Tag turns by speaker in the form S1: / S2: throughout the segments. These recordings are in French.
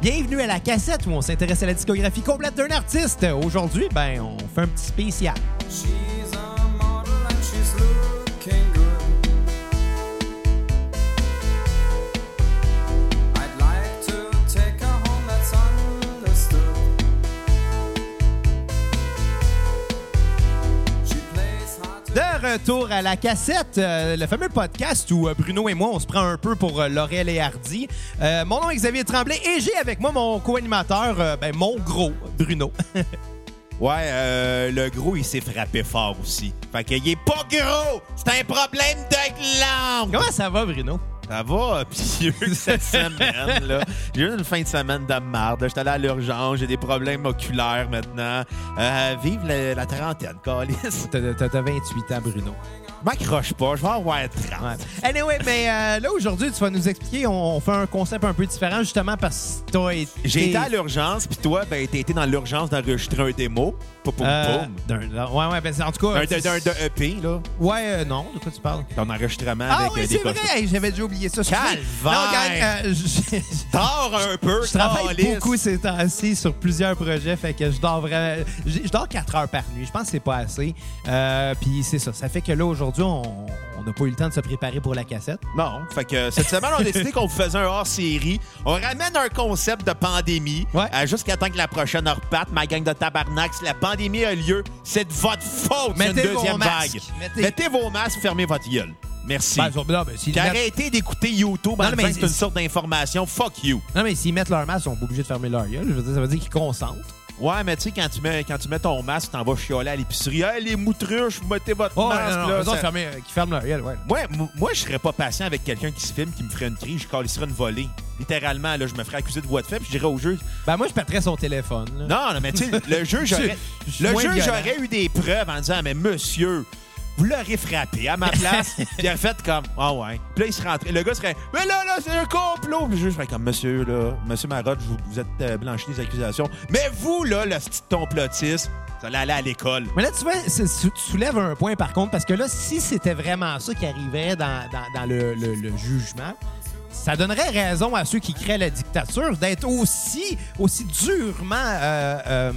S1: Bienvenue à la cassette où on s'intéresse à la discographie complète d'un artiste. Aujourd'hui, ben, on fait un petit spécial.
S2: She's a model and she's looking good. I'd like to take her home, that's understood. She plays hard to
S1: De retour à la cassette, euh, le fameux podcast où euh, Bruno et moi, on se prend un peu pour euh, Laurel et Hardy. Euh, mon nom est Xavier Tremblay et j'ai avec moi mon co-animateur, euh, ben, mon gros, Bruno.
S3: Ouais, euh, le gros, il s'est frappé fort aussi. Fait qu'il est pas gros! C'est un problème de langue!
S1: Comment ça va, Bruno?
S3: Ça va, pis cette semaine, là. J'ai eu une fin de semaine de marde. J'étais allé à l'urgence, j'ai des problèmes oculaires maintenant. Euh, vive la, la trentaine, Calis.
S1: T'as t'as 28 ans, Bruno.
S3: M'accroche pas, je vais avoir 30.
S1: Ouais. Anyway, mais euh, là, aujourd'hui, tu vas nous expliquer, on, on fait un concept un peu différent justement parce que t'as été...
S3: J'ai été à l'urgence, puis toi, ben, t'as été dans l'urgence d'enregistrer un démo. Poum, poum,
S1: Euh,
S3: poum.
S1: d'un- ouais, ouais, ben, en tout cas...
S3: Un, d'un- d'un- euh, d'un EP, là.
S1: Ouais, euh, non, de quoi tu parles?
S3: Ton enregistrement
S1: Ah
S3: avec euh,
S1: oui,
S3: des
S1: c'est vrai!
S3: cochons.
S1: Hey, J'avais déjà oublié ça. excusez.
S3: Calvaire!
S1: Non, gang, euh, je-
S3: Dors un peu,
S1: je travaille
S3: Calis.
S1: beaucoup ces temps-ci sur plusieurs projets, fait que je dors vraiment... Je je dors 4 heures par nuit, je pense que c'est pas assez. Euh, Puis c'est ça, ça fait que là, aujourd'hui, on on n'a pas eu le temps de se préparer pour la cassette.
S3: Non. Fait que cette semaine, on a décidé qu'on vous faisait un hors-série. On ramène un concept de pandémie
S1: Ouais.
S3: euh, jusqu'à temps que la prochaine heure parte. Ma gang de tabarnak, si la pandémie a lieu, c'est de votre faute. C'est une
S1: Mettez vos
S3: deuxième
S1: masques.
S3: vague.
S1: Mettez-
S3: Mettez... vos masques, fermez votre gueule. Merci.
S1: Ben, non, mais s'ils
S3: Puis
S1: mettent-
S3: arrêtez d'écouter YouTube
S1: Non,
S3: en
S1: non,
S3: disant
S1: mais
S3: que c'est une
S1: c'est-
S3: sorte d'information. Fuck you.
S1: non, mais s'ils mettent leur masque, ils sont pas obligés de fermer leur gueule. Je veux dire, ça veut dire qu'ils consentent.
S3: Ouais, mais tu sais, quand tu mets, quand tu mets ton masque, t'en vas chioler à l'épicerie. Hey, les moutruches, vous mettez votre
S1: Oh,
S3: masque.
S1: non, non,
S3: là,
S1: eux
S3: ça-
S1: autres fermés, euh, qui ferment leur gueule, ouais.
S3: Moi, m- moi, je serais pas patient avec quelqu'un qui se filme, qui me ferait une crise, je calisserais une volée. Littéralement, là, je me ferais accuser de voix de fait, puis je dirais au jeu.
S1: Ben, moi, je pèterais son téléphone. là.
S3: Non, non, mais tu sais, le jeu, j'aurais.
S1: Je- je suis
S3: Le
S1: moins
S3: jeu,
S1: violent.
S3: j'aurais eu des preuves en disant, mais monsieur, vous l'aurez frappé à ma place. puis il a fait comme, ah ouais. Puis là, il serait rentré. Le gars serait, mais là, là, c'est un complot. Puis le juge serait comme, monsieur, là, monsieur Marotte, vous, vous êtes euh, blanchi des accusations. Mais vous, là, le petit ton plotiste, vous allez aller à l'école.
S1: Mais là, tu vois, c'est- sou- tu soulèves un point, par contre, parce que là, si c'était vraiment ça qui arrivait dans, dans- dans le, le- le jugement, ça donnerait raison à ceux qui créent la dictature d'être aussi, aussi durement euh, euh,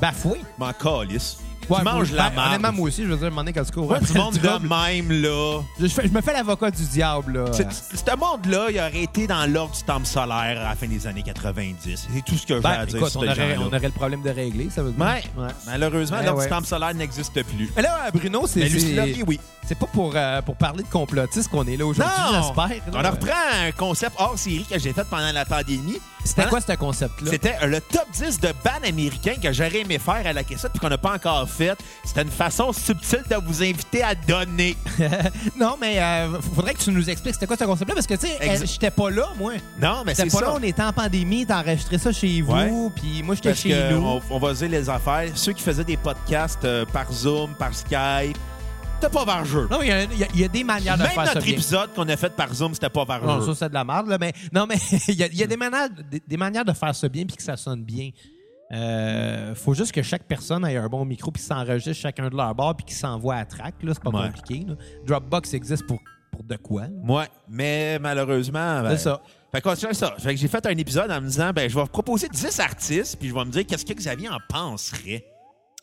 S1: bafoués.
S3: Je M'en calisse.
S1: Ouais,
S3: tu manges
S1: moi,
S3: la
S1: ben,
S3: marde.
S1: Honnêtement, moi aussi, je veux dire, à un moment donné, quand tu cours
S3: Moi,
S1: après
S3: du
S1: le
S3: monde
S1: trouble,
S3: de même, là.
S1: je, fais- je me fais l'avocat du diable, là. Ben,
S3: C'est- c'est- Ce monde-là, il aurait été dans l'ordre du temple solaire à la fin des années 90. C'est tout ce que j'ai
S1: Ben,
S3: à dire
S1: écoute,
S3: sur
S1: on
S3: ces
S1: aurait,
S3: gens-là.
S1: on aurait le problème de régler, ça veut dire.
S3: Ouais.
S1: Ouais.
S3: Malheureusement,
S1: Ouais,
S3: l'ordre
S1: ouais.
S3: du temple solaire n'existe plus.
S1: Mais là, Bruno, c'est...
S3: Mais
S1: c'est-
S3: Lucie Lopier, oui.
S1: C'est pas pour, euh, pour parler de complotistes qu'on est là aujourd'hui, j'espère.
S3: On
S1: là.
S3: reprend un concept hors série que j'ai fait pendant la pandémie.
S1: C'était
S3: Hein?
S1: quoi ce concept-là?
S3: C'était euh, le top 10 de bandes américains que j'aurais aimé faire à la cassette puis qu'on n'a pas encore fait. C'était une façon subtile de vous inviter à donner.
S1: Non, mais euh, faudrait que tu nous expliques c'était quoi ce concept-là, parce que, tu sais,
S3: Exa-
S1: euh, j'étais pas là, moi.
S3: Non, mais
S1: J'étais
S3: c'est
S1: pas
S3: ça.
S1: là, on était en pandémie, t'as enregistré ça chez vous,
S3: Ouais.
S1: puis moi, j'étais
S3: Parce
S1: chez
S3: que
S1: nous.
S3: on, on va dire les affaires. Ceux qui faisaient des podcasts euh, par Zoom, par Skype, t'as pas vers jeu.
S1: Non, il y, a- il y a- il y a des manières de
S3: Même
S1: faire ça
S3: notre
S1: bien.
S3: épisode qu'on a fait par Zoom, c'était pas vers
S1: Non,
S3: jeu.
S1: ça, c'est de la merde, là, mais... Non, mais il y a, il y a des, manières, des, des manières de faire ça bien puis que ça sonne bien. Euh, faut juste que chaque personne ait un bon micro puis s'enregistre chacun de leur bord puis qu'ils s'envoient à track, là. C'est pas
S3: Ouais.
S1: compliqué, là. Dropbox existe pour, pour de quoi, là?
S3: Ouais, mais malheureusement. ben,
S1: C'est ça.
S3: Fait qu'on tient ça. Fait que j'ai fait un épisode en me disant, ben, je vais vous proposer 10 artistes, puis je vais me dire qu'est-ce que Xavier en penserait.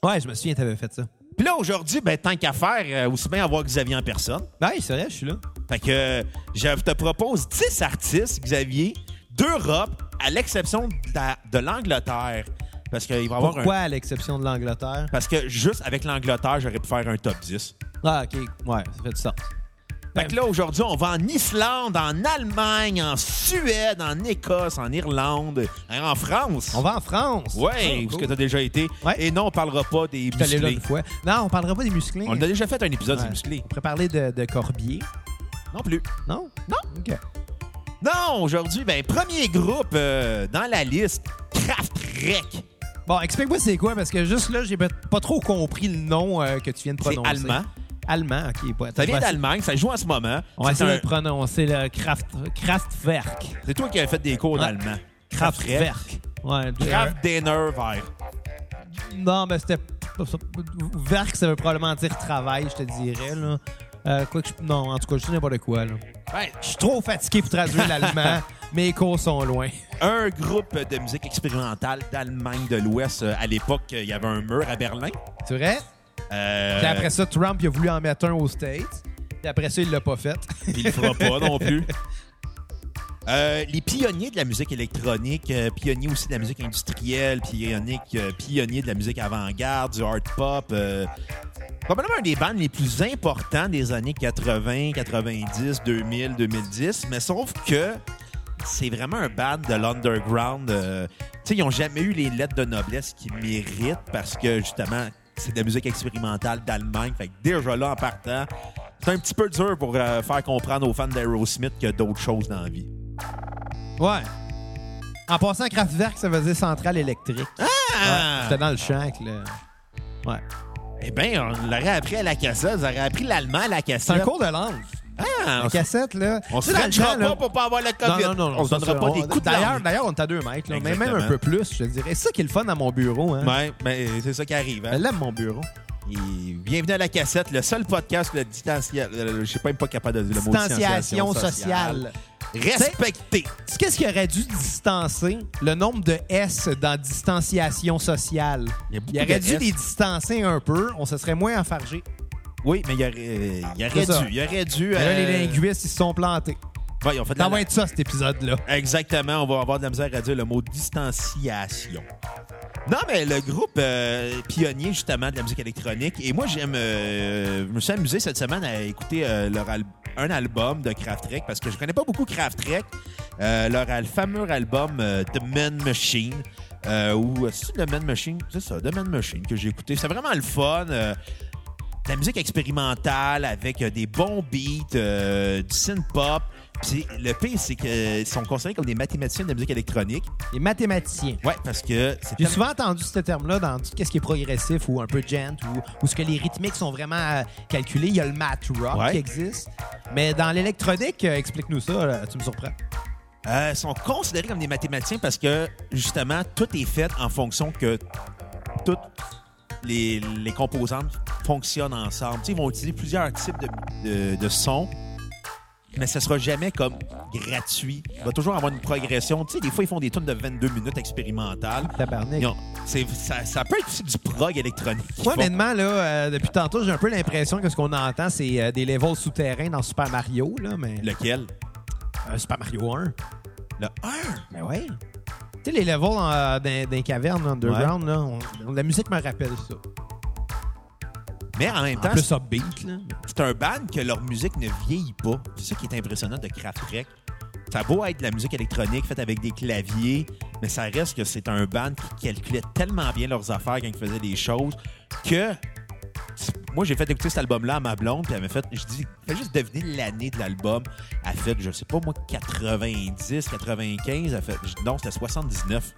S1: Ouais, je me souviens, t'avais fait ça.
S3: Puis là, aujourd'hui, ben, tant qu'à faire, euh, aussi bien avoir Xavier en personne.
S1: Ben, oui, c'est vrai, je suis là.
S3: Fait que euh, je te propose 10 artistes, Xavier, d'Europe, à l'exception de, la- de l'Angleterre. Parce qu'il va y avoir
S1: Pourquoi,
S3: un.
S1: à l'exception de l'Angleterre?
S3: Parce que juste avec l'Angleterre, j'aurais pu faire un top 10.
S1: Ah, OK. Ouais, ça fait du sens.
S3: Fait
S1: Ben
S3: que là, aujourd'hui, on va en Islande, en Allemagne, en Suède, en Écosse, en Irlande, hein, en France.
S1: On va en France.
S3: Ouais, parce que t'as déjà été.
S1: Ouais.
S3: Et non, on parlera pas des
S1: Je suis allé là
S3: musclés.
S1: une fois. Non, on parlera pas des musclés.
S3: On a déjà fait un épisode
S1: Ouais.
S3: des musclés.
S1: On pourrait parler de, de Corbier.
S3: Non plus.
S1: Non?
S3: Non.
S1: OK.
S3: Non, aujourd'hui, ben, premier groupe euh, dans la liste, Kraftwerk.
S1: Bon, explique-moi c'est quoi, parce que juste là, j'ai pas pas trop compris le nom euh, que tu viens de
S3: C'est
S1: prononcer.
S3: allemand.
S1: Allemand, OK. Bon,
S3: Ça vient
S1: on va-
S3: d'Allemagne, ça joue en ce moment.
S1: On va
S3: C'est
S1: essayer
S3: un-
S1: de prononcer le Kraft, Kraftwerk.
S3: C'est toi qui as fait des cours
S1: Ouais.
S3: d'allemand.
S1: Kraftwerk. Ouais.
S3: Kraftdenerver.
S1: euh, Non, mais c'était... Werk, ça veut probablement dire travail, je te dirais, là. Euh, quoi que je... Non, en tout cas, je sais n'importe quoi, là.
S3: Ouais.
S1: Je suis trop fatigué pour traduire l'allemand. Mes cours sont loin.
S3: un groupe de musique expérimentale d'Allemagne de l'Ouest. Euh, À l'époque, il y avait un mur à Berlin.
S1: C'est vrai?
S3: Euh,
S1: Puis après ça, Trump, il a voulu en mettre un aux States. Puis après ça, il l'a pas fait.
S3: puis il le fera pas non plus. Euh, les pionniers de la musique électronique, euh, pionniers aussi de la musique industrielle, pionniers, euh, pionniers de la musique avant-garde, du hard pop. euh, probablement un des bands les plus importants des années 80, 90, 2000, 2010. Mais sauf que c'est vraiment un band de l'underground. euh, tu sais, ils n'ont jamais eu les lettres de noblesse qu'ils méritent parce que, justement, c'est de la musique expérimentale d'Allemagne. Fait que déjà là, en partant, c'est un petit peu dur pour euh, faire comprendre aux fans d'Aerosmith qu'il y a d'autres choses dans la vie.
S1: Ouais. En passant, Kraftwerk, ça faisait centrale électrique. Ouais,
S3: Ah!
S1: C'était dans le champ, là. Ouais.
S3: Eh bien, on l'aurait appris à la cassette. Vous aurez appris l'allemand à la
S1: C'est
S3: cassette.
S1: un cours de langue.
S3: Ah!
S1: La cassette, là.
S3: On se
S1: Tu sais, dans le
S3: frenchera
S1: champ, là-
S3: pas pour pas avoir la COVID.
S1: Non, non, non, non.
S3: on se
S1: ça,
S3: donnera
S1: ça,
S3: pas
S1: on-
S3: des coups de
S1: D'ailleurs,
S3: langue.
S1: d'ailleurs, on est à deux mètres, là. Mais même
S3: Exactement.
S1: un peu plus, je te dirais. C'est ça qui est le fun à mon bureau, hein.
S3: Ouais, mais c'est ça qui arrive. hein.
S1: Elle aime mon bureau.
S3: Et bienvenue à la cassette, le seul podcast le distanciel. euh, Je sais même pas capable de dire le mot
S1: Distanciation sociale.
S3: Respecté.
S1: Tu sais, Qu'est-ce qui aurait dû distancer le nombre de S dans distanciation sociale?
S3: Il y a beaucoup
S1: Il aurait
S3: de
S1: dû
S3: S.
S1: les distancer un peu, on se serait moins enfargé.
S3: Oui, mais il y aurait, euh, il y
S1: C'est ça.
S3: aurait dû. Il y aurait dû.
S1: Mais là,
S3: euh,
S1: les linguistes, ils se sont plantés.
S3: ouais, ils ont fait de
S1: Ça
S3: la-
S1: va être ça, cet épisode-là.
S3: Exactement, on va avoir de la misère à dire le mot distanciation. Non, mais le groupe euh, pionnier, justement, de la musique électronique. Et moi, j'aime. euh, je me suis amusé cette semaine à écouter euh, leur al- un album de Kraftwerk parce que je connais pas beaucoup Kraftwerk. Euh, leur al- fameux album euh, The Man Machine. Euh, ou c'est The Man Machine, c'est ça, The Man Machine que j'ai écouté. C'est vraiment le fun. euh, de la musique expérimentale avec euh, des bons beats, euh, du synth-pop. Puis le pire, c'est qu'ils sont considérés comme des mathématiciens de la musique électronique.
S1: Les mathématiciens.
S3: Ouais, parce que c'est
S1: J'ai
S3: tellement-
S1: souvent entendu ce terme-là dans tout ce qui est progressif ou un peu gent ou, ou ce que les rythmiques sont vraiment euh, calculées. Il y a le math rock
S3: Ouais.
S1: qui existe. Mais dans l'électronique, euh, explique-nous ça, là, tu me surprends.
S3: Euh, sont considérés comme des mathématiciens parce que, justement, tout est fait en fonction que toutes les, les composantes fonctionnent ensemble. Tu sais, ils vont utiliser plusieurs types de, de- de sons, mais ce sera jamais comme gratuit. Il va toujours avoir une progression. Tu sais, des fois, ils font des tunes de 22 minutes expérimentales.
S1: Tabarnak.
S3: Ils ont- c'est- ça, ça peut être aussi du prog électronique. qu'ils
S1: Moi,
S3: font.
S1: honnêtement, là, euh, depuis tantôt, j'ai un peu l'impression que ce qu'on entend, c'est euh, des levels souterrains dans Super Mario, là, mais.
S3: Lequel?
S1: Euh, Super Mario 1.
S3: Le 1.
S1: Ben ouais. Tu sais, les levels euh, dans, dans les cavernes underground, là, on- la musique me rappelle ça.
S3: Mais en même
S1: En
S3: temps,
S1: plus, upbeat, là.
S3: c'est un band que leur musique ne vieillit pas. C'est ça qui est impressionnant de Kraftwerk. Ça a beau être de la musique électronique faite avec des claviers, mais ça reste que c'est un band qui calculait tellement bien leurs affaires quand ils faisaient des choses que moi j'ai fait écouter cet album-là à ma blonde, puis elle m'a fait, je dis, fais juste deviner l'année de l'album. Elle a fait, je sais pas moi, 90, 95. Elle a fait, je dis, non, c'était 79.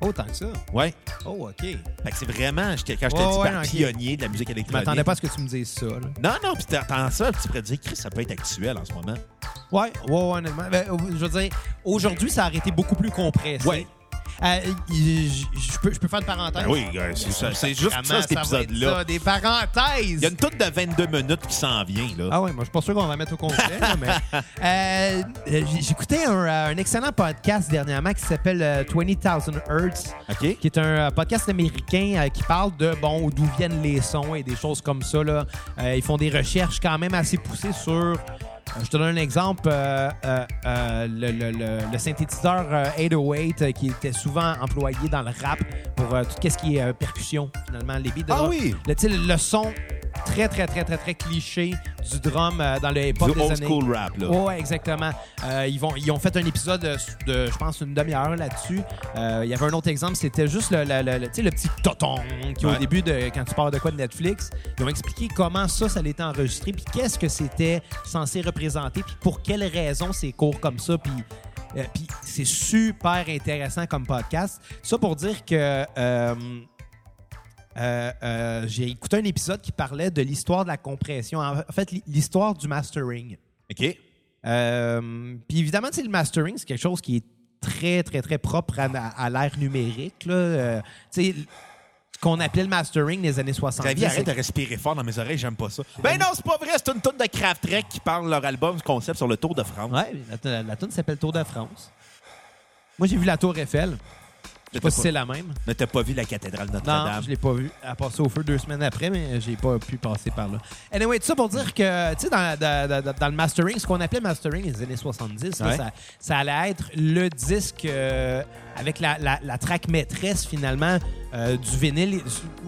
S1: Oh, tant que ça.
S3: Ouais.
S1: Oh, OK. Je
S3: Fait que c'est vraiment, j'étais- quand je t'ai
S1: Ouais,
S3: dit
S1: ouais,
S3: par
S1: ok.
S3: pionnier de la musique électronique.
S1: m'attendais pas à ce que tu me dises ça, là.
S3: Non, non, puis t'entends ça, puis tu pourrais te dire, Chris, ça peut être actuel en ce moment.
S1: Ouais, ouais, ouais, honnêtement. Ben, euh, je veux dire, aujourd'hui, ça aurait été beaucoup plus compressé.
S3: Ouais.
S1: Euh, y- j- je peux, je peux faire une parenthèse?
S3: Ben oui, gars, c'est ça, c'est juste ça,
S1: Vraiment,
S3: cet
S1: ça va être
S3: épisode-là.
S1: ça, Des
S3: Il y a
S1: parenthèses!
S3: une toute de 22 minutes qui s'en vient, là.
S1: Ah ouais, moi je suis pas sûr qu'on va mettre au complet, là, mais euh, euh, j- j'écoutais un, euh, un excellent podcast dernièrement qui s'appelle euh, 20,000 Hertz,
S3: OK?
S1: qui est un euh, podcast américain euh, qui parle de bon d'où viennent les sons et des choses comme ça. Là. Euh, ils font des recherches quand même assez poussées sur. euh, je te donne un exemple, euh, euh, euh, le, le- le- le synthétiseur euh, 808 euh, qui était souvent employé dans le rap pour euh, tout ce qui est euh, percussion, finalement, les beats de
S3: Ah
S1: drum.
S3: oui!
S1: Le, tu sais, le son très, très, très, très, très cliché du drum euh, dans le hip-hop
S3: Du
S1: des
S3: old
S1: années... Oh.
S3: school rap, là.
S1: Ouais, ouais, exactement. Euh, ils, vont, ils ont fait un épisode de, de, je pense, une demi-heure là-dessus. Euh, il y avait un autre exemple, c'était juste le, le- le- le- tu sais, le petit toton qui au
S3: Ouais.
S1: début, de, quand tu parles de quoi de Netflix, ils ont expliqué comment ça, ça l'était enregistré, puis qu'est-ce que c'était censé représenter, puis pour quelles raisons c'est court comme ça, puis... euh, puis c'est super intéressant comme podcast. Ça pour dire que euh, euh, euh, j'ai écouté un épisode qui parlait de l'histoire de la compression, en fait l'hi- l'histoire du mastering.
S3: OK?
S1: Euh, puis évidemment, tu sais, le mastering, c'est quelque chose qui est très, très, très propre à, à l'ère numérique. Là. Euh, tu sais, ce qu'on appelait le mastering des années 60.
S3: Ravi, arrête de respirer fort dans mes oreilles, j'aime pas ça. Ben non, c'est pas vrai, c'est une tonne de Kraftwerk qui parle leur album, ce concept sur le Tour de France.
S1: Ouais, la, la, la tune s'appelle Tour de France. Moi, j'ai vu la Tour Eiffel. Je sais
S3: J'étais
S1: pas si
S3: pas-
S1: c'est la même.
S3: Mais t'as pas vu la cathédrale
S1: Non,
S3: Notre-Dame.
S1: je l'ai pas vu. Elle a passé au feu deux semaines après, mais j'ai pas pu passer par là. Anyway, tout ça pour dire que, tu sais, dans, dans- dans- dans le mastering, ce qu'on appelait mastering les années 70, là,
S3: Ouais.
S1: ça, ça allait être le disque euh, avec la, la, la track maîtresse, finalement, euh, du vinyle et-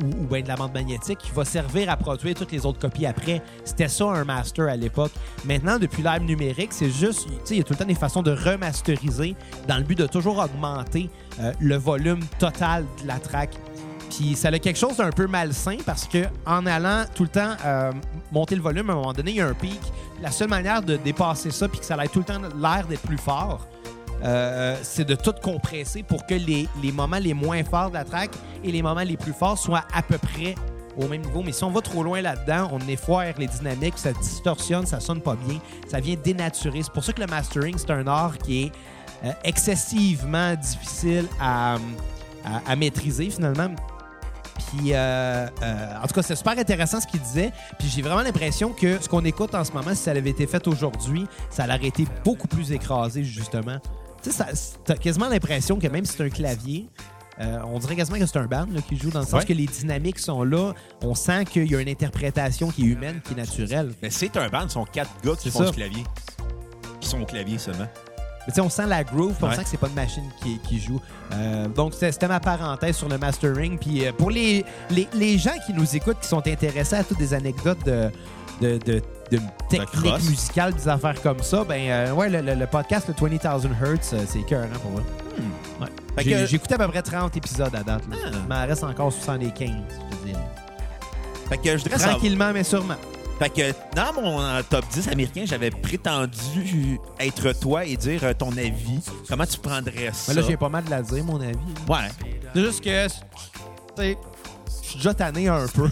S1: ou, ou bien de la bande magnétique qui va servir à produire toutes les autres copies après. C'était ça, un master à l'époque. Maintenant, depuis l'ère numérique, c'est juste, tu sais, il y a tout le temps des façons de remasteriser dans le but de toujours augmenter euh, le volume total de la track. Puis ça a quelque chose d'un peu malsain parce que en allant tout le temps euh, monter le volume, à un moment donné, il y a un pic. La seule manière de dépasser ça puis que ça aille tout le temps l'air d'être plus fort, euh, c'est de tout compresser pour que les, les moments les moins forts de la track et les moments les plus forts soient à peu près au même niveau. Mais si on va trop loin là-dedans, on effoire les dynamiques, ça distorsionne, ça sonne pas bien, ça vient dénaturer. C'est pour ça que le mastering, c'est un art qui est euh, excessivement difficile à- à- à maîtriser finalement. Puis, euh, euh, en tout cas, c'est super intéressant ce qu'il disait. Puis, j'ai vraiment l'impression que ce qu'on écoute en ce moment, si ça avait été fait aujourd'hui, ça l'aurait été beaucoup plus écrasé, justement. Tu sais, ça- t'as quasiment l'impression que même si c'est un clavier, euh, on dirait quasiment que c'est un band là, qui joue, dans le sens
S3: Ouais.
S1: que les dynamiques sont là. On sent qu'il y a une interprétation qui est humaine, qui est naturelle.
S3: Mais c'est un band, ce sont quatre gars
S1: C'est
S3: qui font
S1: ça.
S3: du clavier. Qui sont au clavier seulement.
S1: Mais tu sais, on sent la groove, puis on
S3: Ouais.
S1: sent que c'est pas une machine qui, qui joue. Euh, donc, c'était c'était ma parenthèse sur le mastering. Puis euh, pour les, les, les gens qui nous écoutent, qui sont intéressés à toutes des anecdotes de, de, de, de technique
S3: cross.
S1: musicale, des affaires comme ça, ben euh, ouais, le, le- le podcast, le 20,000 Hertz, euh, c'est écœurant pour moi. Hmm. Ouais.
S3: Fait
S1: J'ai
S3: que-
S1: j'ai écouté à peu près 30 épisodes à date. là.
S3: Ah.
S1: Il m'en reste encore 75, je veux dire.
S3: Fait que je voudrais savoir.
S1: Tranquillement, mais sûrement.
S3: Fait que dans mon euh, top 10 américain, j'avais prétendu être toi et dire euh, ton avis. Comment tu prendrais ça?
S1: Mais Ben là, j'ai pas mal de la dire, mon avis.
S3: Ouais.
S1: C'est juste que, tu sais, je suis déjà tanné un peu.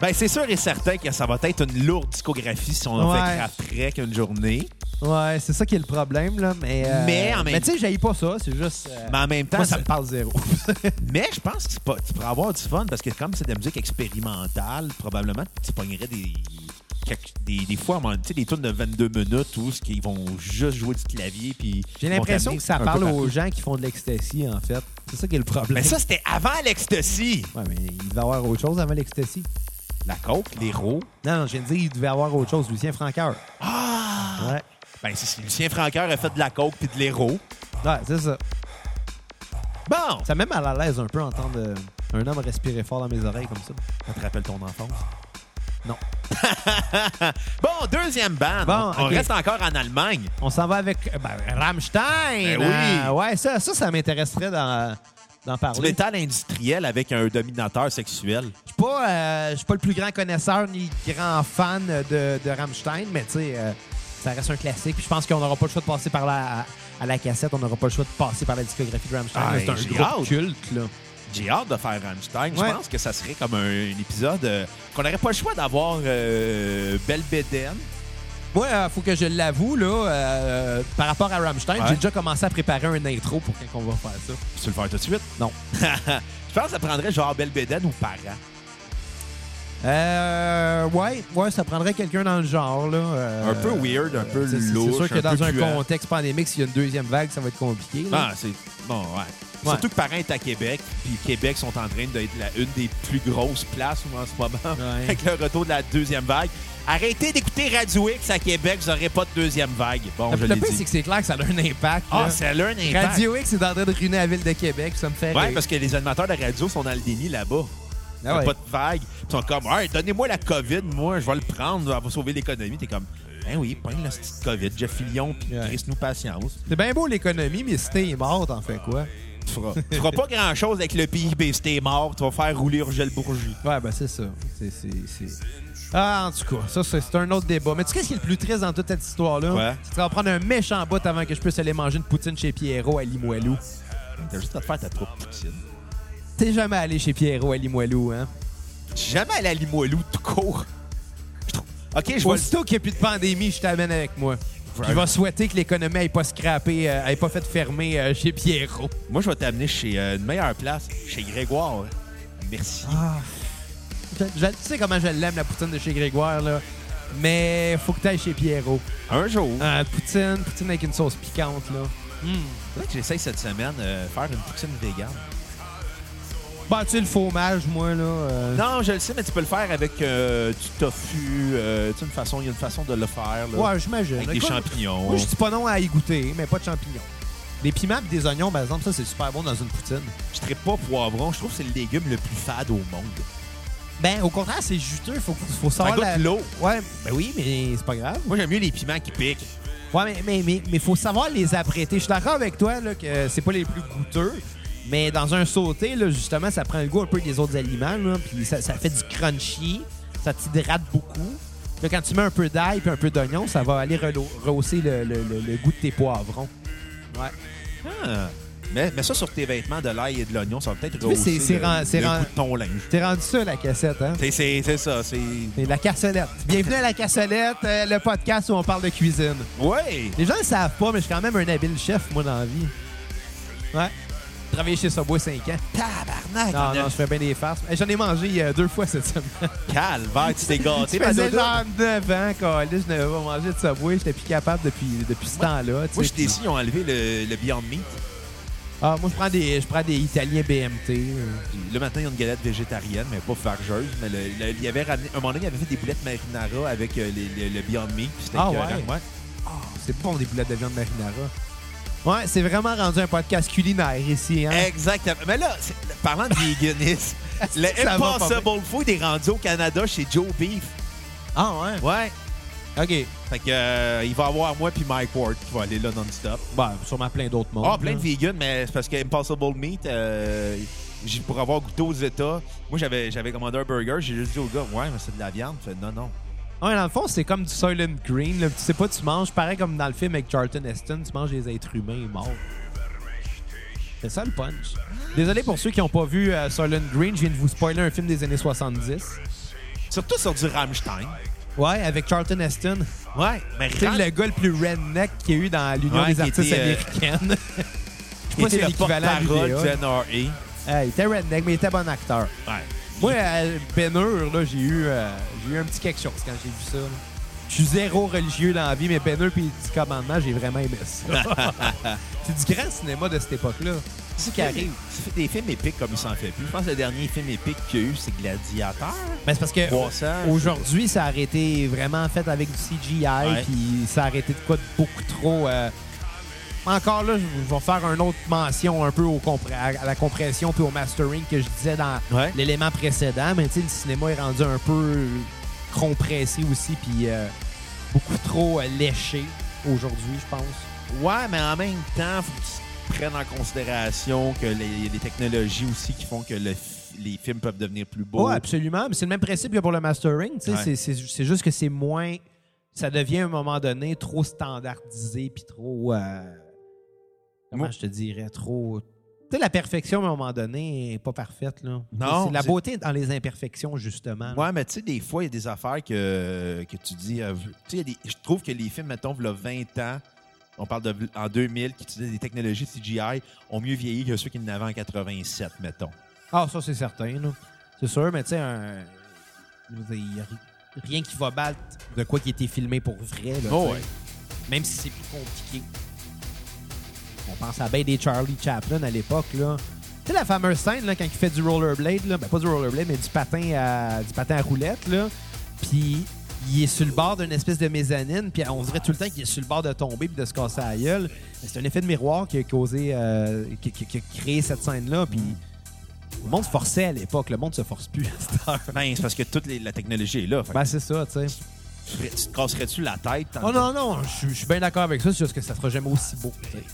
S3: Ben, c'est sûr et certain que ça va être une lourde discographie si on en
S1: Ouais.
S3: fait après qu'une journée.
S1: Ouais, c'est ça qui est le problème, là. Mais, euh,
S3: Mais en même-
S1: tu sais, j'aille pas ça. C'est juste. euh,
S3: Mais en même temps,
S1: moi,
S3: ça-
S1: ça me parle zéro.
S3: mais je pense que c'est pas- tu pourrais avoir du fun parce que comme c'est de la musique expérimentale, probablement tu pognerais des, quelques- des, des fois, à un moment- tu sais, des tunes de 22 minutes où ce qu'ils vont juste jouer du clavier. puis
S1: J'ai
S3: ils vont
S1: l'impression
S3: t'amener
S1: que ça
S3: un peu
S1: parle
S3: partout.
S1: aux gens qui font de l'ecstasy, en fait. C'est ça qui est le problème.
S3: Mais ça, c'était avant l'ecstasy.
S1: Ouais, mais il devait avoir autre chose avant l'ecstasy.
S3: La coke, les rots.
S1: Non, non, je viens de dire, il devait avoir autre chose. Lucien Francoeur.
S3: Ah!
S1: Ouais.
S3: Ben, c'est- c'est Lucien Francoeur a fait de la coke puis de l'héros.
S1: Ouais, c'est ça.
S3: Bon!
S1: Ça met mal à l'aise un peu entendre euh, un homme respirer fort dans mes oreilles comme ça.
S3: Ça te rappelle ton enfance?
S1: Non.
S3: Bon, deuxième band.
S1: Bon,
S3: on
S1: ok.
S3: reste encore en Allemagne.
S1: On s'en va avec euh, ben, Rammstein.
S3: Ben oui.
S1: Ah, ouais, ça, ça, ça m'intéresserait d'en d'en
S3: Du
S1: parler.
S3: métal industriel avec un dominateur sexuel.
S1: Je suis pas, euh, je suis pas le plus grand connaisseur ni le grand fan de, de Rammstein, mais tu sais, euh, ça reste un classique. Puis je pense qu'on n'aura pas le choix de passer par la, à, à la cassette, on n'aura pas le choix de passer par la discographie de Rammstein.
S3: Ah,
S1: mais c'est un
S3: j'ai
S1: groupe
S3: hâte.
S1: culte, là.
S3: J'ai hâte de faire Rammstein.
S1: Ouais.
S3: Je pense que ça serait comme un, un épisode euh, qu'on n'aurait pas le choix d'avoir euh, Belbédène.
S1: Moi, euh, faut que je l'avoue, là, euh, par rapport à Rammstein,
S3: Ouais.
S1: j'ai déjà commencé à préparer un intro pour quand on va faire ça.
S3: Tu veux le faire tout de suite?
S1: Non.
S3: Je pense que ça prendrait genre Belbédène ou Parent.
S1: Euh, ouais, ouais, ça prendrait quelqu'un dans le genre, là. euh,
S3: Un peu weird, un peu
S1: c'est- c'est-
S3: louche,
S1: C'est sûr que
S3: un
S1: dans
S3: peu
S1: un
S3: puant.
S1: contexte pandémique, s'il y a une deuxième vague, ça va être compliqué. là.
S3: Ah, c'est. Bon, ouais. Surtout que Parent est à Québec, puis Québec sont en train d'être la- une des plus grosses places où, en ce moment,
S1: Ouais.
S3: avec le retour de la deuxième vague. Arrêtez d'écouter Radio X à Québec, vous n'aurez pas de deuxième vague. Bon, je
S1: le
S3: l'ai
S1: pire, c'est
S3: dit.
S1: que c'est clair que ça a un impact.
S3: Ah,
S1: là.
S3: c'est là un impact.
S1: Radio X est en train de ruiner la ville de Québec, ça me fait
S3: Ouais,
S1: rire.
S3: parce que les animateurs de radio sont dans le déni là-bas.
S1: Ah
S3: Y a
S1: ouais.
S3: Pas de vague. Ils sont comme, hey, donnez-moi la COVID, moi, je vais le prendre, on va sauver l'économie. T'es comme, ben oui, prends la petite COVID, Jeff Fillion, puis
S1: Ouais.
S3: Chris nous patience.
S1: C'est bien beau l'économie, mais si t'es mort, t'en fais quoi?
S3: Tu feras, tu feras pas grand-chose avec le PIB si t'es mort, tu vas faire rouler Urgel Bourgie.
S1: Ouais, ben c'est ça. C'est, c'est- c'est- Ah, en tout cas, ça, c'est, c'est un autre débat. Mais tu sais, qu'est-ce qui est le plus triste dans toute cette histoire-là?
S3: Ouais.
S1: C'est que ça va prendre un méchant bout avant que je puisse aller manger une poutine chez Pierrot à Limoilou.
S3: T'as juste à te faire ta propre poutine.
S1: T'es jamais allé chez Pierrot à Limoilou, hein?
S3: Je suis jamais allé à Limoilou tout court. Je trouve- OK, je vois
S1: Aussitôt qu'il n'y a plus de pandémie, je t'amène avec moi. Je vais souhaiter que l'économie n'ait pas scrappé, euh, ait pas fait fermer euh, chez Pierrot.
S3: Moi, je vais t'amener chez euh, une meilleure place, chez Grégoire. Merci.
S1: Ah. Je- je- tu sais comment je l'aime, la poutine de chez Grégoire, là. Mais faut que t'ailles chez Pierrot.
S3: Un jour.
S1: Euh, poutine, poutine avec une sauce piquante, là.
S3: Peut-être que j'essaye cette semaine euh, faire une poutine vegan.
S1: Bah, tu sais, le fromage, moi, là. euh,
S3: Non, je le sais, mais tu peux le faire avec euh, du tofu. euh, tu sais, une façon, il y a une façon de le faire. Là,
S1: Ouais, j'imagine.
S3: avec des
S1: Écoute,
S3: champignons.
S1: Moi, je dis pas non à y goûter, mais pas de champignons. Des piments et des oignons, par exemple, ça, c'est super bon dans une poutine.
S3: Je ne pas poivron. Je trouve que c'est le légume le plus fade au monde.
S1: Ben, au contraire, c'est juteux. Faut, faut
S3: Ça
S1: savoir.
S3: goûte
S1: la-
S3: l'eau.
S1: Ouais, ben oui, mais c'est pas grave.
S3: Moi, j'aime mieux les piments qui piquent.
S1: Ouais, mais mais, mais, mais faut savoir les apprêter. Je suis d'accord avec toi là, que c'est pas les plus goûteux, mais dans un sauté, là, justement, ça prend le goût un peu des autres aliments, là, puis ça, ça fait du crunchy, ça t'hydrate beaucoup. Là, quand tu mets un peu d'ail et un peu d'oignon, ça va aller relo- rehausser le, le- le- le goût de tes poivrons. Ouais.
S3: Ah. Mais, mais ça sur tes vêtements de l'ail et de l'oignon, ça va peut-être
S1: vois, c'est-
S3: rehausser
S1: c'est
S3: le,
S1: ren- c'est
S3: le
S1: ren-
S3: goût de ton linge.
S1: T'es rendu ça, la cassette, hein?
S3: C'est- C'est c'est ça, c'est...
S1: C'est la cassolette. Bienvenue à la cassolette, euh, le podcast où on parle de cuisine.
S3: Ouais!
S1: Les gens ne savent pas, mais je suis quand même un habile chef, moi, dans la vie. Ouais. Travaillé chez Subway 5 ans.
S3: Tabarnak!
S1: Non,
S3: on a-
S1: non, je fais bien des farces. Hey, J'en ai mangé euh, deux fois cette semaine.
S3: Calvaire, tu t'es gâté,
S1: Tu
S3: ma
S1: faisais
S3: dodo.
S1: genre 9 ans, câlisse, je n'avais pas mangé de Subway. J'étais plus capable depuis, depuis ce temps-là. tu
S3: Moi,
S1: sais.
S3: j'étais ici, ils ont enlevé le, le Beyond Meat.
S1: Ah, moi, je prends des, je prends des Italiens BMT. euh.
S3: Le matin, ils ont une galette végétarienne, mais pas fargeuse. Mais le, le- il y avait ramené, un moment donné, il avait fait des boulettes marinara avec euh, les- les- le Beyond Meat. puis c'était
S1: Ah
S3: écœurant.
S1: ouais? Ah, c'est bon des boulettes de viande marinara. Ouais, c'est vraiment rendu un podcast culinaire ici. Hein?
S3: Exactement. Mais là, c'est- parlant de véganisme, le
S1: Ça va pas
S3: Impossible Food est rendu au Canada chez Joe Beef.
S1: Ah ouais?
S3: Ouais.
S1: OK.
S3: Fait que, euh, il va avoir moi puis Mike Ward qui va aller là non-stop.
S1: Bah, sûrement plein d'autres mondes.
S3: Ah, plein de
S1: là.
S3: vegans, mais c'est parce que Impossible Meat, euh, j'ai- pour avoir goûté aux États, moi j'avais j'avais commandé un burger, j'ai juste dit au gars, ouais, mais c'est de la viande. Il fait, non, non.
S1: Ouais, dans le fond, c'est comme du Soylent Green. là. Tu sais pas, tu manges, pareil comme dans le film avec Charlton Heston, tu manges les êtres humains morts. C'est ça le punch. Désolé pour ceux qui n'ont pas vu euh, Soylent Green, je viens de vous spoiler un film des années 70.
S3: Surtout sur du Rammstein.
S1: Ouais, avec Charlton Heston.
S3: Ouais, mais
S1: C'est
S3: Ram-
S1: le gars le plus redneck qu'il y a eu dans l'Union
S3: Ouais,
S1: des
S3: qui
S1: artistes
S3: était, euh,
S1: américaines. Je sais
S3: il
S1: pas si
S3: était
S1: c'est
S3: le
S1: l'équivalent à
S3: porte-parole
S1: VDA.
S3: du NRA.
S1: Euh, il était redneck, mais il était bon acteur.
S3: Ouais.
S1: Moi, à Ben Hur, là, j'ai eu, euh, j'ai eu un petit quelque chose quand j'ai vu ça. là. Je suis zéro religieux dans la vie, mais Ben Hur puis les commandements, j'ai vraiment aimé ça. c'est du grand cinéma de cette époque-là. C'est ça qui arrive.
S3: C'est des films épiques comme il s'en fait plus. Je pense que le dernier film épique qu'il y a eu, c'est Gladiateur.
S1: Mais c'est parce que
S3: 300.
S1: aujourd'hui, ça a arrêté vraiment fait avec du CGI,
S3: Ouais.
S1: puis ça a arrêté de quoi de beaucoup trop. euh, Encore là, je je vais faire une autre mention un peu au compré- à la compression puis au mastering que je disais dans
S3: Ouais.
S1: l'élément précédent, mais tu sais, le cinéma est rendu un peu compressé aussi, puis euh, beaucoup trop euh, léché aujourd'hui, je pense.
S3: Ouais, mais en même temps, faut que tu prennes en considération que les, il y a des technologies aussi qui font que le fi- les films peuvent devenir plus beaux.
S1: Oui, absolument. Mais c'est le même principe que pour le mastering. tu sais,
S3: Ouais.
S1: c'est- C'est c'est juste que c'est moins. Ça devient à un moment donné trop standardisé puis trop. euh, comment
S3: Moi-
S1: je te dirais Trop. Tu sais, la perfection, à un moment donné, n'est pas parfaite. Là.
S3: Non,
S1: C'est la
S3: c'est-
S1: beauté dans les imperfections, justement. là.
S3: Ouais, mais tu sais, des fois, il y a des affaires que, que tu dis. euh, tu sais, il y a des- je trouve que les films, mettons, il 20 ans, on parle de v'là- en 2000, qui utilisaient des technologies CGI, ont mieux vieilli que ceux qui en avaient en 87, mettons.
S1: Ah, ça, c'est certain. là. C'est sûr, mais tu sais, un- je veux dire, il y a ri- rien qui va battre de quoi qui a été filmé pour vrai. Là, tu sais. Même si c'est plus compliqué. On pense à bien des Charlie Chaplin à l'époque. là. Tu sais, la fameuse scène là, quand il fait du rollerblade, là, ben, pas du rollerblade, mais du patin à, du patin à roulette. Là. Puis il est sur le bord d'une espèce de mezzanine, puis on dirait tout le temps qu'il est sur le bord de tomber puis de se casser la gueule. Mais C'est un effet de miroir qui a causé, euh, qui, qui- qui a créé cette scène-là. Puis le monde se forçait à l'époque, le monde se force plus à cette heure.
S3: Ben, c'est parce que toute les- la technologie est là. Fait que
S1: Ah. Ben, c'est ça, tu sais.
S3: tu, ferais- tu te casserais-tu la tête? tant-
S1: Oh non, non, je suis- je suis bien d'accord avec ça, c'est juste que ça sera jamais aussi beau. tu sais.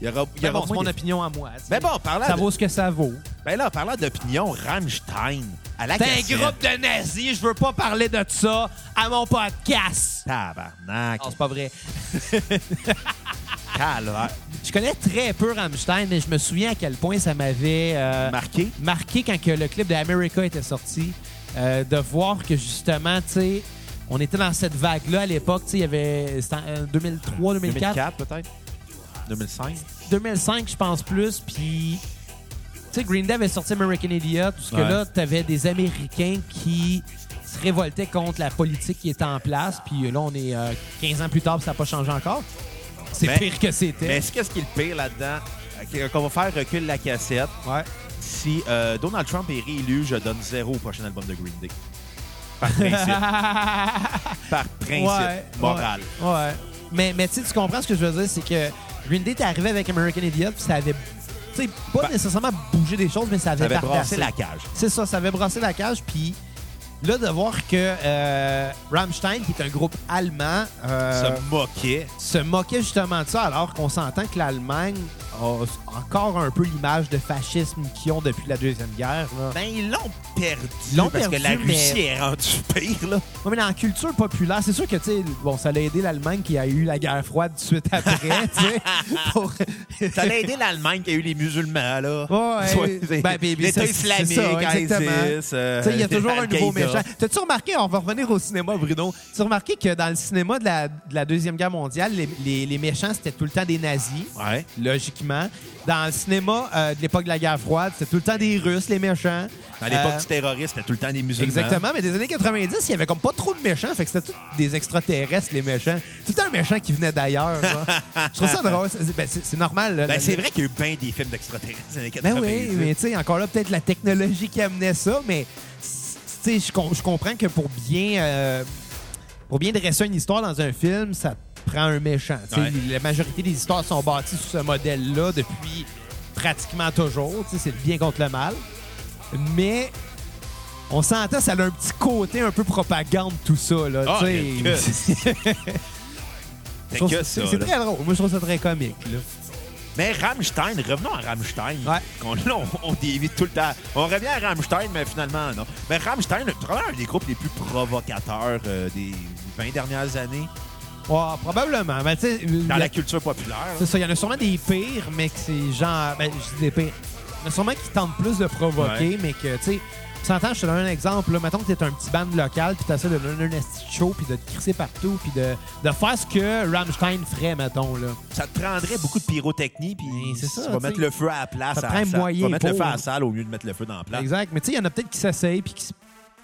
S3: Il y aura, il y
S1: Mais
S3: aura
S1: Ben, bon, c'est
S3: moins
S1: mon
S3: de-
S1: opinion à moi. Ben, tu sais.
S3: Mais bon, parlant
S1: Ça
S3: de-
S1: vaut ce que ça vaut.
S3: ben là, parlant d'opinion, Rammstein, à la
S1: T'es un
S3: cassette.
S1: groupe de nazis, je veux pas parler de ça à mon podcast.
S3: Tabarnak,
S1: Non, c'est pas vrai.
S3: calvaire.
S1: Je connais très peu Rammstein, mais je me souviens à quel point ça m'avait euh,
S3: Marqué?
S1: marqué quand que le clip de America était sorti, euh, de voir que justement, tu sais, on était dans cette vague-là à l'époque, tu sais, il y avait c'était en, euh, 2003, 2004,
S3: 2004 peut-être? 2005?
S1: 2005, je pense plus. Puis, tu sais, Green Day avait sorti American Idiot, parce que
S3: Ouais.
S1: là, t'avais des Américains qui se révoltaient contre la politique qui était en place. Puis là, on est euh, 15 ans plus tard, puis ça n'a pas changé encore. C'est
S3: Mais-
S1: pire que
S3: Mais
S1: c'était.
S3: est-ce qu'est-ce qui est le pire là-dedans? Euh, Qu'on va faire recul la cassette.
S1: Ouais.
S3: Si euh, Donald Trump est réélu, je donne zéro au prochain album de Green Day. Par principe. par principe
S1: Ouais,
S3: moral.
S1: Ouais. ouais. Mais, mais tu sais, tu comprends ce que je veux dire, c'est que Green Day est arrivé avec American Idiot, puis ça avait, tu sais, pas
S3: Ben-
S1: nécessairement bougé des choses, mais ça
S3: Ça
S1: avait,
S3: avait
S1: bardassé.
S3: brassé la cage.
S1: C'est ça, ça avait brassé la cage, puis là, de voir que euh, Rammstein, qui est un groupe allemand, euh,
S3: Se moquait.
S1: se moquait justement de ça, alors qu'on s'entend que l'Allemagne a encore un peu l'image de fascisme qu'ils ont depuis la Deuxième Guerre. là.
S3: Ben, ils l'ont perdu.
S1: Ils l'ont
S3: parce
S1: perdu,
S3: que la
S1: mais-
S3: Russie est rendue pire, là.
S1: Ouais, mais dans la culture populaire, c'est sûr que, tu sais, bon, ça l'a aidé l'Allemagne qui a eu la guerre froide tout de suite après, tu sais. pour-
S3: Ça l'a aidé l'Allemagne qui a eu les musulmans, là.
S1: Ouais,
S3: Soit-
S1: ben, ben, c'est-
S3: L'État
S1: hein,
S3: islamique,
S1: c'est ça, exactement.
S3: ISIS, euh,
S1: Tu sais, il y a toujours un nouveau
S3: Al-Qaïda.
S1: méchant. T'as-tu remarqué, on va revenir au cinéma, Bruno, tu remarqué que dans le cinéma de la, de la Deuxième Guerre mondiale, les, les- les méchants, c'était tout le temps des nazis,
S3: Ouais.
S1: logiquement. Dans le cinéma euh, de l'époque de la guerre froide, c'était tout le temps des Russes, les méchants.
S3: À l'époque
S1: Euh,
S3: du terrorisme, c'était tout le temps des musulmans.
S1: Exactement, mais des années 90, il y avait comme pas trop de méchants, fait que c'était tous des extraterrestres, les méchants. Tout le temps un méchant qui venait d'ailleurs. genre. Je trouve ça drôle. C'est ben, c'est- c'est normal. là.
S3: Ben,
S1: La-
S3: c'est vrai qu'il y a eu bien des films d'extraterrestres dans les années
S1: Ben
S3: 90.
S1: oui, mais tu sais, encore là, peut-être la technologie qui amenait ça, mais c- tu sais, je com- je comprends que pour bien, euh, pour bien dresser une histoire dans un film, ça prend un méchant. tu sais.
S3: Ouais.
S1: La majorité des histoires sont bâties sur ce modèle-là depuis pratiquement toujours. tu sais, C'est le bien contre le mal. Mais on s'entend, ça a un petit côté un peu propagande, tout ça. Là,
S3: Ah,
S1: tu sais.
S3: mais que-
S1: Je
S3: Fait
S1: trouve
S3: que
S1: ça-
S3: ça,
S1: c'est c'est
S3: là.
S1: très drôle. Moi, je trouve ça très comique. là.
S3: Mais Rammstein, revenons à Rammstein.
S1: Ouais.
S3: Qu'on- là, on, on dévie tout le temps. On revient à Rammstein, mais finalement, non. Mais Rammstein, probablement un des groupes les plus provocateurs euh, des 20 dernières années
S1: Ouais, probablement. Mais tu sais,
S3: dans
S1: il y a-
S3: la culture populaire.
S1: C'est ça, il y en a sûrement des pires, mais que c'est genre. Ben, je dis des pires. Il y en a sûrement qui tentent plus de provoquer, mais que, tu sais. Tu t'entends, je te donne un exemple. Là. Mettons que t'es un petit band local, puis t'essaies de donner un esti de show, puis de te crisser partout, puis de, de faire ce que Rammstein ferait, mettons. Là.
S3: Ça te prendrait beaucoup de pyrotechnie, puis
S1: Mais Ben, c'est ça,
S3: tu
S1: tu
S3: vas mettre
S1: sais.
S3: le feu à la place.
S1: Ça te
S3: à la
S1: prend un
S3: salle. Tu
S1: moyen
S3: vas mettre le feu
S1: pour.
S3: à la salle au lieu de mettre le feu dans la place.
S1: Exact. Mais tu sais, il y en a peut-être qui s'essayent, puis qui se.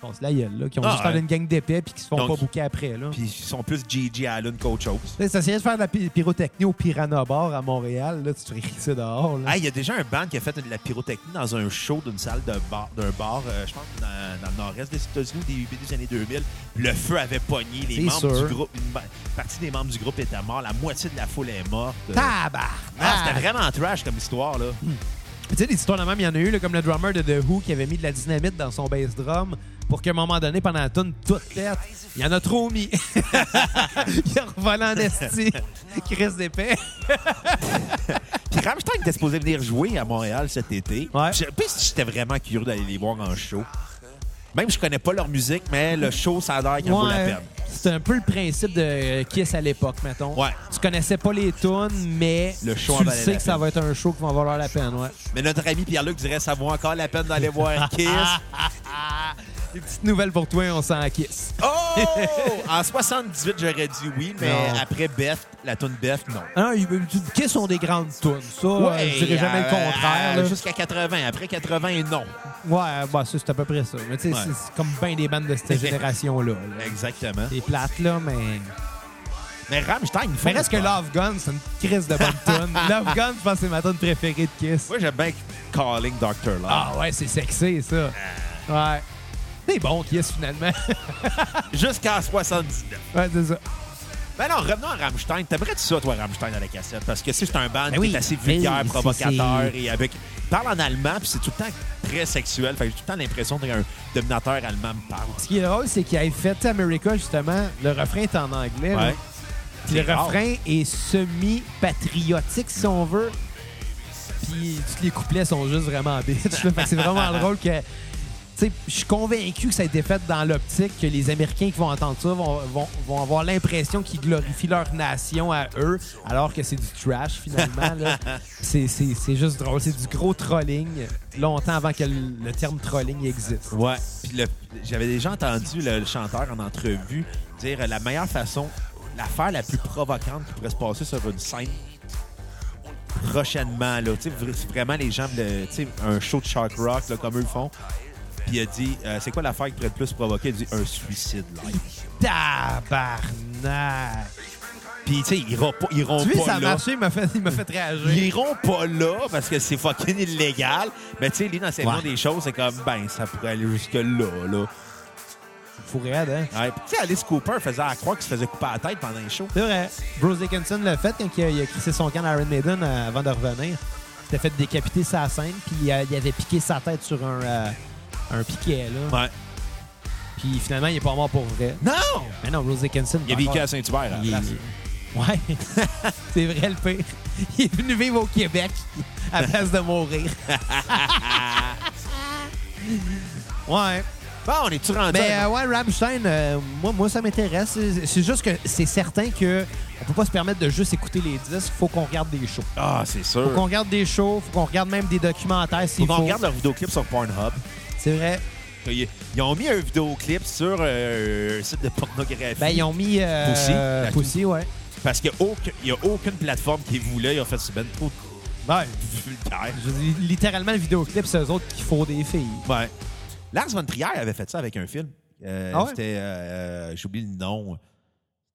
S1: Bon, c'est la gueule, là, qui ont
S3: Ah,
S1: juste
S3: ouais.
S1: parlé une gang d'épais, puis qui se font
S3: Donc,
S1: pas bouquer après. Là.
S3: Puis ils sont plus Gigi Allen qu'autre chose.
S1: Tu sais, T'essayais de faire de la py- pyrotechnie au Piranha Bar à Montréal, là, tu te risses dehors. Là.
S3: Ah, il y a déjà un band qui a fait de la pyrotechnie dans un show d'une salle de bar, d'un bar, euh, je pense, dans, dans le nord-est des États-Unis, au début des années 2000. Le feu avait pogné les
S1: C'est
S3: membres
S1: sûr.
S3: du groupe. Une ba- partie des membres du groupe était mort. La moitié de la foule est morte. Euh,
S1: Tabarnak!
S3: ah, c'était vraiment trash comme histoire, là.
S1: Puis Tu sais, des histoires de même, il y en a eu, là, comme le drummer de The Who qui avait mis de la dynamite dans son bass drum pour qu'à un moment donné, pendant la tune toute tête, il y en a trop mis. il a revolé en esti. Chris d'épais.
S3: Puis Rammstein était supposé venir jouer à Montréal cet été.
S1: Ouais.
S3: Puis je- Puis j'étais vraiment curieux d'aller les voir en show. Même je connais pas leur musique, mais le show, ça a l'air qu'il en vaut la peine.
S1: C'était un peu le principe de euh, Kiss à l'époque, mettons.
S3: Ouais.
S1: Tu connaissais pas les tunes, mais
S3: Le show en
S1: tu le
S3: valait
S1: sais
S3: la
S1: que ça
S3: peine.
S1: va être un show qui va valoir la peine, ouais.
S3: Mais notre ami Pierre-Luc dirait ça vaut encore la peine d'aller voir Kiss.
S1: Des petites nouvelles pour toi, on s'en kiss.
S3: Oh! en 78, j'aurais dit oui, mais
S1: Non.
S3: après Beth, la tune Beth, non.
S1: Hein, ils- Kiss ont des grandes tunes. Ça, euh, je dirais jamais le
S3: euh,
S1: contraire.
S3: euh,
S1: là.
S3: Jusqu'à 80. Après 80, non.
S1: Ouais, bah, ça, c'est à peu près ça. Mais tu sais,
S3: Ouais.
S1: c'est- c'est comme bien des bandes de cette génération-là. là.
S3: Exactement.
S1: C'est plate, là, mais.
S3: Mais Rammstein, ils font
S1: Mais reste que
S3: le fun.
S1: Love Gun, c'est une crise de bonne tune. Love Gun, je pense que c'est ma tune préférée de Kiss.
S3: Moi, j'aime bien Calling Dr. Love.
S1: Ah ouais, c'est sexy, ça. Euh. Ouais. C'est bon, Kiss, finalement.
S3: Jusqu'à 79.
S1: ouais, c'est ça.
S3: Ben non, revenons à Rammstein. T'aimerais-tu ça, toi, Rammstein, à la cassette? Parce que si c'est un band
S1: Ben oui.
S3: qui est assez
S1: Ben
S3: vulgaire,
S1: oui, c'est-
S3: provocateur et avec. Parle en allemand, puis c'est tout le temps très sexuel. Fait que j'ai tout le temps l'impression qu'un dominateur allemand me parle.
S1: Ce qui est drôle, c'est qu'il avait fait America, justement. Le refrain est en anglais. là.
S3: Ouais.
S1: Puis le
S3: C'est rare.
S1: refrain est semi-patriotique, si on veut. Puis tous les couplets sont juste vraiment bitch. là. Fait que c'est vraiment drôle que. Tu sais, je suis convaincu que ça a été fait dans l'optique que les Américains qui vont entendre ça vont, vont- vont avoir l'impression qu'ils glorifient leur nation à eux, alors que c'est du trash, finalement. là. c'est, c'est- c'est juste drôle. C'est du gros trolling, longtemps avant que le, le terme trolling existe.
S3: Ouais. Puis le- j'avais déjà entendu le, le chanteur en entrevue dire euh, la meilleure façon, l'affaire la plus provocante qui pourrait se passer sur une scène prochainement, là. Tu sais, vra- vraiment, les gens, le- tu sais, un show de shark rock, là, comme eux le font. puis il a dit euh, C'est quoi l'affaire qui pourrait le plus provoquer Il a dit Un suicide live.
S1: Tabarnak!
S3: Puis, tu sais, ils iront pas, ils iront
S1: Tu vois,
S3: pas
S1: ça a
S3: là.
S1: marché, il m'a fait, il m'a fait
S3: Ils
S1: réagir.
S3: iront pas là parce que c'est fucking illégal. Mais, tu sais, lui, dans sa
S1: Ouais.
S3: vision des choses, c'est comme Ben, ça pourrait aller jusque-là, là.
S1: Fou raide, hein?
S3: Ouais. Puis, tu sais, Alice Cooper faisait à croire qu'il se faisait couper la tête pendant les shows.
S1: C'est vrai. Bruce Dickinson l'a fait quand il a, il a crissé son camp à Iron Maiden euh, avant de revenir. Il s'était fait décapiter sa scène, puis euh, il avait piqué sa tête sur un, euh, un piquet, là.
S3: Ouais.
S1: Puis finalement, il est pas mort pour vrai.
S3: Non
S1: Mais non, Bruce Dickinson.
S3: Il a
S1: par
S3: vécu
S1: contre,
S3: à Saint-Hubert à la
S1: il-
S3: place.
S1: Ouais. C'est vrai le pire. Il est venu vivre au Québec à place de mourir. ouais.
S3: Bon, on est-tu rendu
S1: Mais
S3: à-
S1: euh, ouais, Rammstein, euh, moi, moi, ça m'intéresse. C'est c'est juste que c'est certain que on peut pas se permettre de juste écouter les disques. Faut qu'on regarde des shows.
S3: Ah, c'est
S1: Faut qu'on
S3: sûr.
S1: regarde des shows. Faut qu'on regarde même des documentaires
S3: Faut
S1: s'il
S3: qu'on
S1: faut.
S3: regarde leur vidéoclip sur Pornhub.
S1: C'est vrai.
S3: Ils ils ont mis un vidéoclip sur euh, un site de pornographie.
S1: Ben, ils ont mis... Euh,
S3: Pussy.
S1: euh, Pussy, ouais.
S3: Parce qu'il n'y a, aucune plateforme qui voulait. Ils ont fait c'est ben trop
S1: Ben,
S3: vulgaire.
S1: je dis, littéralement, le vidéoclip, c'est eux autres qui font des filles.
S3: Ouais. Lars von Trier avait fait ça avec un film. Euh,
S1: Ah ouais?
S3: C'était, euh, j'oublie le nom,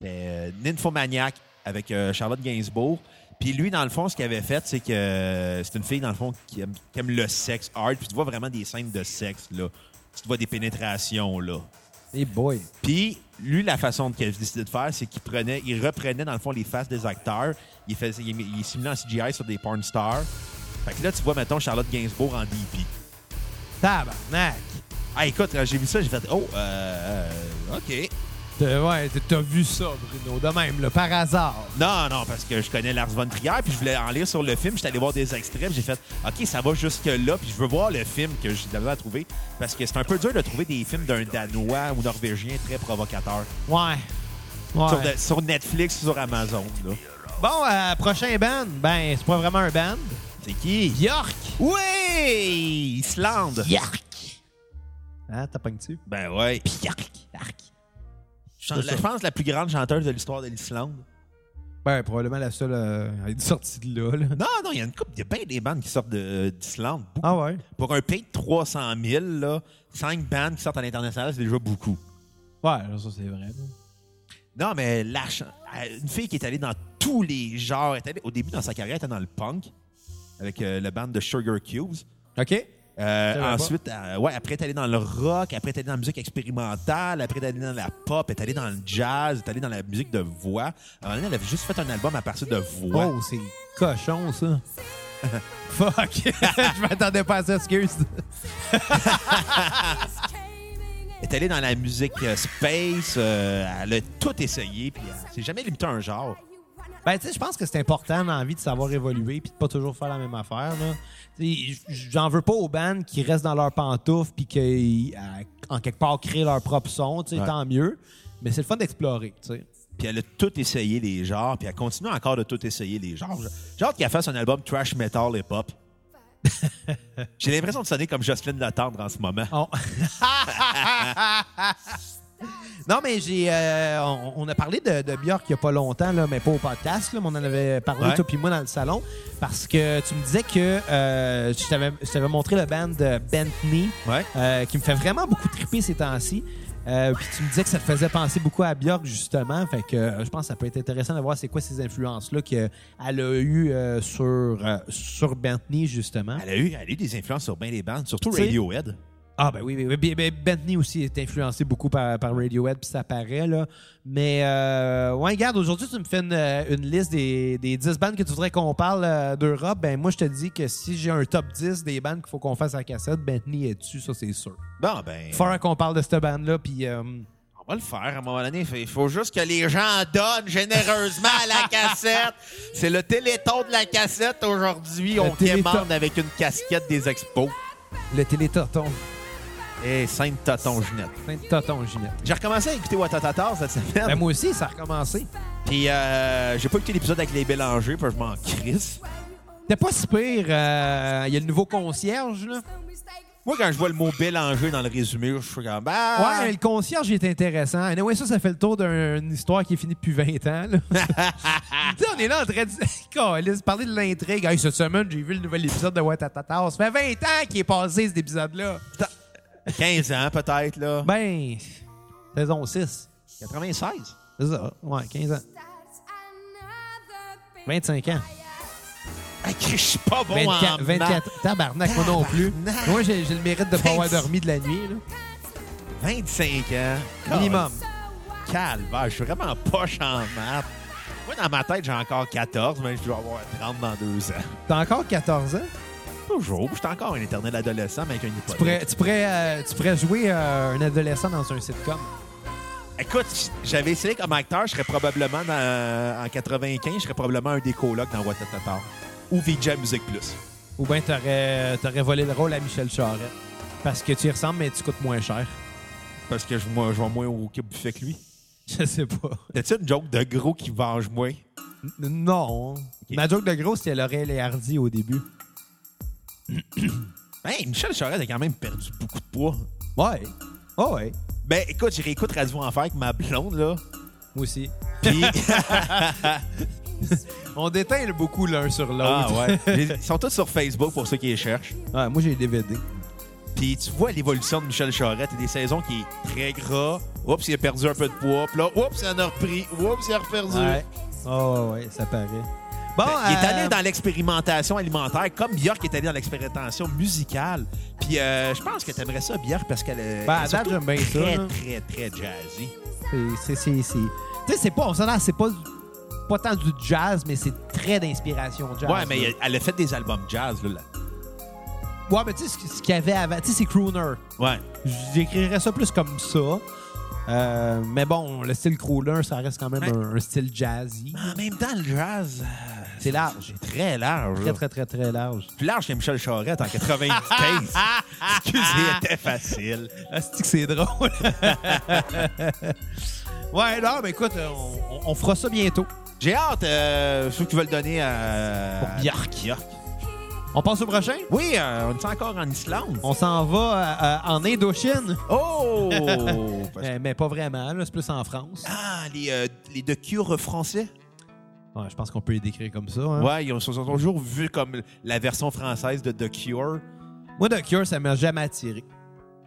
S3: c'était euh, Nymphomaniac avec euh, Charlotte Gainsbourg. Puis lui, dans le fond, ce qu'il avait fait, c'est que euh, c'est une fille, dans le fond, qui aime, qui aime le sexe hard. Puis tu vois vraiment des scènes de sexe, là. Tu vois des pénétrations, là.
S1: Et boy.
S3: Puis, lui, la façon qu'il a décidé de faire, c'est qu'il prenait, il reprenait, dans le fond, les faces des acteurs. Il, faisait, il, il simulait en CGI sur des porn stars. Fait que là, tu vois, mettons, Charlotte Gainsbourg en DP.
S1: Tabarnak.
S3: Ah, écoute, quand j'ai vu ça, j'ai fait Oh, euh, euh, OK.
S1: T'as- Ouais, t'as- t'as vu ça, Bruno, de même, là, par hasard.
S3: Non, non, parce que je connais Lars von Trier, puis je voulais en lire sur le film. J'étais allé voir des extraits, puis j'ai fait OK, ça va jusque-là, puis je veux voir le film que j'ai d'abord à trouver. Parce que c'est un peu dur de trouver des films d'un Danois ou Norvégien très provocateur.
S1: Ouais. Ouais.
S3: Sur, de- sur Netflix, sur Amazon, là.
S1: Bon, euh, prochain band. Ben, c'est pas vraiment un band.
S3: C'est qui?
S1: Bjork.
S3: Oui! Islande!
S1: Bjork. Hein, t'as pogné-tu?
S3: Ben ouais.
S1: Bjork. Bjork.
S3: Chante- Je pense la plus grande chanteuse de l'histoire de l'Islande.
S1: Ben, probablement la seule euh, à être sortie de là, là.
S3: Non, non, il y a une couple, il y a bien des bandes qui sortent de- d'Islande. Beaucoup.
S1: Ah ouais?
S3: Pour un pays de 300 000, là, 5 bandes qui sortent à l'international, c'est déjà beaucoup.
S1: Ouais, ça, c'est vrai. là.
S3: Non, mais la chan- euh, une fille qui est allée dans tous les genres. elle est allée- au début, dans sa carrière, elle était dans le punk avec euh, le band de Sugar Cubes.
S1: OK.
S3: Euh,
S1: savais pas.
S3: ensuite, euh, ouais, après, t'es allé dans le rock, après, t'es allé dans la musique expérimentale, après, t'es allé dans la pop, t'es allé dans le jazz, t'es allé dans la musique de voix. À un moment donné, elle avait juste fait un album à partir de voix.
S1: Oh, c'est cochon, ça. Fuck. Je m'attendais pas à ça, excuse.
S3: Elle est allée dans la musique euh, space, euh, elle a tout essayé, puis elle s'est jamais limitée à un genre.
S1: Ben, tu sais, je pense que c'est important dans la vie de savoir évoluer puis de pas toujours faire la même affaire. Là. Tu sais, j- J'en veux pas aux bands qui restent dans leurs pantoufles puis qui, euh, en quelque part, créent leur propre son. tu sais,
S3: Ouais.
S1: Tant mieux. Mais c'est le fun d'explorer. tu sais.
S3: Puis elle a tout essayé les genres, puis elle continue encore de tout essayer les genres. J'ai hâte qu'elle fasse un album trash metal et pop. J'ai l'impression de sonner comme Jocelyne Latendre en ce moment.
S1: On- non, mais j'ai. euh, on, on a parlé de, de Björk il n'y a pas longtemps, là, mais pas au podcast. Là, mais on en avait parlé,
S3: Ouais.
S1: toi puis moi, dans le salon. Parce que tu me disais que euh, je t'avais je t'avais montré le band de Bentley,
S3: Ouais.
S1: euh, qui me fait vraiment beaucoup triper ces temps-ci. Euh, puis tu me disais que ça te faisait penser beaucoup à Björk, justement. Fait que euh, je pense que ça peut être intéressant de voir c'est quoi ces influences-là qu'elle a eues euh, sur, euh, sur Bentley, justement.
S3: Elle a eu, elle a eu des influences sur bien des bandes, surtout
S1: Tu sais-
S3: Radiohead.
S1: Ah ben oui, oui, oui. Ben- ben- Bentley aussi est influencé beaucoup par, par Radiohead, puis ça paraît, là. Mais, euh, ouais, regarde, aujourd'hui, tu me fais une, euh, une liste des, des 10 bandes que tu voudrais qu'on parle euh, d'Europe. Ben moi, je te dis que si j'ai un top 10 des bandes qu'il faut qu'on fasse à la cassette, Bentley est dessus, ça, c'est sûr.
S3: Bon, ben.
S1: Il faudra qu'on parle de cette bande-là, puis... euh,
S3: On va le faire à un moment donné. Il faut- Il faut juste que les gens donnent généreusement à la cassette. C'est le téléthon de la cassette aujourd'hui. On
S1: téléthon.
S3: quémande avec une casquette des expos.
S1: le télétoton.
S3: Et sainte taton Ginette.
S1: Plein de totons, Ginette.
S3: J'ai recommencé à écouter Watatata cette semaine.
S1: Ben moi aussi, ça a recommencé.
S3: Puis euh, j'ai pas écouté l'épisode avec les Bélangers, puis je m'en crisse.
S1: T'es pas si pire. euh, Il y a le nouveau concierge, là.
S3: Moi, quand je vois le mot Bélanger dans le résumé, je suis comme... Ah!
S1: Ouais, le concierge il est intéressant. Anyway, ça, ça fait le tour d'un- d'une histoire qui est finie depuis 20 ans. Là. Tu sais, on est là en train de Câlisse, parler de l'intrigue. Hey, cette semaine, j'ai vu le nouvel épisode de Watatata. Ça fait 20 ans qu'il est passé cet épisode-là.
S3: 15 ans, peut-être, là.
S1: Ben, saison 6.
S3: 96.
S1: C'est ça. Ouais, 15 ans. 25 ans.
S3: Ah, Chris, je suis pas bon
S1: 24,
S3: en
S1: 24 tabarnak, moi non plus.
S3: Tabarnak.
S1: Moi, j'ai j'ai le mérite de pas avoir
S3: 26.
S1: dormi de la nuit. là.
S3: maths. 25 ans.
S1: Minimum.
S3: Calvaire, je suis vraiment poche en maths. Moi, dans ma tête, j'ai encore 14, mais je dois avoir 30 dans deux ans.
S1: T'as encore 14 ans?
S3: Toujours. Je suis encore un éternel adolescent, mais avec un hypothèque.
S1: Tu pourrais, tu pourrais, euh, tu pourrais jouer euh, un adolescent dans un sitcom.
S3: Écoute, j'avais essayé comme acteur, je serais probablement dans- en 95, je serais probablement un des colocs dans Watatata. Ou VJ Musique Plus.
S1: Ou bien t'aurais aurais volé le rôle à Michel Charette. Parce que tu y ressembles, mais tu coûtes moins cher.
S3: Parce que je, moi, je vais moins au Québec buffet que lui.
S1: Je sais pas.
S3: T'as-tu une joke de gros qui venge moins?
S1: N- Non. Ma joke de gros, c'était Laurel et Hardy au début.
S3: Hey, Michel Charette a quand même perdu beaucoup de poids.
S1: Ouais. Oh ouais.
S3: Ben, écoute, je réécoute Radio Enfer avec ma blonde, là.
S1: Moi aussi.
S3: Puis,
S1: On déteint beaucoup l'un sur l'autre.
S3: ah ouais. Ils sont tous sur Facebook pour ceux qui les cherchent.
S1: Ouais, moi, j'ai les DVD.
S3: Puis tu vois l'évolution de Michel Charette. Il y a des saisons qui est très gras. Oups, il a perdu un peu de poids. Puis là, oups, il en a repris. Oups, il a reperdu.
S1: Ouais. Oh ouais, ça paraît. Bon,
S3: Ben, Il est
S1: euh,
S3: allé dans l'expérimentation alimentaire, comme Björk est allé dans l'expérimentation musicale. Puis euh, je pense que t'aimerais ça, Björk, parce qu'elle est
S1: Ben, à
S3: elle est surtout
S1: date, j'aime bien ça,
S3: très,
S1: là.
S3: très, très, jazzy.
S1: C'est- c'est- c'est- c'est- Tu sais, c'est pas, on s'entend, c'est pas, pas tant du jazz, mais c'est très d'inspiration jazz.
S3: ouais, mais
S1: là.
S3: elle- elle a fait des albums jazz, là. là.
S1: Ouais, mais tu sais, ce qu- ce qu'il y avait avant, tu sais, c'est crooner.
S3: Ouais.
S1: J'écrirais ça plus comme ça. Euh, mais bon, le style crooner, ça reste quand même
S3: Ouais. Ah,
S1: un, un style jazzy.
S3: En même temps, le jazz, euh,
S1: C'est large.
S3: très large.
S1: Très,
S3: là.
S1: très, très, très large.
S3: Plus large que Michel Charette en 95. Excusez, était facile.
S1: Ah, c'est que c'est drôle. ouais, non, mais écoute, euh, on, on- on fera ça bientôt.
S3: J'ai hâte, euh, ceux qui veulent donner à...
S1: Pour Björk.
S3: Björk.
S1: On passe au prochain?
S3: Oui, euh, on est encore en Islande.
S1: On s'en va euh, euh, en Indochine.
S3: Oh! Parce-
S1: Euh, mais pas vraiment, là, c'est plus en France.
S3: Ah, les, euh, les de cure français.
S1: Ouais, je pense qu'on peut les décrire comme ça. hein.
S3: Ouais, ils ont- se sont toujours vus comme la version française de The Cure.
S1: Moi, The Cure, ça m'a jamais attiré.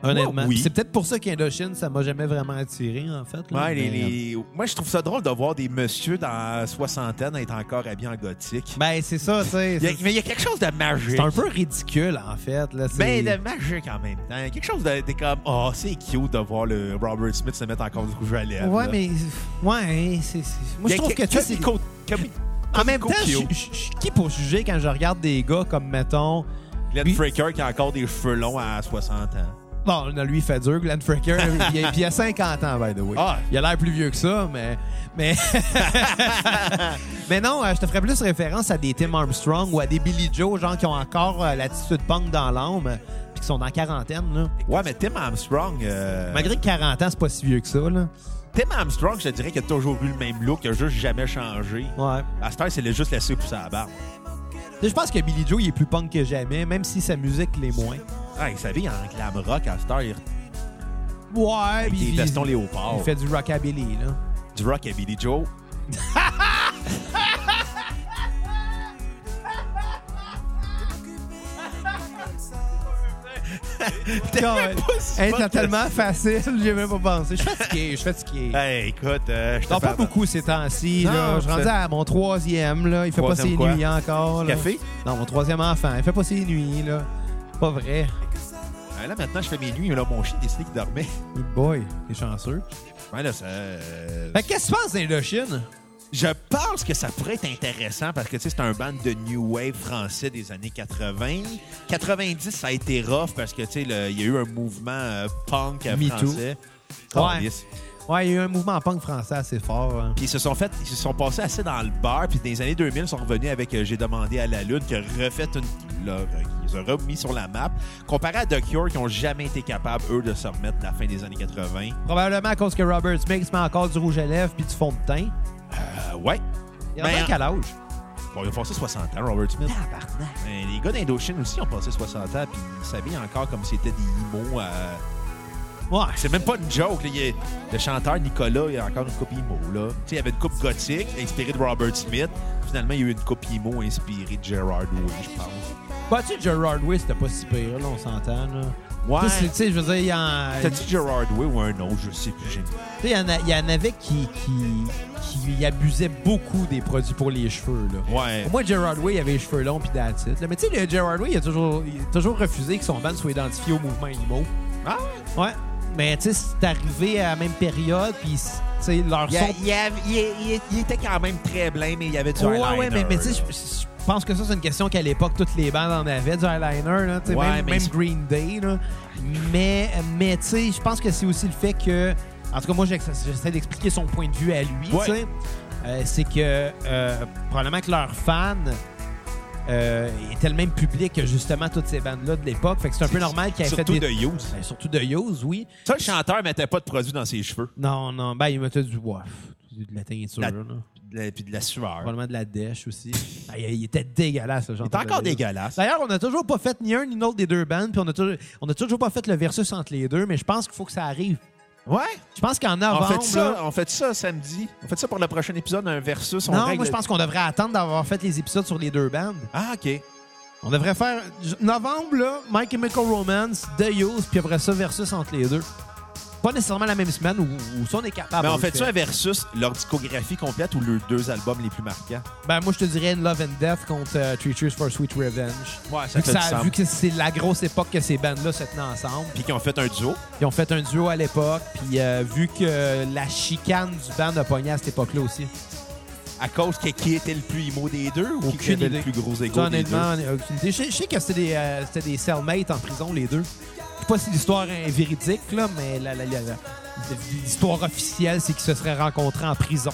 S1: Honnêtement.
S3: Moi, oui.
S1: C'est peut-être pour ça qu'Indochine, ça m'a jamais vraiment attiré, en fait. là.
S3: Ouais, les-
S1: Mais, euh,
S3: les- Moi, je trouve ça drôle de voir des messieurs dans la soixantaine être encore habillés en gothique.
S1: Ben, c'est ça, tu sais.
S3: Il y a-
S1: c'est-
S3: mais il y a quelque chose de magique.
S1: C'est un peu ridicule, en fait. Là, c'est-
S3: Mais de magique en même temps. Il y a Quelque chose de, de comme, oh, c'est cute de voir le Robert Smith se mettre encore du rouge à lèvres.
S1: Ouais,
S3: là.
S1: mais. Ouais, c'est. c'est- Moi,
S3: Il y
S1: je
S3: a
S1: trouve que
S3: quelque-
S1: tu sais, c'est-
S3: comico- comi-
S1: En même temps, je
S3: comico cute.
S1: je- je suis qui pour juger quand je regarde des gars comme, mettons.
S3: Glenn
S1: lui-
S3: Fraker qui a encore des cheveux longs à 60 ans.
S1: Bon, non, lui, il fait dur, Glenn Fraker. il, a, puis il a 50 ans, by the way.
S3: Ah.
S1: Il a l'air plus vieux que ça, mais. Mais, mais non, euh, je te ferais plus référence à des Tim Armstrong ou à des Billy Joe, genre qui ont encore euh, l'attitude punk dans l'âme, euh, puis qui sont en quarantaine, là.
S3: Ouais, mais Tim Armstrong. euh,
S1: Malgré que 40 ans, c'est pas si vieux que ça, là.
S3: Tim Armstrong, je te dirais qu'il a toujours eu le même look, il a juste jamais changé.
S1: Ouais.
S3: À cette heure, c'est le- juste laissé pousser la barbe.
S1: Tu sais, Je pense que Billy Joe, il est plus punk que jamais, même si sa musique l'est moins.
S3: Ah, il s'habille en glam rock à cette heure, il
S1: Ouais,
S3: des vestons léopard.
S1: il fait du rockabilly, là.
S3: du rock à Billy Joe.
S1: T'as
S3: pas si bonne que
S1: tellement facile, j'ai même pas pensé. Je suis fatigué, je suis fatigué.
S3: Hey, écoute, euh, je te
S1: Non,
S3: fais
S1: pas beaucoup ces temps-ci.
S3: Non,
S1: là. Je suis rendu
S3: c'est-
S1: à mon troisième. Là. Il fait
S3: Troisième
S1: pas ses
S3: quoi?
S1: nuits encore. là.
S3: Café?
S1: Non, mon troisième enfant. Il fait pas ses nuits. Là. Pas vrai.
S3: Ah, Là, maintenant, je fais mes nuits, mais là, mon chien décidé qu'il dormait.
S1: Good boy. T'es chanceux.
S3: Ouais, là, ça, euh,
S1: Fait que qu'est-ce qui se passe dans l'Indochine?
S3: Je pense que ça pourrait être intéressant parce que tu sais, c'est un band de New Wave français des années 80. 90, ça a été rough parce que tu sais, le- il y a eu un mouvement euh, punk euh,
S1: Me Too.
S3: français. Oh,
S1: Ouais.
S3: Calisse.
S1: Ouais, il y a eu un mouvement punk français assez fort. hein.
S3: Puis ils se sont fait, ils se sont passés assez dans le bar. Puis dans les années 2000, ils sont revenus avec euh, J'ai demandé à la lune qui a refait une, euh, leur- ils ont remis sur la map. Comparé à The Cure, qui ont jamais été capables eux de se remettre de la fin des années Euh, 80.
S1: Probablement à cause que Robert Smith met encore du rouge à lèvres puis du fond de teint.
S3: Euh, ouais.
S1: Il y
S3: Ben,
S1: a quel âge?
S3: Bon, ils ont passé 60 ans, Robert Smith. Mais les gars d'Indochine aussi ont passé 60 ans, puis ils s'habillent encore comme si c'était des imos.
S1: Ouais.
S3: C'est même pas une joke. là. Il est- Le chanteur Nicolas, il a encore une coupe emo. Là. Tu sais, il avait une coupe gothique inspirée de Robert Smith. Finalement, il y a eu une coupe emo inspirée de Gerard Way, je pense.
S1: Bah, tu sais, Gerard Way, c'était pas si pire, là, on s'entend. là.
S3: Ouais.
S1: Tu sais, c'est- tu sais, je veux dire, il y en,
S3: T'as dit Gerard Way ou un autre, je sais plus. j'ai-
S1: tu sais, il y en a- il y en avait qui, qui, qui abusaient beaucoup des produits pour les cheveux. Là.
S3: Ouais.
S1: Pour moi, Gerard Way il avait les cheveux longs puis that's it, là. Mais tu sais, le Gerard Way, il a toujours, il a toujours refusé que son band soit identifié au mouvement IMO.
S3: Ah,
S1: Ouais. Mais tu sais, c'est arrivé à la même période, puis tu sais, leur
S3: il, y
S1: son
S3: a- il y a- il y a- il y a- il était quand même très blême et il y avait du
S1: Ouais,
S3: eyeliner.
S1: ouais, mais, mais tu sais,
S3: là.
S1: je- je je pense que ça, c'est une question qu'à l'époque, toutes les bandes en avaient, du eyeliner, là, tu sais,
S3: Ouais,
S1: même,
S3: mais
S1: même
S3: c'est-
S1: Green Day. Là. Mais, mais tu sais, je pense que c'est aussi le fait que. En tout cas, moi, j'ex- j'essaie d'expliquer son point de vue à lui.
S3: Ouais.
S1: tu sais. Euh, c'est que euh, probablement que leurs fans euh, étaient le même public que justement toutes ces bandes-là de l'époque. Fait que c'est un peu normal qu'ils aient fait
S3: Surtout
S1: des.
S3: de Hughes.
S1: Ben, surtout de Hughes, oui.
S3: Ça, le chanteur mettait pas de produit dans ses cheveux.
S1: Non, non, ben, il mettait du waf, de la teinture,
S3: La-
S1: là.
S3: Puis de la- Puis de la sueur.
S1: probablement de la dèche aussi. Ben, il, il était dégueulasse, le genre.
S3: Il est encore dégueulasse.
S1: D'ailleurs, on n'a toujours pas fait ni un ni l'autre des deux bandes, puis on n'a toujours, on a toujours pas fait le versus entre les deux, mais je pense qu'il faut que ça arrive.
S3: Ouais.
S1: Je pense qu'en
S3: On
S1: novembre.
S3: fait
S1: là-
S3: ça, on fait ça samedi. On fait ça pour le prochain épisode, un versus. On
S1: non,
S3: règle-
S1: moi, je pense qu'on devrait attendre d'avoir fait les épisodes sur les deux bandes.
S3: Ah, OK.
S1: On devrait faire. j- Novembre, là, My Chemical Romance, The Use, puis après ça, versus entre les deux. Pas nécessairement la même semaine, ou, ou si on est capable.
S3: mais
S1: on
S3: on
S1: le
S3: fait ça un versus leur discographie complète ou leurs deux albums les plus marquants?
S1: Ben, moi, je te dirais In Love and Death contre euh, Treacher's for Sweet Revenge.
S3: Ouais,
S1: Vu que, ça- vu que c'est la grosse époque que ces bandes-là se tenaient ensemble.
S3: Puis qu'ils ont fait un duo.
S1: Ils ont fait un duo à l'époque, puis euh, vu que la chicane du band a pogné à cette époque-là aussi.
S3: À cause que qui était le plus immo des deux ou qui
S1: Aucune
S3: avait
S1: idée.
S3: le plus gros
S1: Ça,
S3: égo des deux?
S1: honnêtement, on a aucune idée. Je sais- je sais que c'était des, euh, c'était des cellmates en prison, les deux. Je sais pas si l'histoire est véridique, là, mais la- la- la- la- l'histoire officielle, c'est qu'ils se seraient rencontrés en prison.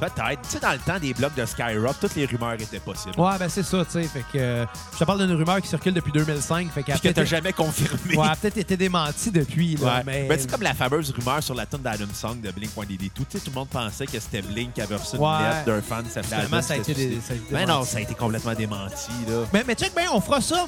S3: Peut-être. Tu sais, dans le temps des blogs de Skyrock, toutes les rumeurs étaient possibles.
S1: Ouais, ben c'est ça, tu sais. Fait que euh, je te parle d'une rumeur qui circule depuis 2005, fait qu'elle a
S3: Puis que
S1: peut-être
S3: t'as jamais confirmé.
S1: ouais, elle a peut-être été démentie depuis, là,
S3: Ouais.
S1: mais...
S3: Ben, c'est comme la fameuse rumeur sur la tune d'Adam Song de Blink-182. Tout, tu sais, tout le monde pensait que c'était Blink qui avait reçu
S1: Ouais.
S3: une lettre d'un fan qui s'appelait
S1: Finalement,
S3: Adam,
S1: ça a
S3: qui
S1: été
S3: s'était
S1: des- ça a
S3: suicidé.
S1: été
S3: Ben
S1: démenti. Euh,
S3: non, ça a été complètement démenti, là.
S1: mais, mais check bien, on fera ça.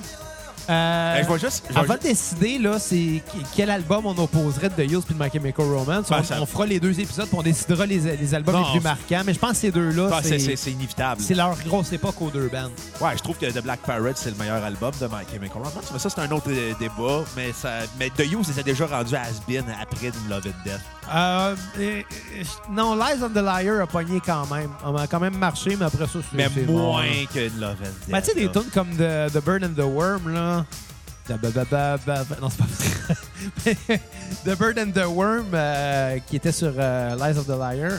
S1: Euh,
S3: Ben, je vois juste... je vois
S1: On va décider là, c'est qu- quel album on opposerait de The Hills puis de My Chemical Romance. On,
S3: Ben, ça-
S1: on fera les deux épisodes puis on décidera les, les albums
S3: Non,
S1: les plus
S3: c'est-
S1: marquants. Mais je pense que ces
S3: juste-
S1: deux-là,
S3: Ah, c'est- c'est
S1: c'est
S3: c'est inévitable.
S1: c'est leur grosse époque aux deux bandes.
S3: Ouais, je trouve que The Black Parrot, c'est le meilleur album de My Chemical Romance. Mais ça, c'est un autre euh, débat. Mais, ça, mais The Hughes était déjà rendu à Asbin après d'une Love and Death.
S1: Euh, euh, euh, non, Lies on the Liar a pogné quand même. On a quand même marché, mais après ça, c'est
S3: Mais
S1: c'est mort,
S3: moins
S1: là.
S3: qu'une Love and Death.
S1: Ben, tu sais, des
S3: là.
S1: tunes comme The, The Bird and the Worm, là. Da- ba- ba- ba- ba- ba- Non, c'est pas vrai. the Bird and the Worm, euh, qui était sur euh, Lies of the Liar,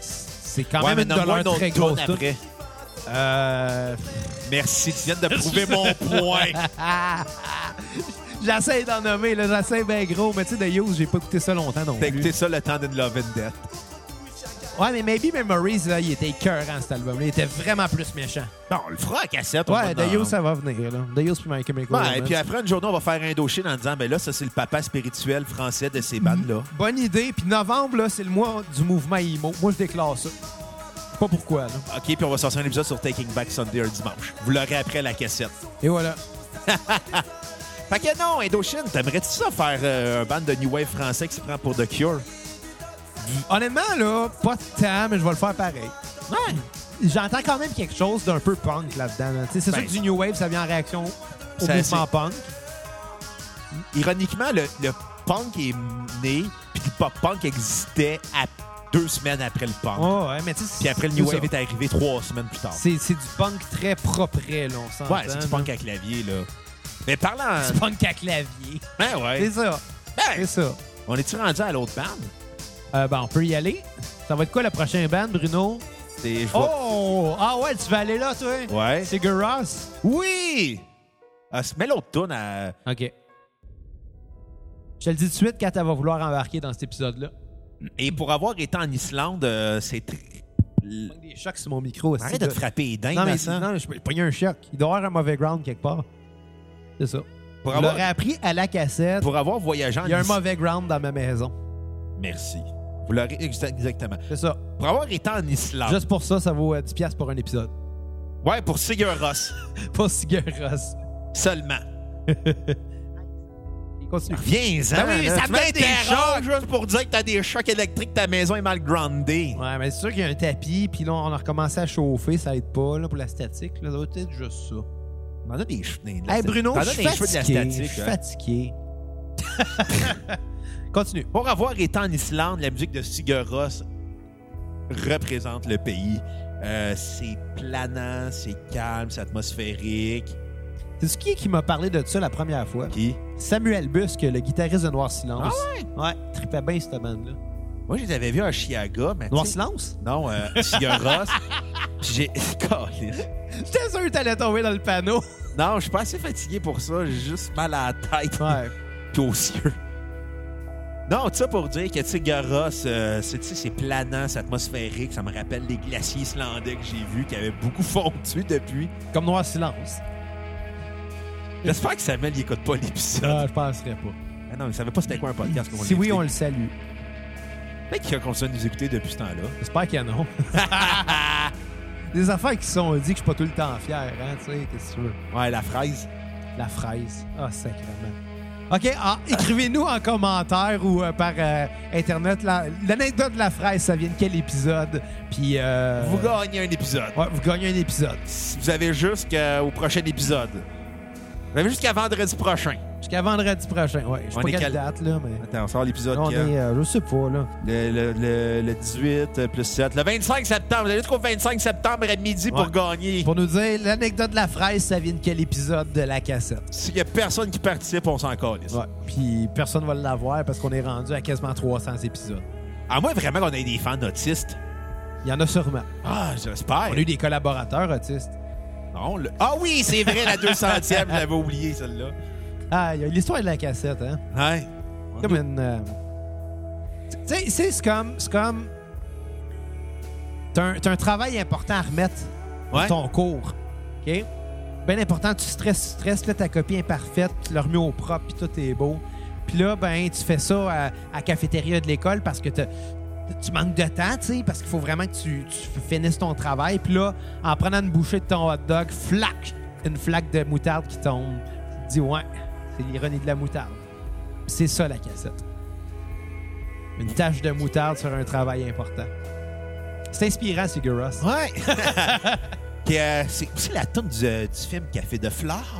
S1: c'est quand
S3: Ouais, mais
S1: même une de
S3: nomme-moi
S1: leurs
S3: une autre
S1: très
S3: tune
S1: grosses tunes.
S3: après.
S1: Euh...
S3: Merci, tu viens de prouver mon point.
S1: j'essaie d'en nommer, là. J'essaie bien gros. Mais tu sais, de Hughes, j'ai pas écouté ça longtemps non
S3: T'as
S1: plus.
S3: écouté ça le temps d'une Love and Death.
S1: Ouais, mais Maybe Memories, là, il était écœurant, cet album-là. Il était vraiment plus méchant.
S3: Non, on le fera à cassette. au
S1: Ouais,
S3: moins,
S1: de
S3: non.
S1: Hughes, ça va venir, là. De Hughes puis My Chemical
S3: Ouais, et
S1: Romance.
S3: puis après une journée, on va faire un dossier en disant, ben là, ça, c'est le papa spirituel français de ces bandes-là.
S1: Bonne idée. Puis novembre, là, c'est le mois du mouvement IMO. Moi, je déclare ça. Pas pourquoi, là.
S3: OK, puis on va sortir un épisode sur Taking Back Sunday un dimanche. Vous l'aurez après la cassette.
S1: Et voilà.
S3: Fait que non, Indochine, t'aimerais-tu ça faire euh, un band de New Wave français qui se prend pour The Cure?
S1: Honnêtement, là, pas de temps, mais je vais le faire pareil.
S3: Ouais.
S1: J'entends quand même quelque chose d'un peu punk là-dedans. là. Tu sais, C'est
S3: Ben,
S1: sûr que du New Wave, ça vient en réaction au
S3: ça,
S1: mouvement punk.
S3: Ironiquement, le, le punk est né, puis le pop-punk existait à deux semaines après le punk.
S1: Ouais, ouais, mais tu sais,
S3: Ah Puis après, le
S1: c'est
S3: New
S1: ça.
S3: Wave est arrivé trois semaines plus tard.
S1: C'est c'est du punk très propre, là, on s'entend.
S3: Ouais, c'est du punk à clavier, là. Mais parlant...
S1: Du punk à clavier.
S3: Ben
S1: C'est
S3: ouais.
S1: ça, c'est
S3: Ben,
S1: ça.
S3: on est-tu rendu à l'autre band?
S1: Euh, ben, on peut y aller. Ça va être quoi le prochain band, Bruno?
S3: C'est... je vois-
S1: Oh! Ah ouais, tu vas aller là, toi?
S3: Ouais.
S1: C'est Ross?
S3: Oh! Oui! Ah, c'est- mets l'autre tourne à...
S1: OK. Je te le dis tout de suite quand elle va vouloir embarquer dans cet épisode-là.
S3: Et pour avoir été en Islande, euh, c'est... tr- l-
S1: Des chocs sur mon micro aussi.
S3: Arrête de te frapper les dingues,
S1: Non, mais
S3: Vincent.
S1: non, mais je peux pogner un choc. Il doit y avoir un mauvais ground quelque part. C'est ça.
S3: Pour
S1: Je
S3: avoir-
S1: l'aurais appris à la cassette.
S3: Pour avoir voyagé en
S1: Il y a un
S3: Islande...
S1: mauvais ground dans ma maison.
S3: Merci. Vous l'aurez exa- exactement.
S1: C'est ça.
S3: Pour avoir été en Islande.
S1: Juste pour ça, ça vaut euh, 10$ piastres pour un épisode.
S3: Ouais, pour Sigur Ross.
S1: Pas si Ross.
S3: Seulement.
S1: Continue.
S3: Viens-en.
S1: Ben oui,
S3: là.
S1: ça
S3: Tu
S1: me
S3: mets des
S1: dérange.
S3: chocs juste pour dire que t'as des chocs électriques, ta maison est mal groundée.
S1: Ouais, mais c'est sûr qu'il y a un tapis, puis là, on a recommencé à chauffer, ça aide pas là, pour la statique. Là, ça doit être juste ça.
S3: T'en as des cheveux. des- de la
S1: Hey
S3: statique.
S1: Bruno,
S3: T'en
S1: je
S3: as
S1: suis
S3: des cheveux de la
S1: fatigué. Je
S3: statique,
S1: suis
S3: hein.
S1: fatigué. hein. Continue.
S3: Pour avoir été en Islande, la musique de Sigur Rós représente le pays. Euh, c'est planant, c'est calme, c'est atmosphérique.
S1: C'est qui qui m'a parlé de ça la première fois?
S3: Qui?
S1: Samuel Busque, le guitariste de Noir Silence.
S3: ouais?
S1: Ah ouais? tripait bien cette bande-là.
S3: Moi, je les avais vus à Chiaga, mais.
S1: Noir
S3: tu sais-
S1: Silence?
S3: Non, euh, Sigur Rós. J'ai. Calisse.
S1: J'étais sûr que t'allais tomber dans le panneau.
S3: Non, je suis pas assez fatigué pour ça. J'ai juste mal à la tête
S1: Ouais.
S3: puis aux yeux. Non, tu sais, pour dire que Sigur Rós, euh, c'est tu sais, c'est planant, c'est atmosphérique. Ça me rappelle les glaciers islandais que j'ai vus qui avaient beaucoup fondu depuis.
S1: Comme Noir Silence.
S3: J'espère que Samuel n'écoute pas l'épisode.
S1: Ah, je penserais pas.
S3: Ah non, il savait pas c'était quoi un podcast. qu'on
S1: Si oui,
S3: l'invite.
S1: on le salue.
S3: Peut-être qu'il continue de nous écouter depuis ce temps-là.
S1: J'espère qu'il y en a. Des affaires qui se sont dit que je suis pas tout le temps fier, hein, tu sais, qu'est-ce que tu veux?
S3: Ouais, la phrase.
S1: La fraise. Ah, sacrément. OK, ah, écrivez-nous en commentaire ou euh, par euh, Internet la- l'anecdote de la fraise, ça vient de quel épisode? Puis. euh,
S3: Vous gagnez un épisode.
S1: ouais, vous gagnez un épisode.
S3: Vous avez jusqu'au prochain épisode. Vous avez jusqu'à vendredi prochain.
S1: Jusqu'à vendredi prochain. Ouais, je sais
S3: On
S1: pas
S3: est
S1: quelle
S3: quel-
S1: date, là, mais.
S3: Attends, on sort l'épisode
S1: On
S3: quand?
S1: est, euh, je sais pas, là.
S3: Le, le- le- le 18 euh, plus 7. Le 25 septembre. Vous avez jusqu'au 25 septembre à
S1: Ouais.
S3: midi pour gagner.
S1: Pour nous dire l'anecdote de la fraise, ça vient de quel épisode de la cassette?
S3: S'il y a personne qui participe, on s'en calisse.
S1: Ouais. Puis personne va l'avoir parce qu'on est rendu à quasiment 300 épisodes.
S3: À moins vraiment qu'on ait des fans autistes.
S1: Il y en a sûrement.
S3: Ah, j'espère.
S1: On a eu des collaborateurs autistes.
S3: Non, le- Ah oui, c'est vrai, la 200e. je l'avais oublié, celle-là.
S1: Ah, il y a l'histoire de la cassette, hein?
S3: Ouais.
S1: Comme une. euh, Tu sais, tu sais, c'est comme. C'est comme. T'as un, t'as un travail important à remettre dans
S3: Ouais.
S1: ton cours. OK? Bien important, tu stresses, tu stresses, là, ta copie est parfaite, tu l'as remis au propre, puis tout est beau. Puis là, ben, tu fais ça à, à la cafétéria de l'école parce que t'as- tu manques de temps, tu sais, parce qu'il faut vraiment que tu, tu finisses ton travail. Puis là, en prenant une bouchée de ton hot dog, flac, une flaque de moutarde qui tombe. Tu te dis, ouais, c'est l'ironie de la moutarde. Puis C'est ça la cassette. Une tache de moutarde sur un travail important. C'est inspirant, Sigur Rós.
S3: Ouais. Puis, euh, c'est aussi la tune du, euh, du film Café de Flore.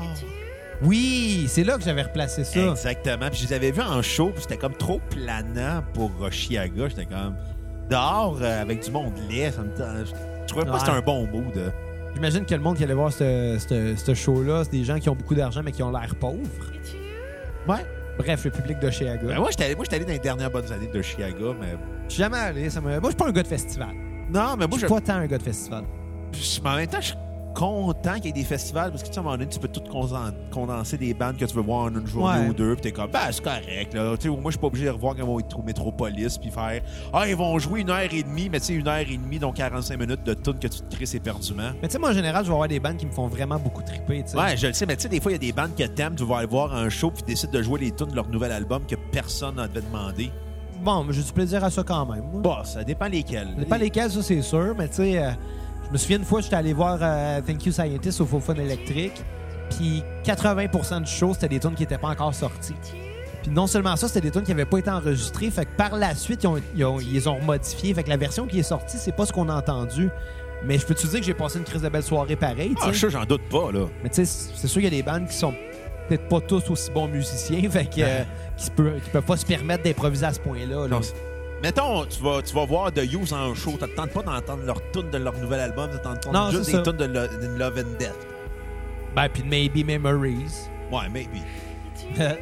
S1: Oui, c'est là que j'avais replacé ça.
S3: Exactement. Puis je les avais vus en show, puis c'était comme trop planant pour euh, Chiaga. J'étais comme dehors euh, avec du monde laid. Ça me tend- je, je trouvais pas
S1: Ouais.
S3: que c'était un bon mood. euh.
S1: J'imagine que le monde qui allait voir ce, ce- ce show-là, c'est des gens qui ont beaucoup d'argent mais qui ont l'air pauvres.
S3: Ouais.
S1: Bref, le public de chez Aga.
S3: Ben, moi, j'étais allé moi, j'étais allé dans les dernières bonnes années de Chiaga, mais.
S1: Je suis jamais allé. Ça me... Moi, je suis pas un gars de festival.
S3: Non, mais moi,
S1: Je
S3: je.
S1: suis pas tant un gars de festival.
S3: je- mais en même temps, je suis content qu'il y ait des festivals parce que, tu sais, à un moment donné, tu peux tout consen- condenser des bandes que tu veux voir en une journée
S1: Ouais.
S3: ou deux, puis t'es comme, bah, c'est correct, là. Tu sais, moi, je suis pas obligé de revoir quand ils vont être au Métropolis, puis faire, ah, ils vont jouer une heure et demie, mais tu sais, une heure et demie, donc 45 minutes de tune que tu te crées, c'est perdument.
S1: Mais tu sais, moi, en général, je vais avoir des bandes qui me font vraiment beaucoup triper. tu sais.
S3: Ouais, je le sais, mais tu sais, des fois, il y a des bandes que t'aimes, tu vas aller voir un show, puis décides de jouer les tunes de leur nouvel album que personne n'en devait demander.
S1: Bon, mais j'ai du plaisir à ça quand même. moi.
S3: Bah, ça dépend lesquels.
S1: Ça dépend lesquels, ça, c'est sûr. Mais tu sais, euh, je me souviens une fois, j'étais allé voir euh, Thank You Scientist au Faux Fun Électrique. Puis 80 du show, c'était des tunes qui n'étaient pas encore sorties. Puis non seulement ça, c'était des tunes qui n'avaient pas été enregistrées. Fait que par la suite, ils, ont, ils, ont- ils les ont modifiées. Fait que la version qui est sortie, c'est pas ce qu'on a entendu. Mais je peux te dire que j'ai passé une crise de belle soirée pareille. tu
S3: Ah,
S1: sais.
S3: ça, j'en doute pas, là.
S1: Mais tu sais, c'est sûr qu'il y a des bandes qui sont peut-être pas tous aussi bons musiciens, fait que, euh, qui, se peut- qui peuvent pas se permettre d'improviser à ce point-là. là.
S3: Non, c'est- Mettons, tu vas, tu vas voir The Use en show, t'attends pas d'entendre leur tune de leur nouvel album,
S1: Non,
S3: t'attends juste
S1: c'est
S3: des
S1: ça.
S3: tunes de, Lo- de Love and Death.
S1: Ben, puis de Maybe Memories.
S3: Ouais, maybe.
S1: tu sais,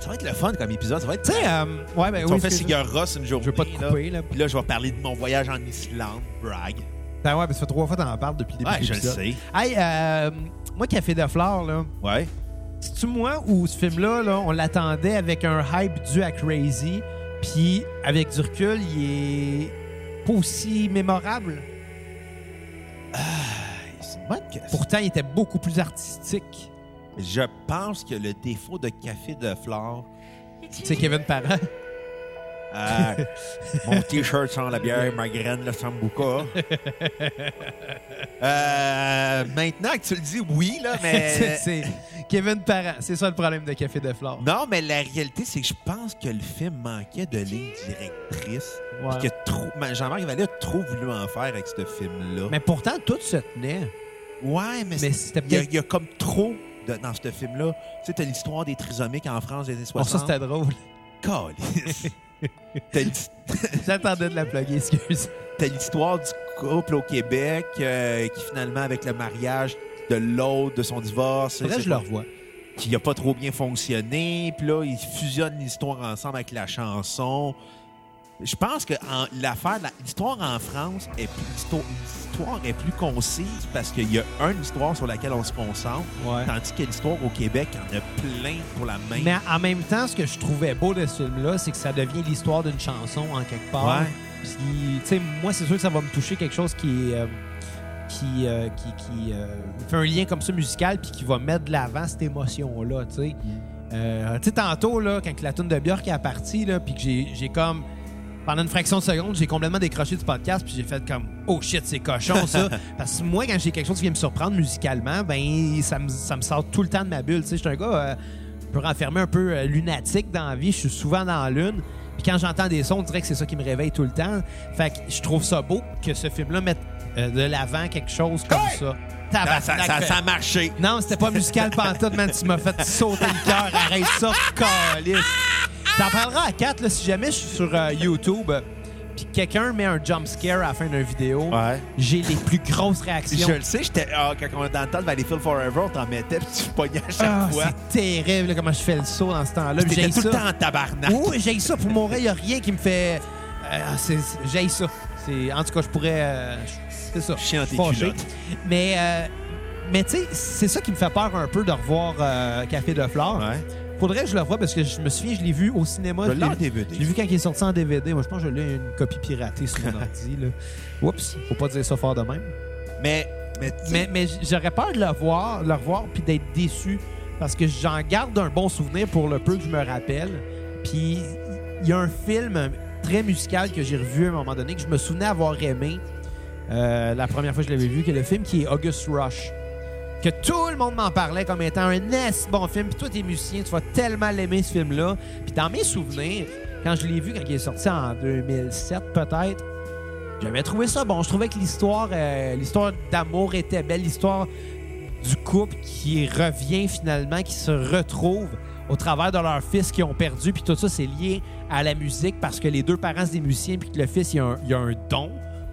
S3: Ça va être le fun comme épisode, ça va être...
S1: euh, ouais, ben oui.
S3: tu vas faire
S1: excuse-
S3: Sigur Ross une journée,
S1: Je veux pas te
S3: là.
S1: couper, là.
S3: Puis là, je vais parler de mon voyage en Islande, brag.
S1: Ben ouais, ben, ça fait trois fois que t'en parles depuis le début
S3: Ouais,
S1: de
S3: je le
S1: l'épisode.
S3: sais.
S1: Hey, euh, moi, Café de Flore, là,
S3: Ouais.
S1: c'est-tu moi ou ce film-là, là, on l'attendait avec un hype dû à Crazy, puis avec du recul, il est pas aussi mémorable.
S3: Ben, C'est une bonne question.
S1: Pourtant, il était beaucoup plus artistique.
S3: Je pense que le défaut de Café de Flore...
S1: Tu sais, Kevin
S3: Euh.
S1: Parent.
S3: Ah, mon t-shirt sans la bière, ma graine, le sambuca. Euh, maintenant que tu le dis, oui, là,
S1: C'est-
S3: mais.
S1: c'est Kevin Parent. C'est ça le problème de Café de Flore.
S3: Non, mais la réalité, c'est que je pense que le film manquait de ligne directrice.
S1: Ouais.
S3: Puis que trop. ma- Jean-Marc Vallée a trop voulu en faire avec ce film-là.
S1: Mais pourtant, tout se tenait.
S3: Ouais, mais,
S1: Mais
S3: c'est-
S1: c'était
S3: il y, a-
S1: peut-être-
S3: il y a comme trop de- dans ce film-là. Tu sais, t'as l'histoire des trisomiques en France des années
S1: Bon, Oh, ça,
S3: 60.
S1: c'était drôle.
S3: Calice. T'as l'his-
S1: J'attendais de la plugger, excuse.
S3: T'as l'histoire du couple au Québec euh, qui, finalement, avec le mariage de l'autre, de son divorce,
S1: Faudrait que
S3: c'est-
S1: je le revois.
S3: qui n'a pas trop bien fonctionné. Puis là, ils fusionnent l'histoire ensemble avec la chanson. Je pense que en- l'affaire, la- l'histoire en France, est plus, l'histo- l'histoire est plus concise parce qu'il y a une histoire sur laquelle on se concentre.
S1: Ouais.
S3: Tandis que l'histoire au Québec, il y en a plein pour la même.
S1: Mais en même temps, ce que je trouvais beau de ce film-là, c'est que ça devient l'histoire d'une chanson en quelque part.
S3: Ouais.
S1: Puis, tu sais, moi, c'est sûr que ça va me toucher quelque chose qui est, euh, qui, euh, qui, qui, euh, fait un lien comme ça musical, puis qui va mettre de l'avant cette émotion-là, tu sais. Euh, tu sais, tantôt, là, quand la tune de Björk est partie, là, puis que j'ai j'ai comme... Pendant une fraction de seconde, j'ai complètement décroché du podcast, puis j'ai fait comme « Oh shit, c'est cochon, ça! » Parce que moi, quand j'ai quelque chose qui vient me surprendre musicalement, ben ça me, ça me sort tout le temps de ma bulle. Tu sais, je suis un gars euh, un peu renfermé, un peu euh, lunatique dans la vie. Je suis souvent dans la lune. Puis quand j'entends des sons, on dirait que c'est ça qui me réveille tout le temps. Fait que je trouve ça beau que ce film-là mette euh, de l'avant quelque chose comme ça.
S3: Ah, ça,
S1: Tabarnak,
S3: ça-
S1: fait-
S3: ça a marché.
S1: non, c'était pas musical pantoute, man. Tu m'as fait sauter le cœur. Arrête ça, calice. T'en parleras à 4 là, si jamais je suis sur euh, YouTube euh, puis quelqu'un met un jump scare à la fin d'une vidéo.
S3: Ouais.
S1: J'ai les plus grosses réactions.
S3: Je le sais, j'étais ah, quand on était dans le temps de Valleyfield Forever, on t'en mettait, puis tu pognais à chaque
S1: Ah,
S3: fois.
S1: c'est terrible là, comment je fais le saut dans ce temps-là.
S3: Puis
S1: J'ai
S3: T'étais tout
S1: ça.
S3: le temps en tabarnak.
S1: Oui, j'ai ça. Pour mon il y a rien qui me fait. euh, c'est- c'est- j'ai ça. C'est- En tout cas, je pourrais. euh, je- c'est ça.
S3: Chier dans tes
S1: Fâché.
S3: culottes.
S1: Mais, euh, mais tu sais, c'est ça qui me fait peur un peu de revoir euh, Café de Flore.
S3: Ouais.
S1: Faudrait que je le revoie parce que je me souviens, je l'ai vu au cinéma.
S3: Je l'ai en
S1: l'ai-
S3: DVD.
S1: Je l'ai vu quand il est sorti en DVD. Moi, je pense que je l'ai une copie piratée sur mon ordi. Là. Oups, faut pas dire ça fort de même.
S3: Mais, mais, tu sais,
S1: Mais, mais j'aurais peur de le voir, le revoir puis d'être déçu parce que j'en garde un bon souvenir pour le peu que je me rappelle. Puis il y a un film très musical que j'ai revu à un moment donné que je me souvenais avoir aimé euh, la première fois que je l'avais vu, qui est le film qui est August Rush. Que tout le monde m'en parlait comme étant un S bon film. Puis toi, t'es musicien, tu vas tellement l'aimer ce film-là. Puis dans mes souvenirs, quand je l'ai vu, quand il est sorti en 2007 peut-être, j'avais trouvé ça bon. Je trouvais que l'histoire, euh, l'histoire d'amour était belle, l'histoire du couple qui revient finalement, qui se retrouve au travers de leur fils qu'ils ont perdu, puis tout ça, c'est lié à la musique parce que les deux parents, c'est des musiciens, puis que le fils, il a un, il a un don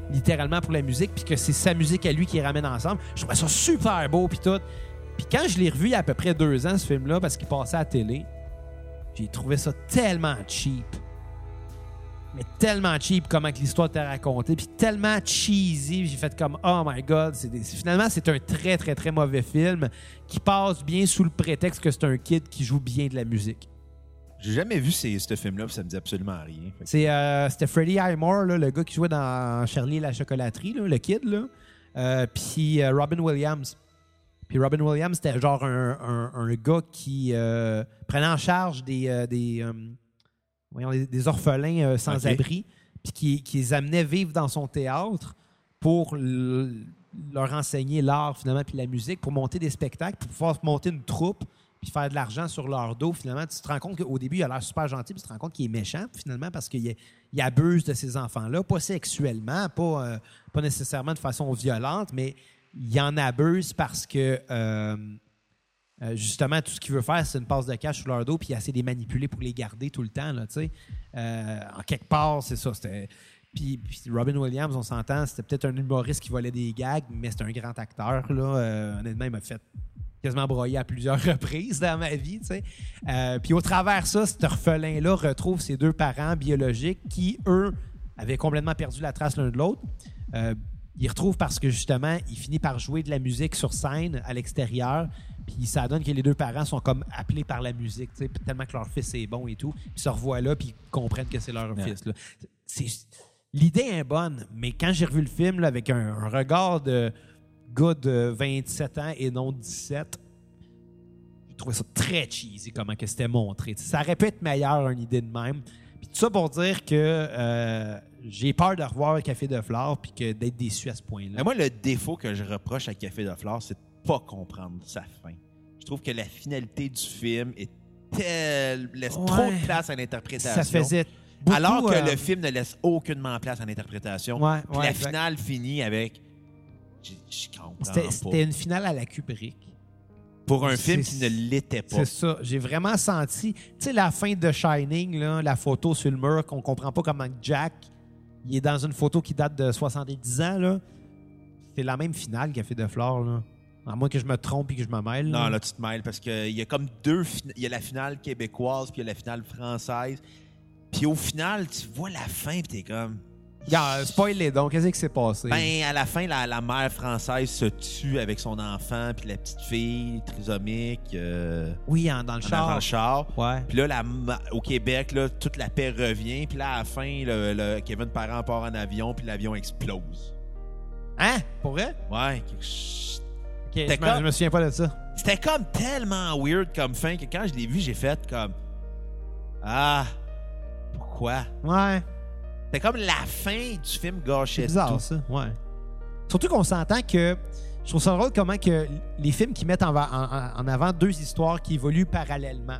S1: littéralement pour la musique, puis que c'est sa musique à lui qui les ramène ensemble. Je trouvais ça super beau, puis tout. Puis quand je l'ai revu il y a à peu près deux ans, ce film-là, parce qu'il passait à la télé, j'ai trouvé ça tellement cheap. Mais tellement cheap comment que l'histoire était racontée, puis tellement cheesy, j'ai fait comme oh my god, c'est des- finalement c'est un très très très mauvais film qui passe bien sous le prétexte que c'est un kid qui joue bien de la musique.
S3: J'ai jamais vu ces- ce film-là, puis ça me dit absolument rien. Fait que-
S1: C'est euh, c'était Freddie Highmore là, le gars qui jouait dans Charlie et la chocolaterie là, le kid là, Euh, puis euh, Robin Williams. Puis Robin Williams c'était genre un, un- un gars qui euh, prenait en charge des euh, des, euh, voyons, des- des orphelins euh, sans
S3: Ok.
S1: abri, puis qui, qui les amenait vivre dans son théâtre pour l- leur enseigner l'art finalement puis la musique pour monter des spectacles pour pouvoir monter une troupe puis faire de l'argent sur leur dos finalement tu te rends compte qu'au début il a l'air super gentil puis tu te rends compte qu'il est méchant finalement parce qu'il est- il abuse de ces enfants là pas sexuellement pas euh, pas nécessairement de façon violente mais il en abuse parce que euh, euh, justement, tout ce qu'il veut faire, c'est une passe de cash sur leur dos, puis il essaie de les manipuler pour les garder tout le temps. Là, tu sais. Euh, en quelque part, c'est ça. C'était... Puis, puis Robin Williams, on s'entend, c'était peut-être un humoriste qui volait des gags, mais c'est un grand acteur. Là. Euh, honnêtement, il m'a fait quasiment broyer à plusieurs reprises dans ma vie. tu sais. Euh, puis au travers de ça, cet orphelin-là retrouve ses deux parents biologiques qui, eux, avaient complètement perdu la trace l'un de l'autre. Euh, il retrouve parce que justement, il finit par jouer de la musique sur scène à l'extérieur. Puis ça donne que les deux parents sont comme appelés par la musique, tu sais, tellement que leur fils est bon et tout. Puis ils se revoient là, puis ils comprennent que c'est leur fils. là. C'est- L'idée est bonne, mais quand j'ai revu le film là, avec un, un regard de gars de 27 ans et non de 17, je trouvais ça très cheesy comment que c'était montré. Tu sais, Ça aurait pu être meilleur, une idée de même. Puis tout ça pour dire que euh, j'ai peur de revoir le Café de Flore puis que d'être déçu à ce
S3: Mais
S1: point-là.
S3: moi, le défaut que je reproche à Café de Flore, c'est de pas comprendre sa fin. Je trouve que la finalité du film est telle laisse
S1: Ouais.
S3: trop de place à l'interprétation.
S1: Ça faisait beaucoup,
S3: alors que
S1: euh,
S3: le film ne laisse aucunement place à l'interprétation.
S1: Ouais,
S3: Puis
S1: ouais,
S3: la
S1: exact.
S3: finale finit avec Je je
S1: C'était
S3: comprends
S1: c'était
S3: pas.
S1: une finale à la Kubrick.
S3: Pour un film
S1: c'est-
S3: qui ne l'était pas.
S1: C'est ça. J'ai vraiment senti. Tu sais, la fin de Shining, là, la photo sur le mur, qu'on comprend pas comment Jack, il est dans une photo qui date de 70 ans. là. C'est la même finale qu'a fait De Flore. Là. À moins que je me trompe et que je me mêle.
S3: Non, là, tu te mêles parce qu'il y a comme deux. fina- Il y a la finale québécoise, puis il y a la finale française. Puis au final, tu vois la fin, puis t'es comme.
S1: Regarde, spoilé donc. Qu'est-ce qui s'est passé?
S3: Ben, à la fin, la, la mère française se tue avec son enfant, puis la petite fille trisomique, euh,
S1: oui, en- dans le
S3: en avant
S1: char.
S3: le char.
S1: Ouais.
S3: Puis là, la ma- au Québec, là, toute la paix revient. Puis là, à la fin, le, le Kevin Parent part en avion, puis l'avion explose.
S1: Hein? Pour vrai?
S3: Ouais. quelque ch-
S1: Ok,
S3: T'es
S1: je, me,
S3: comme-
S1: je me souviens pas de ça.
S3: C'était comme tellement weird comme fin que quand je l'ai vu, j'ai fait comme... Ah, pourquoi?
S1: Ouais.
S3: C'était comme la fin du film
S1: C'est
S3: gâchait
S1: bizarre,
S3: tout.
S1: ça. Ouais. Surtout qu'on s'entend que. Je trouve ça drôle comment que les films qui mettent en, va- en- en- en avant deux histoires qui évoluent parallèlement.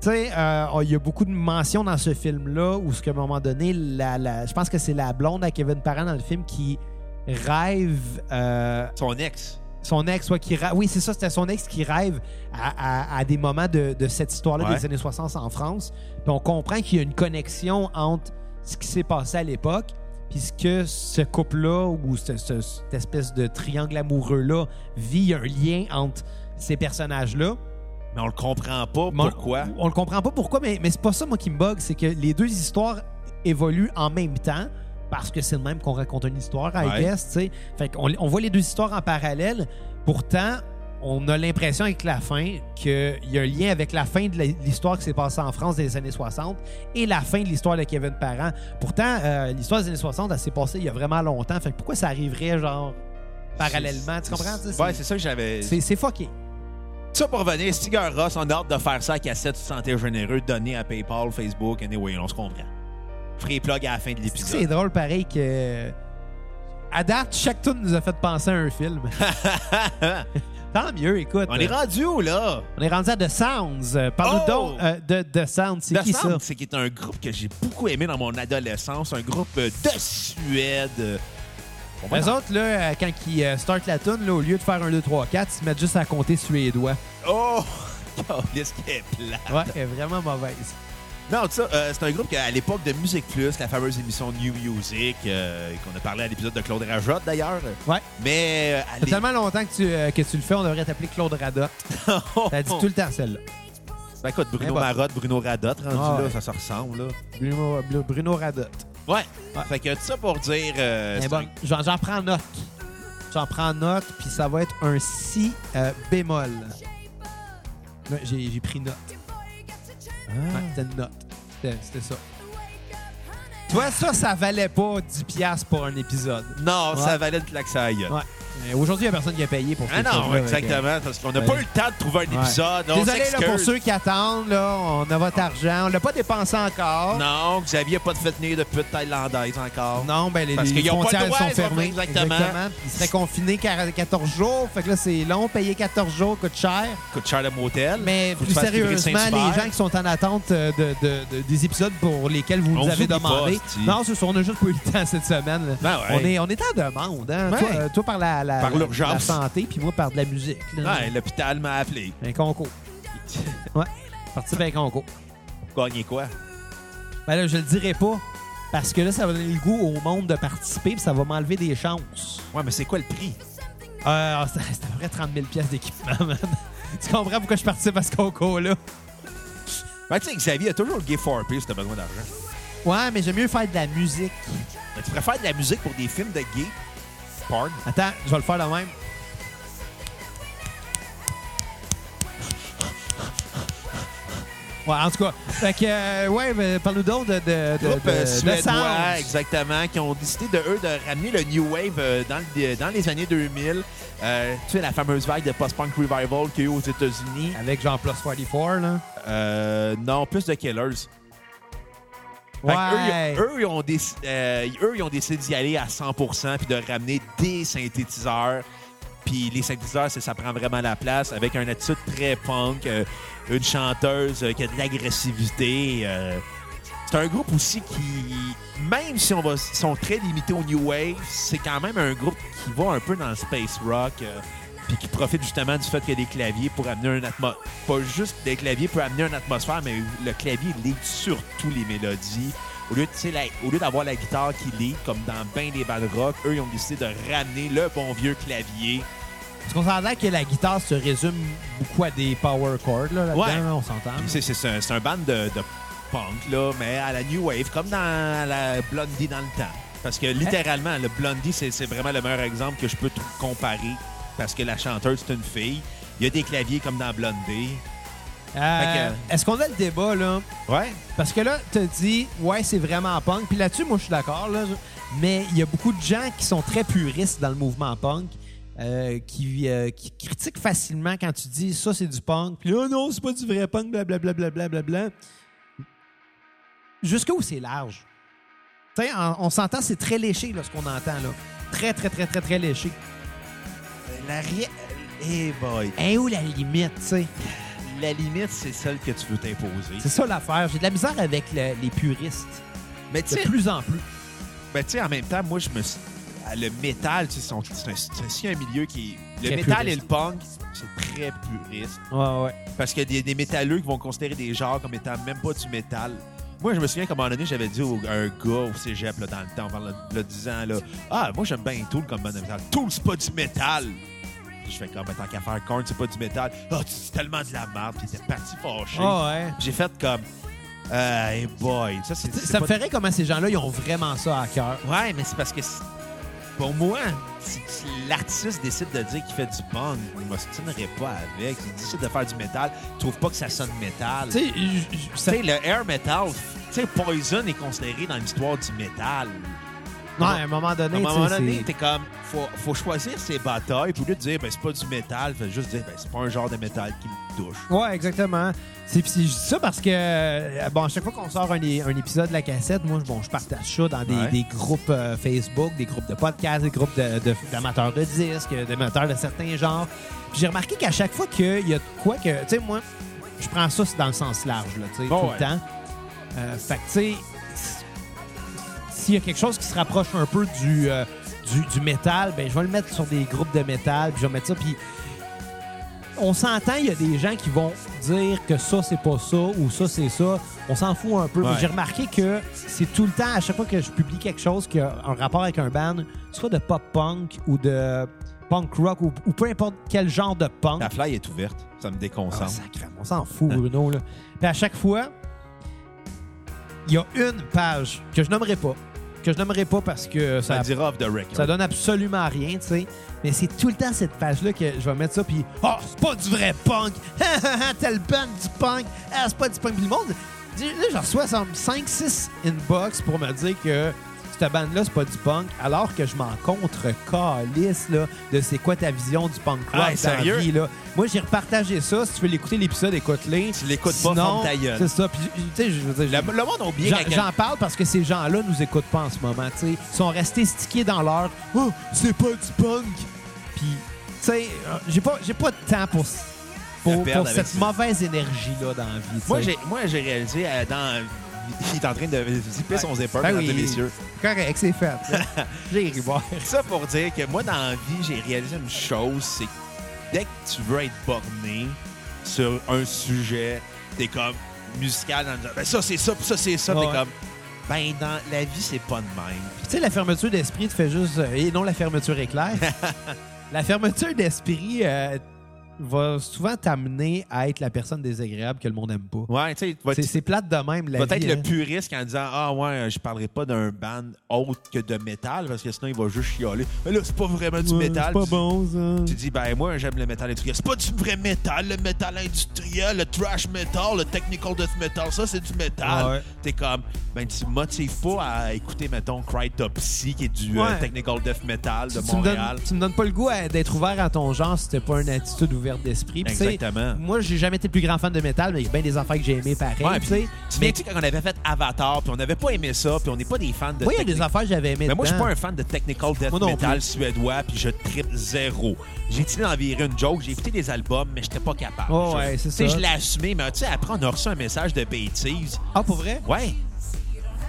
S1: Tu sais, euh, oh, il y a beaucoup de mentions dans ce film-là où, ce qu'à un moment donné, la, la- je pense que c'est la blonde à Kevin Parent dans le film qui rêve euh,
S3: Son ex.
S1: son ex, soit qui ra- oui, c'est ça, c'était son ex qui rêve à, à- à des moments de, de cette histoire-là
S3: Ouais.
S1: des années 60 en France. Puis on comprend qu'il y a une connexion entre ce qui s'est passé à l'époque puis ce que ce couple-là ou ce- ce- cette espèce de triangle amoureux-là vit. Il y a un lien entre ces personnages-là.
S3: Mais on le comprend pas
S1: Mais on-
S3: pourquoi.
S1: On, le comprend pas pourquoi, mais, mais c'est pas ça, moi, qui me bug. C'est que les deux histoires évoluent en même temps parce que c'est le même qu'on raconte une histoire, I
S3: Ouais.
S1: guess, tu sais. Fait qu'on on voit les deux histoires en parallèle. Pourtant, on a l'impression avec la fin qu'il y a un lien avec la fin de la- l'histoire qui s'est passée en France des années 60 et la fin de l'histoire de Kevin Parent. Pourtant, euh, l'histoire des années 60, elle s'est passée il y a vraiment longtemps. Fait que pourquoi ça arriverait, genre, parallèlement? Tu comprends? tu sais,
S3: Ouais, c'est ça que j'avais...
S1: c'est c'est fucké.
S3: Ça pour revenir, Stiger Ross, on a hâte de faire ça à cassette, tu te sentais généreux, donner à PayPal, Facebook, anyway, on se comprend. Free plug à la fin de
S1: Puis C'est
S3: l'épisode.
S1: drôle, pareil, que. À date, chaque tune nous a fait penser à un film. Tant mieux, écoute.
S3: on est rendu où, là?
S1: On est rendu à The Sounds. Euh, Parle-nous
S3: Oh!
S1: donc euh, de The Sounds. C'est
S3: The
S1: qui
S3: Sound, c'est qui est un groupe que j'ai beaucoup aimé dans mon adolescence, un groupe euh, de Suède. Euh, On
S1: ça?
S3: va
S1: Les autres, là, euh, quand ils euh, startent la tune, là, au lieu de faire un 2, 3, 4, ils se mettent juste à compter sur les doigts.
S3: Oh! Câlisse, qui est plat.
S1: Ouais, elle est vraiment mauvaise.
S3: Non, tu sais, euh, c'est un groupe qu'à l'époque de Musique Plus, la fameuse émission New Music, euh, qu'on a parlé à l'épisode de Claude Rajotte d'ailleurs.
S1: Ouais.
S3: Mais euh, à
S1: Ça fait tellement longtemps que tu, euh, que tu le fais, on devrait t'appeler Claude Radotte.
S3: l'époque-
S1: T'as dit tout le temps celle-là.
S3: Ben, écoute, Bruno
S1: Mais bon.
S3: Marotte, Bruno Radotte, rendu
S1: Ah ouais.
S3: là, ça se ressemble, là.
S1: Bruno, Bruno Radotte.
S3: Ouais. Fait que tout ça pour dire. euh,
S1: Mais
S3: c'est
S1: bon, j'en j'en prends note. J'en prends note, puis ça va être un si euh, bémol. Ouais, J'ai j'ai pris note.
S3: Ah.
S1: Ouais, c'était une note. C'était c'était ça. Tu vois, ça, ça valait pas 10$ piastres pour un épisode.
S3: un- Non,
S1: Ouais.
S3: ça valait une claque ça aille.
S1: Ouais. Mais Aujourd'hui, il n'y a personne qui a payé pour ça.
S3: Ah non, exactement, parce qu'on n'a
S1: Ben Ouais.
S3: pas eu le temps de trouver un épisode. On
S1: Désolé là, pour
S3: s'excuse.
S1: ceux qui attendent, là, on a votre argent. On l'a pas dépensé encore.
S3: Non, Xavier n'a pas de fait tenir de pute thaïlandaise encore.
S1: Non, ben les,
S3: Parce
S1: les
S3: qu'ils ont pas le
S1: frontières
S3: droit,
S1: sont
S3: ils ont-
S1: fermées.
S3: exactement.
S1: Ils seraient confinés quar- 14 jours. Fait que là, c'est long. Payer 14 jours coûte cher.
S3: Coûte cher le motel.
S1: Mais
S3: Faut que
S1: plus
S3: tu fasses livrer
S1: sérieusement,
S3: Saint-Hubert.
S1: les gens qui sont en attente euh, de, de- de- des épisodes pour lesquels vous
S3: On
S1: nous
S3: vous
S1: avez
S3: oublie pas,
S1: demandé.
S3: c'ti.
S1: non, c'est ça, on a juste pas eu le temps cette semaine. là.
S3: Ben ouais.
S1: on, est, on est en demande. hein.
S3: Ouais.
S1: Toi, euh, toi, par la, la,
S3: Par
S1: la-
S3: l'urgence.
S1: la santé, puis moi par de la musique. là.
S3: Ouais, l'hôpital m'a appelé.
S1: Un concours. Ouais. Participer à un concours.
S3: Gagner quoi?
S1: Ben là, je le dirai pas. Parce que là, ça va donner le goût au monde de participer, puis ça va m'enlever des chances.
S3: Ouais, mais c'est quoi le prix?
S1: Euh, c'est c'est à peu près 30 000 pièces d'équipement, man. Tu comprends pourquoi je participe à ce concours-là?
S3: Ben, tu sais, Xavier a toujours le gay 4P si t'as besoin d'argent.
S1: Ouais, mais j'aime mieux faire de la musique.
S3: Mais tu préfères de la musique pour des films de gay? Porn.
S1: Attends, je vais le faire de même. Ouais, en tout cas. Fait que, euh, ouais, mais parle-nous donc de, de, de,
S3: groupe
S1: de,
S3: euh,
S1: de
S3: suédois,
S1: Sounds.
S3: exactement, qui ont décidé de eux de ramener le new wave euh, dans, le- dans les années 2000. Euh, tu sais la fameuse vague de post-punk revival qu'il y a eu aux États-Unis.
S1: Avec genre plus 44, là.
S3: Euh, non, plus de Killers. Fait
S1: Ouais.
S3: que eux, ils- eux, ils ont déci- euh, eux, ils ont décidé d'y aller à 100% puis de ramener des synthétiseurs. Puis les synthétiseurs, c'est- ça prend vraiment la place avec une attitude très punk, euh, une chanteuse euh, qui a de l'agressivité. euh, C'est un groupe aussi qui, même si on va, sont très limités au New Wave, c'est quand même un groupe qui va un peu dans le space rock, euh, puis qui profite justement du fait qu'il y a des claviers pour amener une atmosphère. Pas juste des claviers pour amener une atmosphère, mais le clavier lead surtout les mélodies. Au lieu, de, tu sais, la- au lieu d'avoir la guitare qui lead, comme dans ben des balles rock, eux, ils ont décidé de ramener le bon vieux clavier.
S1: Parce qu'on s'entend que la guitare se résume beaucoup à des power chords, là, là-dedans,
S3: Ouais.
S1: là, on s'entend.
S3: Puis C'est, c'est- c'est un, c'est un band de, de punk, là, mais à la New Wave, comme dans la Blondie dans le temps. Parce que littéralement, le Blondie, c'est, c'est vraiment le meilleur exemple que je peux t- comparer. Parce que la chanteuse, c'est une fille. Il y a des claviers comme dans Blondie.
S1: Euh,
S3: Fait
S1: Est-ce qu'on a le débat, là?
S3: Ouais.
S1: Parce que là, tu dit, ouais, c'est vraiment punk. Puis là-dessus, moi, je suis d'accord. là. Mais il y a beaucoup de gens qui sont très puristes dans le mouvement punk, euh, qui, euh, qui critiquent facilement quand tu dis ça, c'est du punk. Puis là, Oh non, c'est pas du vrai punk, blablabla. Bla, bla, bla, bla. Jusqu'où c'est large? Tu sais, en- on s'entend, c'est très léché, là, ce qu'on entend, là. Très, très, très, très, très léché.
S3: La ri- Eh boy.
S1: Et Hein, où la limite, tu sais?
S3: La limite, c'est celle que tu veux t'imposer.
S1: C'est ça l'affaire. J'ai de la misère avec le- les puristes,
S3: Mais tu
S1: de
S3: sais,
S1: plus en plus.
S3: Ben, tu sais, en même temps, moi, je me suis- ah, Le métal, tu sais, c'est un- c'est un, c'est aussi un milieu qui. Le
S1: Très
S3: métal et
S1: puriste.
S3: le punk, c'est très puriste.
S1: Ouais, ouais.
S3: Parce qu'il y a des, des métalleux qui vont considérer des genres comme étant même pas du métal. Moi, je me souviens qu'à un moment donné, j'avais dit au- à un gars au cégep, là, dans le temps, en le, disant, là, Ah, moi, j'aime bien Tool comme bande de métal. Tool, c'est pas du métal. Puis je fais comme, Ben, tant qu'à faire Korn, c'est pas du métal. Ah, tu c'est tellement de la merde. Puis il était parti fâché.
S1: Ah, ouais.
S3: J'ai fait comme, Euh, hey boy, ça, c'est. c'est
S1: Ça me
S3: pas-
S1: ferait comment ces gens-là, ils ont vraiment ça à cœur.
S3: Ouais, mais c'est parce que c'est- pour moi, si si l'artiste décide de dire qu'il fait du punk, je m'obstinerai pas avec. Il décide de faire du métal, il trouve pas que ça sonne métal.
S1: Tu sais, je- je- ça-
S3: Tu sais, le air metal, tu sais, Poison est considéré dans l'histoire du métal.
S1: Ouais, à un moment
S3: À
S1: donné,
S3: un moment
S1: tu sais,
S3: donné,
S1: c'est-
S3: t'es comme, faut, faut choisir ses batailles. Puis au lieu de dire, ben, c'est pas du métal, faut juste dire, ben, c'est pas un genre de métal qui me touche.
S1: Ouais, exactement. C'est pis c'est- je dis ça parce que euh, bon, à chaque fois qu'on sort un, é- un épisode de la cassette, moi bon, je partage ça dans des,
S3: Ouais.
S1: des groupes euh, Facebook, des groupes de podcasts, des groupes de- de- d'amateurs de, disques, euh, d'amateurs de certains genres. Puis J'ai remarqué qu'à chaque fois qu'il y a de quoi que tu sais moi, je prends ça c'est dans le sens large là, tu sais,
S3: Bon,
S1: tout
S3: ouais.
S1: le temps. Euh, fait que tu sais s- s'il y a quelque chose qui se rapproche un peu du euh, du, du métal, ben je vais le mettre sur des groupes de métal, puis je vais mettre ça puis on s'entend, il y a des gens qui vont dire que ça, c'est pas ça ou ça, c'est ça. On s'en fout un peu.
S3: Ouais.
S1: Mais J'ai remarqué que c'est tout le temps, à chaque fois que je publie quelque chose qui a un rapport avec un band, soit de pop-punk ou de punk rock ou, ou peu importe quel genre de punk.
S3: La fly est ouverte, ça me
S1: Ah,
S3: déconcentre.
S1: sacrément, on s'en fout, Bruno. Là. Puis à chaque fois, il y a une page que je nommerai pas. Que je nommerai pas parce que
S3: ça
S1: ça,
S3: dira off the record.
S1: ça donne absolument rien, tu sais. Mais c'est tout le temps cette page-là que je vais mettre ça, puis « Oh, c'est pas du vrai punk! Ha, ha, ha, Telle band du punk! Ah, c'est pas du punk! » Puis le monde, là, je reçois 5-6 inbox pour me dire que cette bande-là, c'est pas du punk, alors que je m'en contre calice, là, de c'est quoi ta vision du punk rock
S3: Ah,
S1: dans la
S3: sérieux?
S1: vie, là. Moi, j'ai repartagé ça. Si tu veux l'écouter, l'épisode, écoute-le.
S3: Tu l'écoutes pas,
S1: Sinon,
S3: ferme ta gueule.
S1: C'est ça. Puis, tu sais, je veux dire,
S3: Le, le monde a oublié
S1: J'en-
S3: qu'à quel-
S1: J'en parle parce que ces gens-là nous écoutent pas en ce moment. tu sais. Ils sont restés stickés dans leur Oh, c'est pas du punk. Puis, tu sais, euh, j'ai pas, j'ai pas de temps pour, s-
S3: Le
S1: pour,
S3: perdre
S1: pour
S3: avec
S1: cette
S3: ça.
S1: mauvaise énergie-là dans la vie. tu
S3: Moi,
S1: sais.
S3: j'ai, moi, j'ai réalisé euh, dans. Il est en train de zipper son zipper
S1: Ben
S3: dans
S1: oui.
S3: les yeux.
S1: Correct, c'est fait. j'ai ri voir.
S3: Ça pour dire que moi, dans la vie, j'ai réalisé une chose c'est que dès que tu veux être borné sur un sujet, t'es comme musical dans le genre, ben ça, c'est ça, puis ça, c'est ça.
S1: Ouais.
S3: T'es comme, ben, dans la vie, c'est pas de même.
S1: Puis, tu sais, la fermeture d'esprit te fait juste. euh, et non, la fermeture éclair. la fermeture d'esprit euh, va souvent t'amener à être la personne désagréable que le monde aime pas.
S3: Ouais, tu sais, tu vas-
S1: C'est- C'est plate de même, la
S3: Peut-être
S1: vie, hein.
S3: le puriste en disant Ah ouais, je parlerai pas d'un band autre que de métal parce que sinon il va juste chialer. Mais là, c'est pas vraiment du
S1: Ouais,
S3: métal.
S1: C'est pas
S3: Tu-
S1: bon, ça.
S3: Tu dis, ben moi, j'aime le métal industriel. C'est pas du vrai métal, le métal industriel, le trash metal, le technical death metal, ça, c'est du métal.
S1: Ah ouais.
S3: T'es comme, ben tu motives pas à écouter, mettons, Crytopsy, qui est du euh,
S1: Ouais.
S3: technical death metal de
S1: tu, tu me
S3: Montréal.
S1: donnes, tu me donnes pas le goût à- d'être ouvert à ton genre si t'as pas une attitude ouverte d'esprit. Puis, tu sais,
S3: Exactement.
S1: Moi, j'ai jamais été le plus grand fan de métal, mais il y a bien des affaires que j'ai aimées pareil.
S3: Ouais,
S1: tu
S3: puis
S1: sais.
S3: tu
S1: mais
S3: m'as dit quand on avait fait Avatar, puis on n'avait pas aimé ça, puis on n'est pas des fans de
S1: oui, il y a
S3: technical-
S1: des affaires que j'avais aimées.
S3: Mais moi, je suis
S1: dedans.
S3: pas un fan de technical death
S1: Moi non
S3: metal
S1: plus.
S3: suédois, puis je tripe zéro. J'ai essayé d'en virer une joke, j'ai écouté des albums, mais j'étais pas capable.
S1: Oh,
S3: Je-
S1: ouais, c'est
S3: tu sais,
S1: ça.
S3: Je l'ai assumé, mais tu sais, après, on a reçu un message de bêtises.
S1: Ah, pour vrai?
S3: Ouais.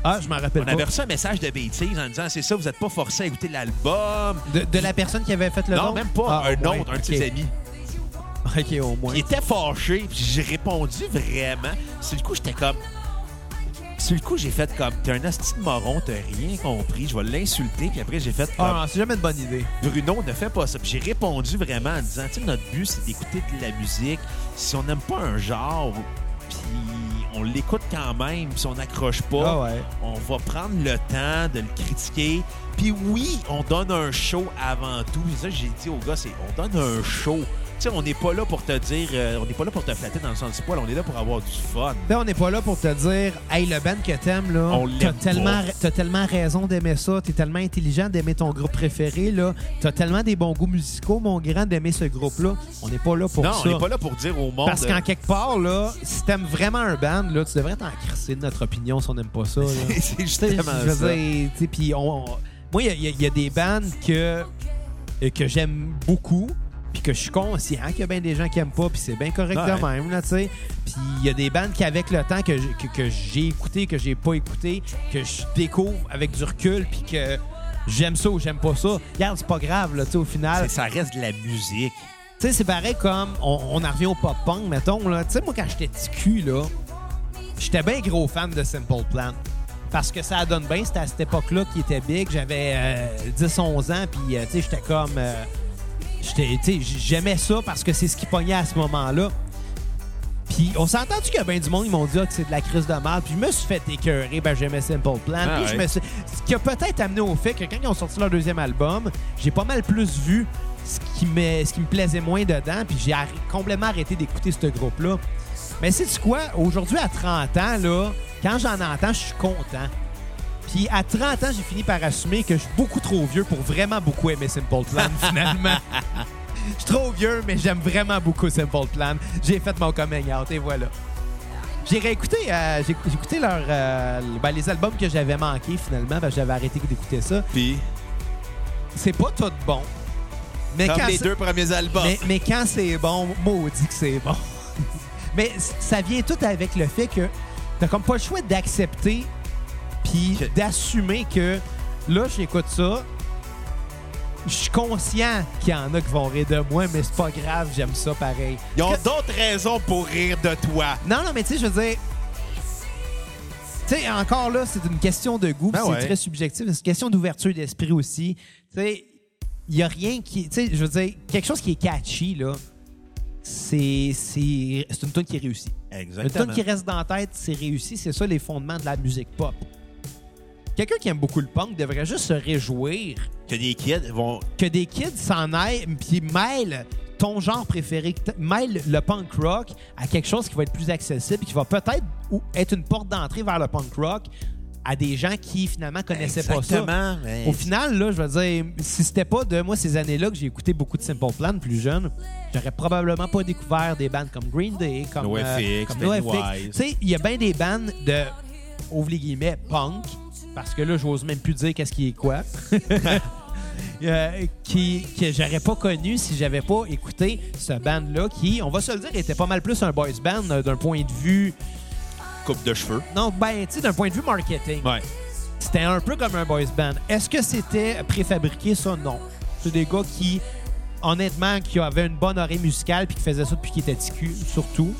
S1: Ah, je m'en rappelle
S3: On
S1: pas.
S3: avait reçu un message de bêtises en disant c'est ça, vous n'êtes pas forcé à écouter l'album.
S1: De, de la personne qui avait fait le
S3: non,
S1: don?
S3: même pas.
S1: Ah,
S3: un
S1: ouais,
S3: autre, un de
S1: ok.
S3: ses amis.
S1: OK, au moins.
S3: Il était fâché, puis j'ai répondu vraiment. Sur le coup, j'étais comme. Sur le coup, j'ai fait comme. T'es un asti de moron, t'as rien compris, je vais l'insulter, puis après, j'ai fait comme.
S1: Ah, c'est jamais une bonne idée.
S3: Bruno, ne fais pas ça. Puis j'ai répondu vraiment en disant, tu sais, notre but, c'est d'écouter de la musique. Si on n'aime pas un genre, puis on l'écoute quand même, puis si on n'accroche pas,
S1: Ah ouais.
S3: on va prendre le temps de le critiquer. Puis oui, on donne un show avant tout. Et ça, j'ai dit au gars, c'est on donne un show. Tu sais, on n'est pas là pour te dire, euh, on n'est pas là pour te flatter dans le sens du poil, on est là pour avoir du fun.
S1: Ben, on n'est pas là pour te dire, hey, le band que t'aimes, là,
S3: On
S1: t'as
S3: l'aime
S1: tellement,
S3: pas.
S1: t'as tellement raison d'aimer ça, t'es tellement intelligent d'aimer ton groupe préféré, là, t'as tellement des bons goûts musicaux, mon grand, d'aimer ce groupe-là. On n'est pas là pour
S3: non,
S1: ça.
S3: on n'est pas là pour dire au monde. euh.
S1: Parce qu'en quelque part, là, si t'aimes vraiment un band, là, tu devrais t'en crisser de notre opinion si on n'aime pas ça. là.
S3: euh, c'est
S1: Tu sais,
S3: justement
S1: je veux
S3: ça.
S1: dire, tu sais, puis on, on- moi, il y a- il y, a- il y a des bandes que, euh, que j'aime beaucoup, puis que je suis conscient qu'il y a bien des gens qui aiment pas, puis c'est bien correct
S3: Ouais.
S1: de même, là, tu sais. Puis il y a des bandes qui, avec le temps que j'ai que, que j'ai écouté, que j'ai pas écouté, que je découvre avec du recul, puis que j'aime ça ou j'aime pas ça. Regarde, c'est pas grave, là, tu sais, au final.
S3: C'est- Ça reste de la musique.
S1: Tu sais, c'est pareil comme on, on en revient au pop-punk, mettons. là. Tu sais, moi, quand j'étais petit cul, là, j'étais bien gros fan de Simple Plan. Parce que ça donne bien, c'était à cette époque-là qui était big. J'avais 10-11 ans, puis euh, tu sais, j'étais comme. euh, j'étais- tu sais, J'aimais ça parce que c'est ce qui pognait à ce moment-là. Puis on s'est entendu qu'il y a bien du monde, ils m'ont dit Ah, que c'est de la crise de mal. Puis je me suis fait écœurer, ben j'aimais Simple Plan.
S3: Ah
S1: puis je
S3: ouais.
S1: me suis- Ce qui a peut-être amené au fait que quand ils ont sorti leur deuxième album, j'ai pas mal plus vu ce qui me, ce qui me plaisait moins dedans. Puis j'ai arr- complètement arrêté d'écouter ce groupe-là. Mais c'est quoi? Aujourd'hui, à 30 ans, là, quand j'en entends, je suis content. Puis à 30 ans, j'ai fini par assumer que je suis beaucoup trop vieux pour vraiment beaucoup aimer Simple Plan, finalement. Je suis trop vieux, mais j'aime vraiment beaucoup Simple Plan. J'ai fait mon coming out et voilà. J'ai réécouté, euh, j'ai j'ai écouté leur, euh, ben, les albums que j'avais manqués finalement, parce que j'avais arrêté d'écouter ça.
S3: Puis,
S1: C'est pas tout bon, mais
S3: comme
S1: quand
S3: les
S1: c'est-
S3: deux premiers albums.
S1: mais, mais quand c'est bon, maudit que c'est bon. mais c- ça vient tout avec le fait que t'as comme pas le choix d'accepter puis
S3: Que-
S1: d'assumer que là, j'écoute ça. Je suis conscient qu'il y en a qui vont rire de moi, mais c'est pas grave, j'aime ça pareil.
S3: Ils ont
S1: Parce que-
S3: d'autres raisons pour rire de toi.
S1: Non, non, mais tu sais, je veux dire. Tu sais, encore là, c'est une question de goût,
S3: Ben
S1: puis c'est
S3: ouais.
S1: très subjectif. C'est une question d'ouverture d'esprit aussi. Tu sais, il n'y a rien qui. Tu sais, je veux dire, quelque chose qui est catchy, là, c'est c'est- c'est une tune qui réussit. Une tune qui reste dans la tête, c'est réussi. C'est ça les fondements de la musique pop. Quelqu'un qui aime beaucoup le punk devrait juste se réjouir
S3: Que des kids vont.
S1: que des kids s'en aillent puis mêlent ton genre préféré, t- mêlent le punk rock à quelque chose qui va être plus accessible et qui va peut-être ou- être une porte d'entrée vers le punk rock à des gens qui finalement connaissaient pas ça.
S3: Exactement. mais-
S1: Au final, là, je veux dire, si c'était pas de moi ces années-là que j'ai écouté beaucoup de Simple Plan plus jeune, j'aurais probablement pas découvert des bands comme Green Day, comme euh,
S3: NoFX,
S1: comme NoFX. Tu
S3: Pennywise.
S1: sais, il y a bien des bands de ouvre les guillemets punk parce que là, j'ose même plus dire qu'est-ce qui est quoi. Euh, qui, que j'aurais pas connu si j'avais pas écouté ce band-là qui, on va se le dire, était pas mal plus un boys band euh, d'un point de vue...
S3: coupe de cheveux.
S1: Non, ben, tu sais, d'un point de vue marketing.
S3: Ouais.
S1: C'était un peu comme un boys band. Est-ce que c'était préfabriqué, ça? Non. C'est des gars qui, honnêtement, qui avaient une bonne oreille musicale puis qui faisaient ça depuis qu'ils étaient ticus, surtout.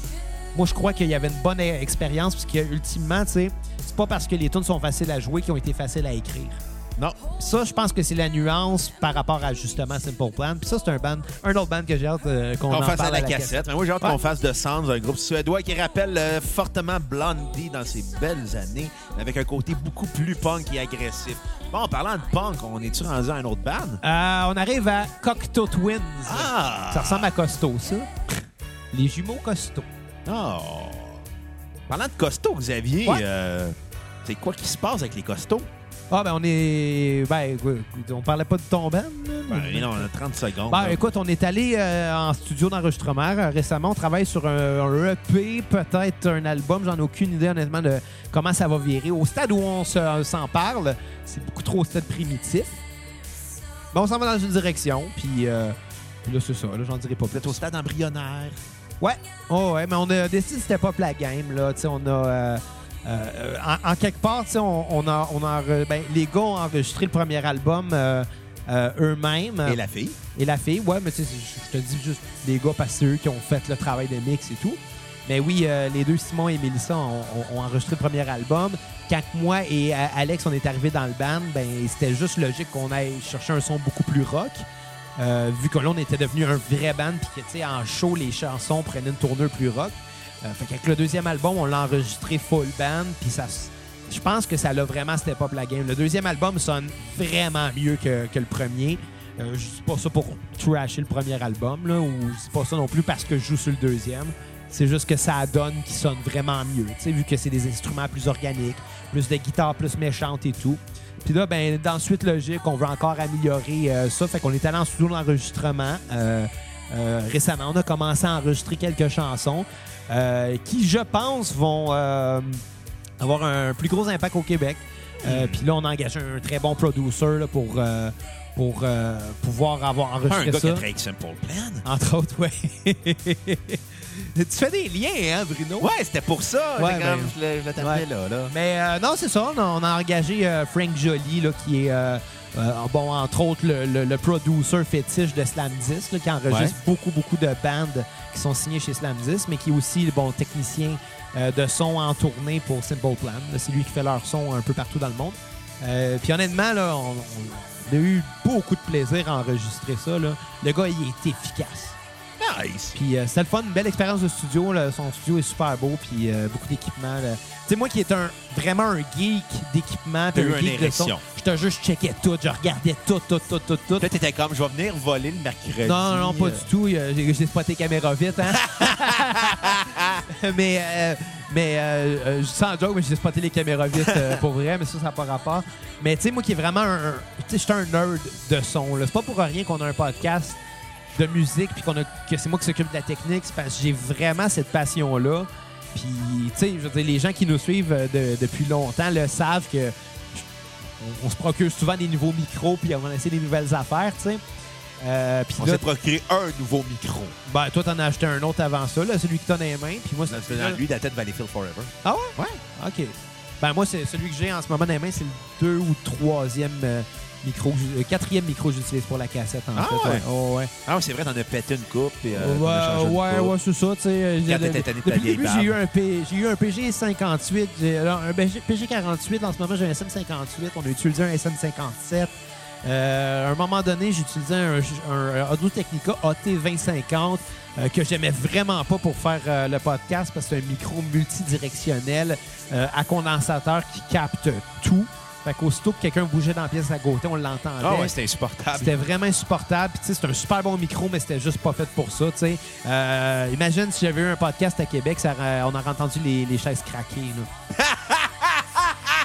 S1: Moi, je crois qu'il y avait une bonne euh, expérience parce que, ultimement, tu sais, c'est pas parce que les tunes sont faciles à jouer qu'ils ont été faciles à écrire.
S3: Non.
S1: Ça, je pense que c'est la nuance par rapport à justement Simple Plan. Puis ça, c'est un band, un autre band que j'ai hâte euh, qu'on
S3: On,
S1: en
S3: fasse
S1: parle
S3: à la cassette. Mais moi, j'ai hâte
S1: Ouais.
S3: qu'on fasse de Sands, un groupe suédois qui rappelle euh, fortement Blondie dans ses belles années, mais avec un côté beaucoup plus punk et agressif. Bon, en parlant de punk, on est-tu rendu à un autre band?
S1: Euh, on arrive à Cocteau Twins.
S3: Ah!
S1: Ça ressemble à Costaud, ça. Les jumeaux Costaud.
S3: Oh. Parlant de costauds, Xavier,
S1: Ouais.
S3: euh, c'est quoi qui se passe avec les costauds?
S1: Ah, ben, on est. Ben, écoute, on parlait pas de ton band, là?
S3: Ben, non, on a 30 secondes.
S1: Ben,
S3: là.
S1: écoute, on est allé euh, en studio d'enregistrement euh, récemment. On travaille sur un, un EP, peut-être un album. J'en ai aucune idée, honnêtement, de comment ça va virer. Au stade où on se- on s'en parle, c'est beaucoup trop au stade primitif. Ben, on s'en va dans une direction, puis. euh, puis là, c'est ça. Là, j'en dirai pas
S3: Vous
S1: plus.
S3: êtes au stade embryonnaire.
S1: Ouais, oh ouais, mais on a décidé que c'était pas la game, là. Tu sais, on a. euh, euh, en, en quelque part, tu sais, on, on a, on a enre- ben, les gars ont enregistré le premier album euh, euh, eux-mêmes.
S3: Et la fille.
S1: Et la fille, ouais, mais tu sais, je je te dis juste les gars parce que c'est eux qui ont fait le travail de mix et tout. Mais oui, euh, les deux, Simon et Mélissa, ont, ont- ont enregistré le premier album. Quand moi et euh, Alex, on est arrivés dans le band, ben, c'était juste logique qu'on aille chercher un son beaucoup plus rock. Euh, vu que là, on était devenu un vrai band, puis que, tu sais, en show, les chansons prenaient une tournure plus rock. Euh, fait qu'avec le deuxième album, on l'a enregistré full band, puis ça... s- Je pense que ça l'a vraiment step up la game. Le deuxième album sonne vraiment mieux que, que le premier. Euh, je dis pas ça pour trasher le premier album, là, ou je dis pas ça non plus parce que je joue sur le deuxième. C'est juste que ça donne qui sonne vraiment mieux, tu sais, vu que c'est des instruments plus organiques, plus de guitares plus méchantes et tout. Puis là, ben, dans Suite Logique, on veut encore améliorer euh, ça. Fait qu'on est allé en studio d'enregistrement euh, euh, récemment. On a commencé à enregistrer quelques chansons euh, qui, je pense, vont euh, avoir un plus gros impact au Québec.
S3: Hmm.
S1: Euh, Puis là, on a engagé un très bon producer là, pour, euh, pour euh, pouvoir avoir
S3: Pas un
S1: enregistré
S3: gars qui
S1: ça.
S3: a travaillé avec Simple Plan.
S1: Entre autres, ouais. tu fais des liens, hein, Bruno?
S3: Ouais, c'était pour ça.
S1: Ouais,
S3: J'ai comme-
S1: ben-
S3: je le, je le tapais
S1: Ouais.
S3: là, là.
S1: Mais euh, non, c'est ça. On a, on a engagé euh, Frank Joly, là, qui est, euh, euh, bon, entre autres, le, le- le producer fétiche de Slam 10, là, qui enregistre
S3: Ouais.
S1: beaucoup, beaucoup de bandes qui sont signées chez Slam 10, mais qui est aussi le bon technicien euh, de son en tournée pour Simple Plan. Là, C'est lui qui fait leur son un peu partout dans le monde. Euh, Puis honnêtement, là, on, on a eu beaucoup de plaisir à enregistrer ça. là. Le gars, il est efficace.
S3: Nice.
S1: Puis euh, c'était le fun, une belle expérience de studio. là. Son studio est super beau, puis euh, beaucoup d'équipements. là. Tu sais, moi qui est un, vraiment un geek d'équipement, puis
S3: T'as eu
S1: un
S3: une
S1: geek de son,
S3: érection.
S1: je te juste checkais tout, je regardais tout, tout, tout, tout, tout.
S3: Là, t'étais comme, je vais venir voler le mercredi.
S1: Non, non, pas du tout. Euh, J'ai j'ai spoté caméra vite, hein? mais, euh, mais euh, euh, sans joke, mais j'ai spoté les caméras vite euh, pour vrai, mais ça, ça n'a pas rapport. Mais tu sais, moi qui est vraiment un. Tu sais, je suis un nerd de son. là. C'est pas pour rien qu'on a un podcast de musique puis qu'on a que c'est moi qui s'occupe de la technique, c'est parce que j'ai vraiment cette passion là. Puis tu sais, je veux dire les gens qui nous suivent euh, de- depuis longtemps le savent que on, on se procure souvent des nouveaux micros puis on essaie des nouvelles affaires, tu sais. Euh, puis
S3: On
S1: là,
S3: s'est procuré un nouveau micro.
S1: ben, toi, t'en as acheté un autre avant ça, là, celui que t'as dans les mains. Puis moi,
S3: Dans
S1: c'est
S3: dans lui, la tête Valleyfield Forever.
S1: Ah ouais? Ouais. OK. Ben, moi, c'est celui que j'ai en ce moment dans les mains, c'est le deux ou troisième euh, micro, que j'- euh, quatrième micro que j'utilise pour la cassette, en
S3: Ah
S1: fait.
S3: ouais?
S1: Oh, ouais.
S3: Ah, ouais, c'est vrai, t'en as pété une coupe. Puis, euh, t'en as
S1: ouais,
S3: changé une
S1: ouais,
S3: coupe.
S1: ouais, c'est ça, tu sais. euh, j'ai-
S3: Quand t'étais tanné de ta
S1: Depuis le
S3: vieille
S1: début,
S3: barbe.
S1: j'ai eu un, P- j'ai eu un PG58, j'ai- alors, un BG PG48. En ce moment, j'ai un SM58. On a utilisé un SM57. Euh, à un moment donné, j'utilisais un, un Audio Technica AT2050 euh, que j'aimais vraiment pas pour faire euh, le podcast parce que c'est un micro multidirectionnel euh, à condensateur qui capte tout. Fait qu'aussitôt que quelqu'un bougeait dans la pièce à côté, on l'entendait.
S3: Ah, ouais, c'était insupportable.
S1: C'était vraiment insupportable. Puis, tu sais, c'est un super bon micro, mais c'était juste pas fait pour ça, tu sais. Euh, imagine si j'avais eu un podcast à Québec, ça aurait- on aurait entendu les, les chaises craquer, là.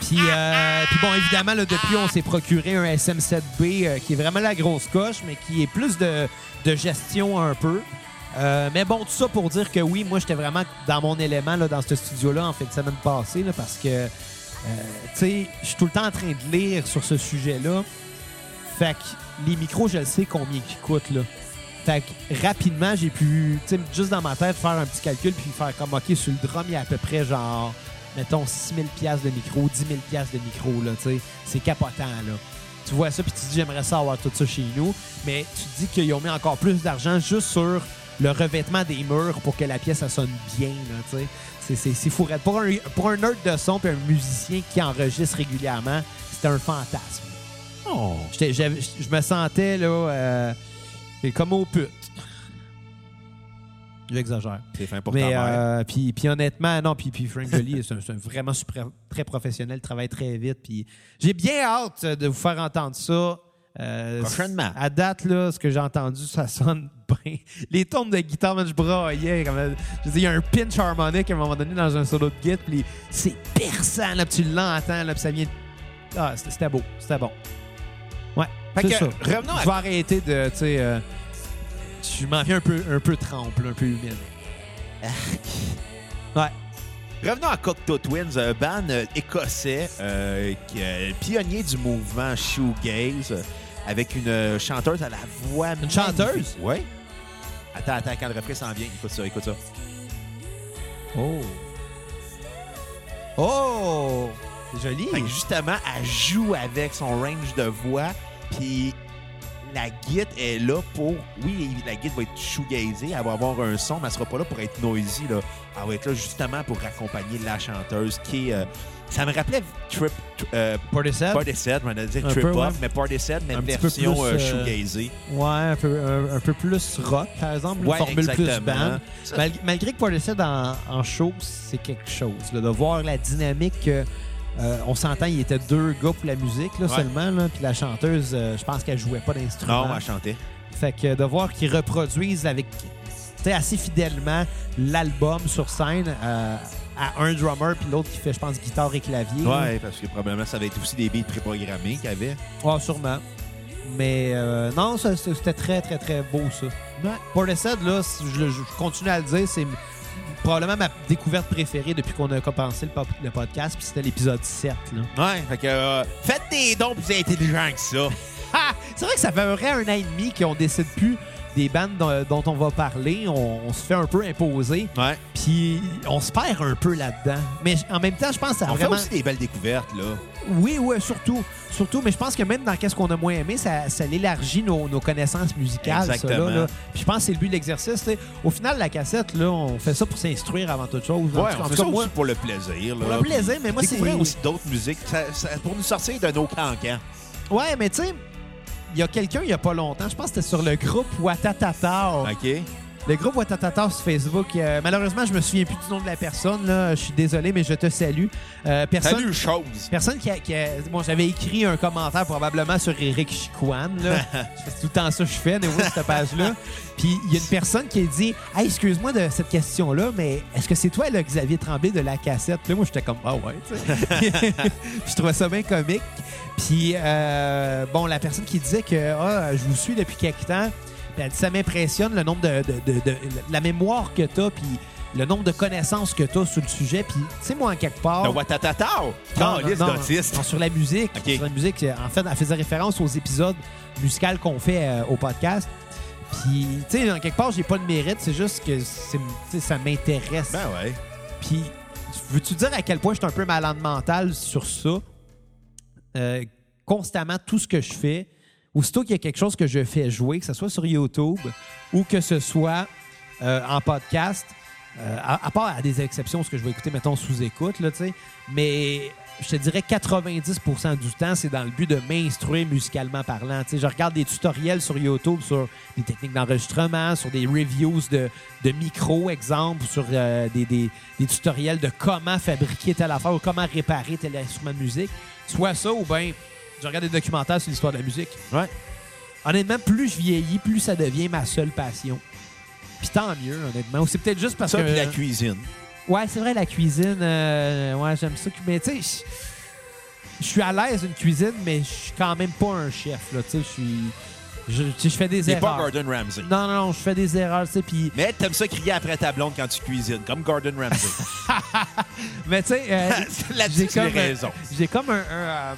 S1: Puis, euh, puis bon, évidemment, là, depuis, on s'est procuré un SM7B euh, qui est vraiment la grosse coche, mais qui est plus de, de gestion un peu. Euh, mais bon, tout ça pour dire que oui, moi, j'étais vraiment dans mon élément là, dans ce studio-là en fin de semaine passée, là, parce que, euh, tu sais, je suis tout le temps en train de lire sur ce sujet-là. Fait que les micros, je le sais combien qu'ils coûtent, là. Fait que rapidement, j'ai pu, tu sais, juste dans ma tête, faire un petit calcul puis faire comme, OK, sur le drum, il y a à peu près genre, mettons, 6 000 piastres de micro, 10 000 piastres de micro, là, tu sais. C'est capotant, là. Tu vois ça puis tu te dis, j'aimerais ça avoir tout ça chez nous. Mais tu te dis qu'ils ont mis encore plus d'argent juste sur le revêtement des murs pour que la pièce, ça sonne bien, là, tu sais. C'est- C'est c'est fourette. Pour un, pour un nerd de son puis un musicien qui enregistre régulièrement, c'était un fantasme.
S3: Oh.
S1: J'étais- j'avais- Je me sentais là, euh, comme au pute. J'exagère.
S3: C'est fin pour ta
S1: Mais
S3: mère.
S1: euh, puis, puis honnêtement, non, puis, puis Frank Jolie, c'est un, c'est un vraiment super, très professionnel, travaille très vite. Puis j'ai bien hâte euh, de vous faire entendre ça. Euh,
S3: Prochainement.
S1: À date, là, ce que j'ai entendu, ça sonne bien. Les tombes de guitare, man, je braillais. comme, euh, je veux dire, il y a un pinch harmonique à un moment donné dans un solo de guitare, puis c'est perçant, là, puis tu l'entends, là, puis ça vient. Ah, c'était c'était beau, c'était bon. Ouais, c'est
S3: Fait que,
S1: ça.
S3: revenons à-
S1: Je vais arrêter de, tu sais, euh, je m'en viens un peu, un peu trempe, là, un peu humide. Ouais.
S3: Revenons à Cocteau Twins, un band euh, écossais, euh, qui, euh, pionnier du mouvement shoegaze, euh, avec une euh, chanteuse à la voix.
S1: Une chanteuse?
S3: Oui. Attends, attends, Oh. quand le refrain s'en vient, écoute ça, écoute ça.
S1: Oh. Oh! C'est joli.
S3: Fait que justement, elle joue avec son range de voix, puis la guide est là pour... Oui, la guide va être shoegazée, elle va avoir un son, mais elle sera pas là pour être noisy. Là. Elle va être là justement pour accompagner la chanteuse qui est... euh, Ça me rappelait Trip... tr- euh,
S1: Portishead?
S3: Portishead, on allait dire
S1: Un
S3: Trip
S1: peu, ouais.
S3: Up, mais Portishead, mais
S1: Un petit peu
S3: version
S1: plus,
S3: euh,
S1: euh,
S3: shoegazée.
S1: Ouais, un peu, un, un peu plus rock, par exemple.
S3: Ouais,
S1: une formule plus
S3: exactement.
S1: band.
S3: Ça-
S1: Mal- malgré que Portishead en, en show, c'est quelque chose. là, de voir la dynamique que, euh, on s'entend, il était deux gars pour la musique là,
S3: Ouais.
S1: seulement. là, Puis la chanteuse, euh, je pense qu'elle jouait pas d'instrument.
S3: Non, elle chantait.
S1: Fait que de voir qu'ils reproduisent avec tu sais, assez fidèlement l'album sur scène euh, à un drummer puis l'autre qui fait, je pense, guitare et clavier.
S3: Ouais, parce que probablement, ça va être aussi des beats préprogrammés qu'il y avait.
S1: Ah, sûrement. Mais euh, non, ça, c- c'était très, très, très beau, ça. Portishead, là, si je, le- je continue à le dire, c'est m- probablement ma découverte préférée depuis qu'on a commencé le, pop- le podcast, puis c'était l'épisode 7. là.
S3: Ouais, fait que... euh, faites des dons plus intelligents que ça.
S1: Ah! C'est vrai que ça fait un vrai un an et demi qu'on décide plus des bandes dont, dont on va parler. On, on se fait un peu imposer,
S3: Ouais.
S1: puis on se perd un peu là-dedans. Mais j- en même temps, je pense que ça a
S3: On
S1: vraiment...
S3: fait aussi des belles découvertes, là.
S1: Oui, oui, surtout. Surtout, mais je pense que même dans Qu'est-ce qu'on a moins aimé, ça, ça l'élargit nos, nos connaissances musicales. ça, là,
S3: Exactement.
S1: là. Puis je pense que c'est le but de l'exercice. tu sais. Au final, la cassette, là, on fait ça pour s'instruire avant toute chose. En
S3: Ouais,
S1: tout cas- en
S3: on
S1: tout
S3: fait
S1: cas,
S3: ça
S1: moi,
S3: aussi pour le plaisir. Là,
S1: Pour le plaisir, mais moi, c'est-
S3: Découvrir aussi d'autres musiques ça- ça- pour nous sortir de nos cancans.
S1: Ouais, mais tu sais, il y a quelqu'un, il n'y a pas longtemps, je pense que c'était sur le groupe Watatata.
S3: OK?
S1: Le groupe Watatata sur Facebook. euh, malheureusement, je me souviens plus du nom de la personne. là. Je suis désolé, mais je te salue. Euh, personne...
S3: Salut, chose!
S1: Personne qui a. qui a- bon, j'avais écrit un commentaire probablement sur Eric Chicoine. là. C'est tout le temps ça que je fais, mais oui, cette page-là. Puis il y a une personne qui a dit Hey, excuse-moi de cette question-là, mais est-ce que c'est toi, le Xavier Tremblay de la cassette Puis là, moi, j'étais comme Ah ouais, tu sais. Puis je trouvais ça bien comique. Puis, euh, bon, la personne qui disait que Ah, je vous suis depuis quelque temps, puis elle dit, ça m'impressionne le nombre de, de- de- de- la mémoire que t'as, puis le nombre de connaissances que t'as sur le sujet. Puis, tu sais, moi, en quelque part.
S3: Le Watatatao! Calice d'autiste!
S1: Oh. non, sur la musique.
S3: Ok.
S1: Sur la musique, euh, en fait, elle faisait référence aux épisodes musicaux qu'on fait euh, au podcast. Puis, tu sais, en quelque part, j'ai pas de mérite, c'est juste que c'est- tu sais, ça m'intéresse.
S3: Ben ouais.
S1: Puis, veux-tu dire à quel point je suis un peu malade mental sur ça? Euh, constamment, tout ce que je fais, aussitôt qu'il y a quelque chose que je fais jouer, que ce soit sur YouTube ou que ce soit euh, en podcast, euh, à, à part à des exceptions, ce que je vais écouter, mettons, sous écoute, là, tu sais, mais je te dirais 90 du temps, c'est dans le but de m'instruire musicalement parlant. Tu sais, je regarde des tutoriels sur YouTube sur des techniques d'enregistrement, sur des reviews de, de micros, exemple, sur euh, des, des- des tutoriels de comment fabriquer telle affaire ou comment réparer tel instrument de musique. Soit ça ou bien je regarde des documentaires sur l'histoire de la musique.
S3: Ouais.
S1: Honnêtement, plus je vieillis, plus ça devient ma seule passion. Puis tant mieux, honnêtement. Ou c'est peut-être juste parce
S3: Ça,
S1: que...
S3: puis la cuisine.
S1: Ouais, c'est vrai, la cuisine, euh, ouais, j'aime ça. Mais tu sais, je- je suis à l'aise d'une cuisine, mais je suis quand même pas un chef. Là, tu sais, je suis. Je, tu sais, je fais des
S3: C'est pas
S1: erreurs.
S3: Gordon Ramsay.
S1: non, non, non, je fais des erreurs, tu sais, puis.
S3: Mais t'aimes ça crier après ta blonde quand tu cuisines, comme Gordon Ramsay.
S1: Mais tu sais, euh, j'ai
S3: Là-dessus, j'ai
S1: comme, euh,
S3: raison.
S1: j'ai comme un, un, euh,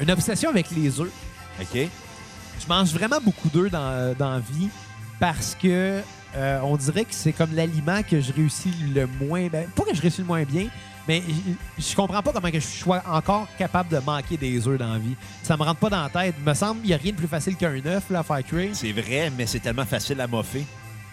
S1: une obsession avec les œufs.
S3: OK?
S1: Je mange vraiment beaucoup d'œufs dans, dans la vie parce que euh, on dirait que c'est comme l'aliment que je réussis le moins. ben, pas que je réussis le moins bien, mais je- je comprends pas comment que je sois encore capable de manquer des œufs dans la vie. Ça me rentre pas dans la tête. Me semble qu'il n'y a rien de plus facile qu'un œuf là, à faire cuire.
S3: C'est vrai, mais c'est tellement facile à moffer.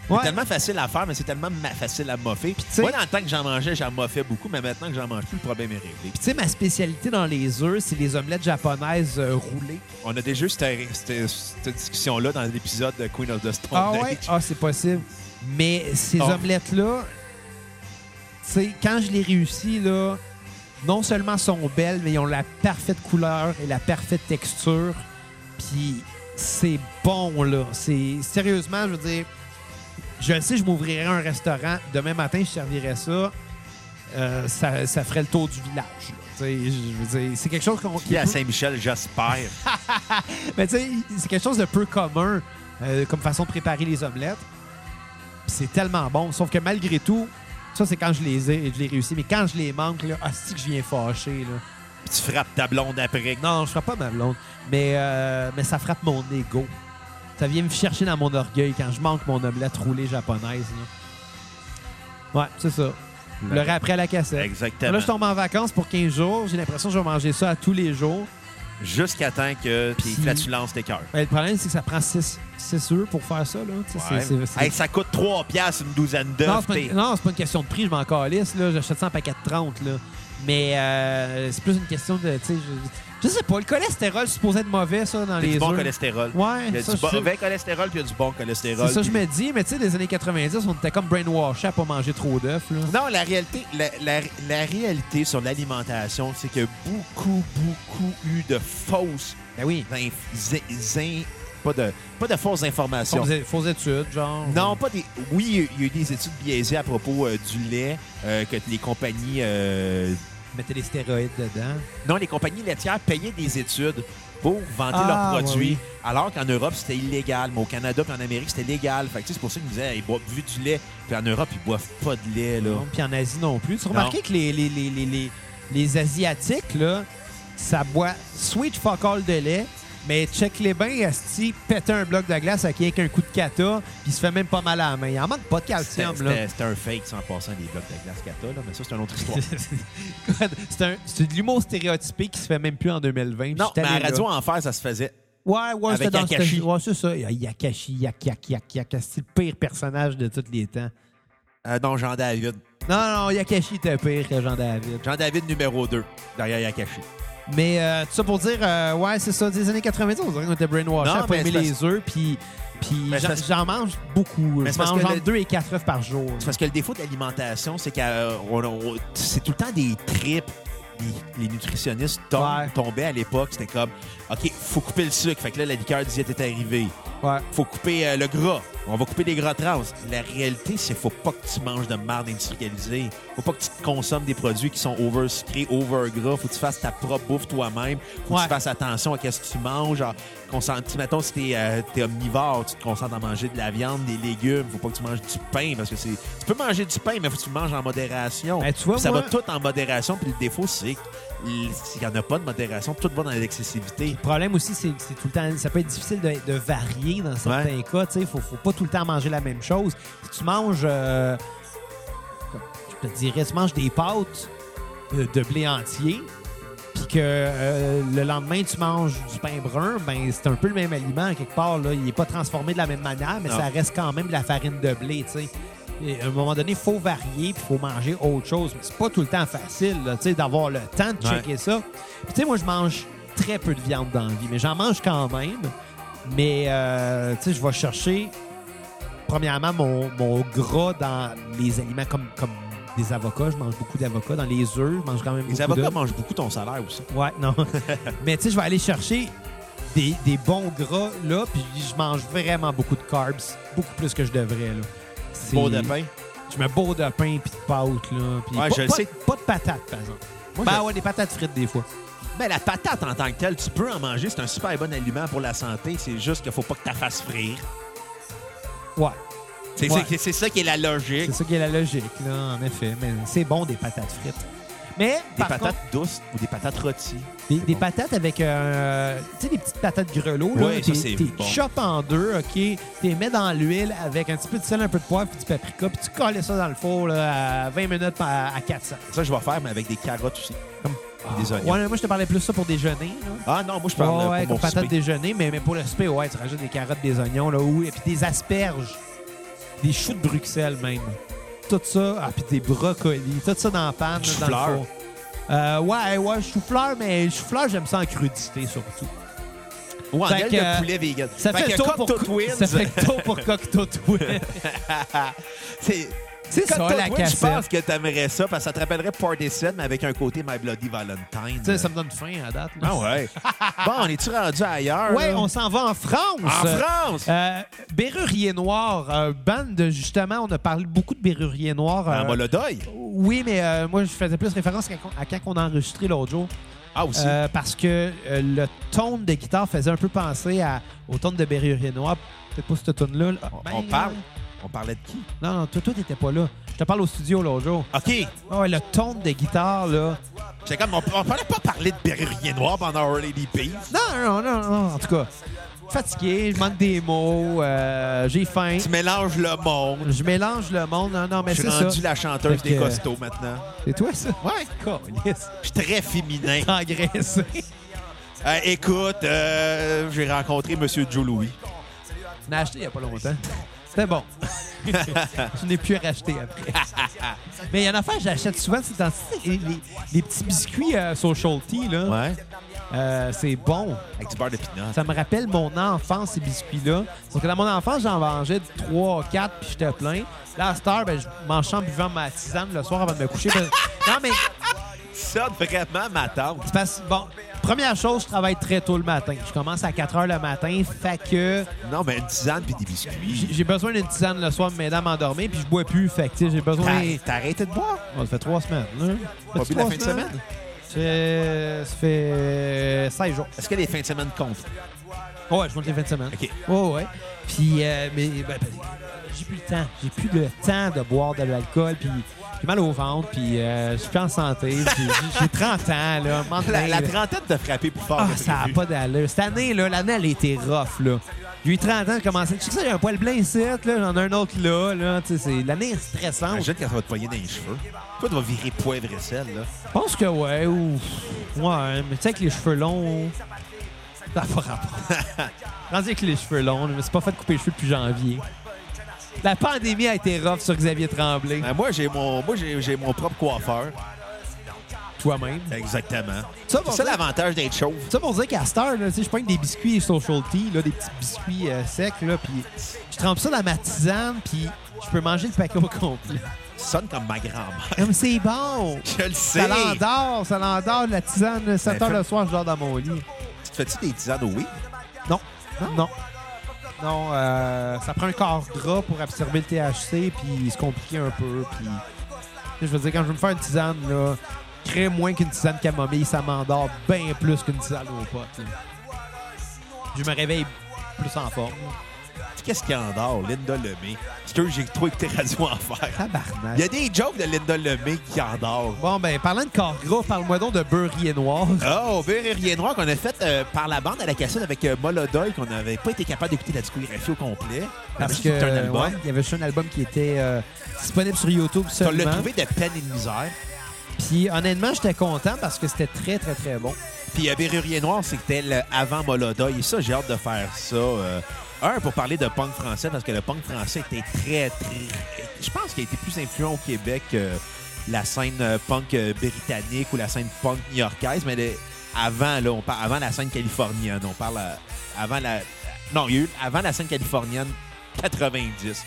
S1: Ouais.
S3: C'est tellement facile à faire, mais c'est tellement ma- facile à moffer.
S1: tu sais-
S3: Moi, dans le temps que j'en mangeais, j'en moffais beaucoup, mais maintenant que j'en mange plus, le problème est réglé.
S1: Tu sais, ma spécialité dans les œufs, c'est les omelettes japonaises euh, roulées.
S3: On a déjà eu cette, cette- cette discussion-là dans l'épisode de Queen of the Stone
S1: Ah
S3: Age.
S1: ouais? Ah, c'est possible. Mais ces
S3: Ah.
S1: omelettes-là, tu sais, quand je les réussis, là, non seulement sont belles, mais ils ont la parfaite couleur et la parfaite texture. Puis c'est bon, là. C'est Sérieusement, je veux dire, je le sais, je m'ouvrirais un restaurant. Demain matin, je servirais ça. Euh, ça, ça ferait le tour du village. là. Tu sais, Je veux dire, c'est quelque chose qu'on...
S3: Qui à Saint-Michel, j'espère.
S1: Mais tu sais, c'est quelque chose de peu commun euh, comme façon de préparer les omelettes. Puis C'est tellement bon. Sauf que malgré tout, ça, c'est quand je les ai, je les réussis. Mais quand je les manque, là, hostie que je viens fâché, là.
S3: Puis tu frappes ta blonde après.
S1: Non, je frappe pas ma blonde. Mais, euh, mais ça frappe mon ego. Ça vient me chercher dans mon orgueil quand je manque mon omelette roulée japonaise, là. Ouais, c'est ça. Vous l'aurez après à la cassette.
S3: Exactement.
S1: Là, je tombe en vacances pour 15 jours. J'ai l'impression que je vais manger ça à tous les jours.
S3: Jusqu'à temps que tes
S1: Puis-
S3: flatulences t'écœurent.
S1: Ben, le problème, c'est que ça prend 6 œufs pour faire ça. Là. Tu sais, c'est-
S3: Ouais.
S1: c'est- c'est-
S3: Hey, ça coûte 3 piastres, une douzaine
S1: non,
S3: d'œufs.
S1: c'est pas,
S3: t'es-
S1: une- non, c'est pas une question de prix, je m'en calisse. là. J'achète ça en paquet de 30. Là. Mais euh, c'est plus une question de. tu sais, Je, je sais pas, le cholestérol supposé être mauvais, ça, dans
S3: t'es
S1: les
S3: du bon
S1: œufs.
S3: cholestérol.
S1: Ouais,
S3: Il y a
S1: ça,
S3: du
S1: je sais.
S3: mauvais cholestérol, puis il y a du bon cholestérol.
S1: C'est ça que je
S3: puis-
S1: me dis, mais tu sais, des années 90, on était comme brainwashed à pas manger trop d'œufs. là.
S3: Non, la réalité, la, la- la réalité sur l'alimentation, c'est qu'il y a beaucoup, beaucoup eu de fausses,
S1: Ben oui.
S3: inf- zin- zin- pas de, pas de fausses informations.
S1: Fausses mhm. fausses études, genre.
S3: Non, pas des. Oui, il y a eu des études biaisées à propos euh, du lait euh, que les compagnies. euh,
S1: Mettez les stéroïdes dedans.
S3: Non, les compagnies laitières payaient des études pour vendre
S1: Ah,
S3: leurs produits,
S1: ouais, oui.
S3: alors qu'en Europe c'était illégal, mais au Canada puis en Amérique c'était légal. Fait que, tu sais, c'est pour ça qu'ils disaient, ils boivent vu du lait, puis en Europe ils boivent pas de lait là.
S1: Non, Puis en Asie non plus. Tu remarquais que les, les, les, les, les, les Asiatiques, là, ça boit sweet fuck all de lait, mais check les bains, Asti, péter un bloc de glace avec rien qu'un coup de kata, puis il se fait même pas mal à la main. Il en manque pas de
S3: C'était
S1: calcium, là.
S3: c'était- c'était un fake sans passant des blocs de glace cata, là, mais ça c'est une autre histoire.
S1: C'est un- c'est de l'humour stéréotypé qui se fait même plus en 2020. Je
S3: non,
S1: suis
S3: mais à
S1: tanné, là.
S3: Radio Enfer ça se faisait.
S1: Ouais, ouais,
S3: Avec
S1: c'était dans
S3: Yakashi.
S1: cette- Ouais, c'est ça. Yakashi, yak, yak, yak, yak. C'est le pire personnage de tous les temps.
S3: Euh, non, Jean-David.
S1: Non, non, Yakashi était pire que Jean-David.
S3: Jean-David numéro 2, derrière Yakashi.
S1: Mais euh, tout ça pour dire, euh, ouais, c'est ça, des années 90, on dirait qu'on était brainwashed,
S3: Non,
S1: on pas
S3: mais
S1: aimé
S3: c'est
S1: les œufs, puis, puis
S3: Mais c'est
S1: j'en-
S3: parce-
S1: j'en mange beaucoup.
S3: Mais
S1: je
S3: c'est parce
S1: mange
S3: que
S1: entre
S3: le-
S1: 2 et 4 œufs par jour.
S3: C'est parce que le défaut de l'alimentation, c'est que c'est tout le temps des tripes. Les, les nutritionnistes tom-
S1: Ouais.
S3: tombaient à l'époque. C'était comme, OK, faut couper le sucre. Fait que là, la liqueur diète est arrivée.
S1: Ouais.
S3: Faut couper euh, le gras. On va couper les gras trans. La réalité, c'est faut pas que tu manges de marde industrialisée. Faut pas que tu te consommes des produits qui sont over sucrés, over gras. Faut que tu fasses ta propre bouffe toi-même. Faut
S1: Ouais.
S3: que tu fasses attention à ce que tu manges. Ah, Genre, concentre- si, mettons, si t'es euh, t'es omnivore, tu te concentres à manger de la viande, des légumes. Faut pas que tu manges du pain parce que c'est. Tu peux manger du pain, mais faut que tu le manges en modération.
S1: Ben, tu vois,
S3: Puis ça
S1: moi-
S3: va tout en modération. Puis le défaut, c'est qu'il y en a pas de modération. Tout va dans l'excessivité.
S1: Le problème aussi, c'est c'est tout le temps, ça peut être difficile de, de varier dans certains cas, tu sais, faut, faut pas tout le temps manger la même chose. Si tu manges, euh, je te dirais, tu manges des pâtes euh, de blé entier, puis que euh, le lendemain, tu manges du pain brun, ben c'est un peu le même aliment, quelque part, là, il est pas transformé de la même manière, mais
S3: Non.
S1: ça reste quand même de la farine de blé, tu sais. Et à un moment donné, il faut varier, puis il faut manger autre chose. Mais c'est pas tout le temps facile, là, tu sais, d'avoir le temps de
S3: Ouais.
S1: checker ça. Puis, tu sais, moi, je mange très peu de viande dans la vie, mais j'en mange quand même. Mais, euh, tu sais, je vais chercher, premièrement, mon, mon gras dans les aliments comme, comme des avocats. Je mange beaucoup d'avocats. Dans les œufs, je mange quand même
S3: Les
S1: beaucoup
S3: avocats
S1: d'œufs.
S3: mangent beaucoup ton salaire aussi.
S1: Ouais, non. mais, tu sais, je vais aller chercher des, des bons gras, là, puis je mange vraiment beaucoup de carbs, beaucoup plus que je devrais, là. C'est-
S3: Beau de pain.
S1: je mets beau de pain puis de pâtes, là. puis
S3: Ouais,
S1: pas,
S3: je le
S1: pas-
S3: sais.
S1: Pas de patates, par exemple.
S3: Moi,
S1: ben
S3: je-
S1: ouais, des patates frites, des fois.
S3: Ben, la patate en tant que telle, tu peux en manger. C'est un super bon aliment pour la santé. C'est juste qu'il faut pas que tu la fasses frire.
S1: Ouais,
S3: C'est
S1: Ouais.
S3: c'est- c'est ça qui est la logique.
S1: c'est ça qui est la logique, là, en effet. Mais c'est bon, des patates frites. Mais,
S3: Des
S1: par
S3: patates
S1: contre,
S3: douces ou des patates rôties.
S1: des,
S3: c'est
S1: des
S3: bon.
S1: patates avec, euh, tu sais, des petites patates grelots, là.
S3: Ouais, ça, c'est
S1: t'es
S3: bon.
S1: chopes en deux, OK? Tu les mets dans l'huile avec un petit peu de sel, un peu de poivre puis du paprika, puis tu colles ça dans le four, là, à 20 minutes à, à 400.
S3: Ça, je vais faire, mais avec des carottes aussi. Comme des oignons.
S1: Ah, Ouais, moi, je te parlais plus ça pour déjeuner, là.
S3: Ah non, moi, je
S1: Ouais,
S3: parle
S1: ouais,
S3: euh, pour
S1: comme
S3: mon
S1: patate
S3: souper.
S1: déjeuner, mais, mais pour le souper, ouais, tu rajoutes des carottes, des oignons, là, ou, et puis des asperges, des choux de Bruxelles même. Tout ça, ah, puis des brocolis, tout ça dans la panne, là, dans le
S3: Chou-fleur.
S1: four. Euh, ouais, ouais, chou-fleur, mais chou-fleur, j'aime ça en crudité surtout.
S3: Ou en
S1: Fait
S3: aile
S1: que, euh,
S3: de poulet vegan.
S1: Ça fait,
S3: que
S1: le tour pour
S3: Cocktail Twins,
S1: ça fait le tour pour Cocteau Twins.
S3: c'est...
S1: C'est ça,
S3: Cocktail
S1: la
S3: Twins,
S1: cassette.
S3: Je pense que t'aimerais ça parce que ça te rappellerait Party Set, mais avec un côté My Bloody Valentine.
S1: Tu sais, ça me donne faim à date. là.
S3: Ah ouais. bon, on est-tu rendu ailleurs?
S1: Ouais,
S3: là?
S1: on s'en va en France.
S3: En France!
S1: Euh, Berrurier Noir, un band de, justement, on a parlé beaucoup de Berrurier Noir.
S3: En
S1: euh,
S3: Molodoy?
S1: Oui, mais euh, moi, je faisais plus référence à quand, à quand on a enregistré l'autre jour.
S3: Ah, aussi.
S1: euh, parce que euh, le ton de guitare faisait un peu penser à, au ton de Berrurier Noir. Peut-être pas ce tone-là. là.
S3: On-
S1: Ben,
S3: on parle? On parlait de qui?
S1: Non, non, toi, toi, t'étais pas là. Je te parle au studio l'autre jour.
S3: OK.
S1: Ah ouais, le ton de guitare, là.
S3: J'étais comme, on, on parlait pas parler de Berrurier Noir pendant Our Lady Peace.
S1: Non, non, non, non, en tout cas. fatigué, je manque des mots, euh, j'ai faim.
S3: Tu mélanges le monde.
S1: Je mélange le monde. Non, non, mais
S3: Je suis
S1: Ben, c'est ça.
S3: rendu la chanteuse
S1: Fait
S3: des
S1: que-
S3: costauds maintenant.
S1: C'est toi, ça?
S3: Ouais.
S1: Câlisse.
S3: Je suis très féminin.
S1: Engraissé.
S3: Euh, écoute, euh, j'ai rencontré M. Joe Louis.
S1: Je l'ai acheté il n'y a pas longtemps. C'était bon. je n'ai plus à racheter après. Mais il y en a une affaire que j'achète souvent, c'est dans les, les- les petits biscuits euh, social tea, là.
S3: Ouais.
S1: Euh, c'est bon.
S3: Avec du beurre de pinot.
S1: Ça me rappelle mon enfance, ces biscuits-là. Sauf que dans mon enfance, j'en mangeais 3 4 puis j'étais plein. Là, à cette heure, ben, je mange en buvant ma tisane le soir avant de me coucher. parce- non, mais
S3: Ça, vraiment, ma tante.
S1: c'est parce bon, première chose, je travaille très tôt le matin. Je commence à 4 heures le matin, fait que
S3: Non, mais une tisane puis des biscuits.
S1: j'ai j'ai besoin d'une tisane le soir pour m'aider à m'endormir, puis je bois plus, fait que tu sais, j'ai besoin...
S3: T'as t'as arrêté de boire?
S1: Oh, ça fait 3 semaines. Hein? Ça
S3: Pas
S1: fait
S3: bu la
S1: trois
S3: fin de
S1: semaines?
S3: semaine?
S1: C'est- Ça fait 16 jours.
S3: Est-ce que les fins de semaine comptent?
S1: Ouais, je monte les fins de semaine.
S3: OK.
S1: Ouais, ouais. Puis, euh, mais ben, ben, j'ai plus le temps. J'ai plus le temps de boire de l'alcool. Puis, j'ai mal au ventre. Puis, euh, je suis plus en santé. puis j'ai- j'ai 30 ans, là. un moment donné,
S3: La, la
S1: là.
S3: trentaine t'a frappé plus fort
S1: Ben, euh, Ah,
S3: que
S1: ça n'a
S3: prévu.
S1: pas d'allure. Cette année, là, l'année, elle a été rough, là. J'ai eu 30 ans, j'ai commencé. Tu sais que ça, j'ai un poil blanc ici, là. J'en ai un autre là, là. Tu sais, c'est- l'année est stressante.
S3: Imagine quand ça va te poigner dans les cheveux. Toi, tu vas virer poivre et sel, là.
S1: Je pense que, ouais, ou. Ouais, mais tu sais, avec les cheveux longs. Ça n'a pas rapport. Rendu avec les cheveux longs, je me suis pas fait couper les cheveux depuis janvier. La pandémie a été rough sur Xavier Tremblay.
S3: Ben, moi, j'ai mon, moi, j'ai j'ai mon propre coiffeur.
S1: Toi-même.
S3: Exactement.
S1: Ça,
S3: C'est
S1: pour
S3: ça
S1: dire-
S3: l'avantage d'être chauve.
S1: ça pour dire qu'à cette heure, là, tu sais, je prends des biscuits social tea, là, des petits biscuits euh, secs, là, puis je trempe ça dans ma tisane, puis je peux manger le paquet au complet.
S3: Tu sonnes comme ma grand-mère.
S1: Comme c'est bon!
S3: Je le sais.
S1: Ça l'endort, ça l'endort, la tisane. 7
S3: Ben,
S1: heures
S3: fais-
S1: le soir, je dors dans mon lit.
S3: Tu te fais-tu des tisanes au oui?
S1: Non. Non. Non, euh, ça prend un corps gras pour absorber le THC, puis se compliquer un peu. Puis, Tu sais, je veux dire, quand je vais me faire une tisane, là, crée moins qu'une tisane camomille, ça m'endort bien plus qu'une tisane au pot. là. Je me réveille plus en forme.
S3: Qu'est-ce qui endort? Linda Lemay. C'est que j'ai trop écouté Radio Enfer. Il y
S1: Tabarnak.
S3: a des jokes de Linda Lemay qui endort.
S1: Bon, ben, parlant de corps gras, parle-moi donc de beurre et noir.
S3: Oh, Beurre et rien noir qu'on a fait euh, par la bande à la cassette avec euh, Molodoy, qu'on n'avait pas été capable d'écouter la discographie au complet.
S1: Parce
S3: J'ai
S1: que,
S3: écouté un album.
S1: ouais, il y avait juste un album qui était euh, disponible sur YouTube
S3: On l'a
S1: seulement.
S3: trouvé de peine et de misère.
S1: Puis, honnêtement, j'étais content parce que c'était très, très, très bon.
S3: Puis euh, Berrurier Noir, c'était le avant Molodoy. Et ça, j'ai hâte de faire ça. euh, un, pour parler de punk français, parce que le punk français était très, très... Je pense qu'il a été plus influent au Québec que la scène euh, punk euh, britannique ou la scène punk new-yorkaise. Mais le- avant, là, on parle, avant la scène californienne, on parle... euh, avant la... Non, il y a eu avant la scène californienne 90.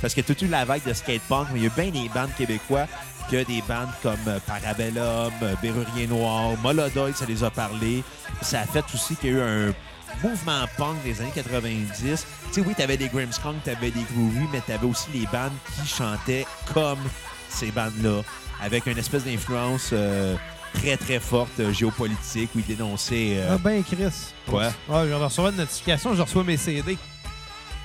S3: Parce que tout eu la vague de skatepunk, mais il y a eu bien des bandes québécois que des bandes comme euh, Parabellum, euh, Berrurier Noir, Molodoy, ça les a parlé. Ça a fait aussi qu'il y a eu un mouvement punk des années 90. Tu sais, oui, t'avais des Grimmskong, t'avais des Groovy, mais t'avais aussi les bandes qui chantaient comme ces bandes-là, avec une espèce d'influence euh, très, très forte euh, géopolitique où ils dénonçaient... euh,
S1: Ah ben, Chris.
S3: Quoi?
S1: Ah, je vais recevoir une notification, je reçois mes CD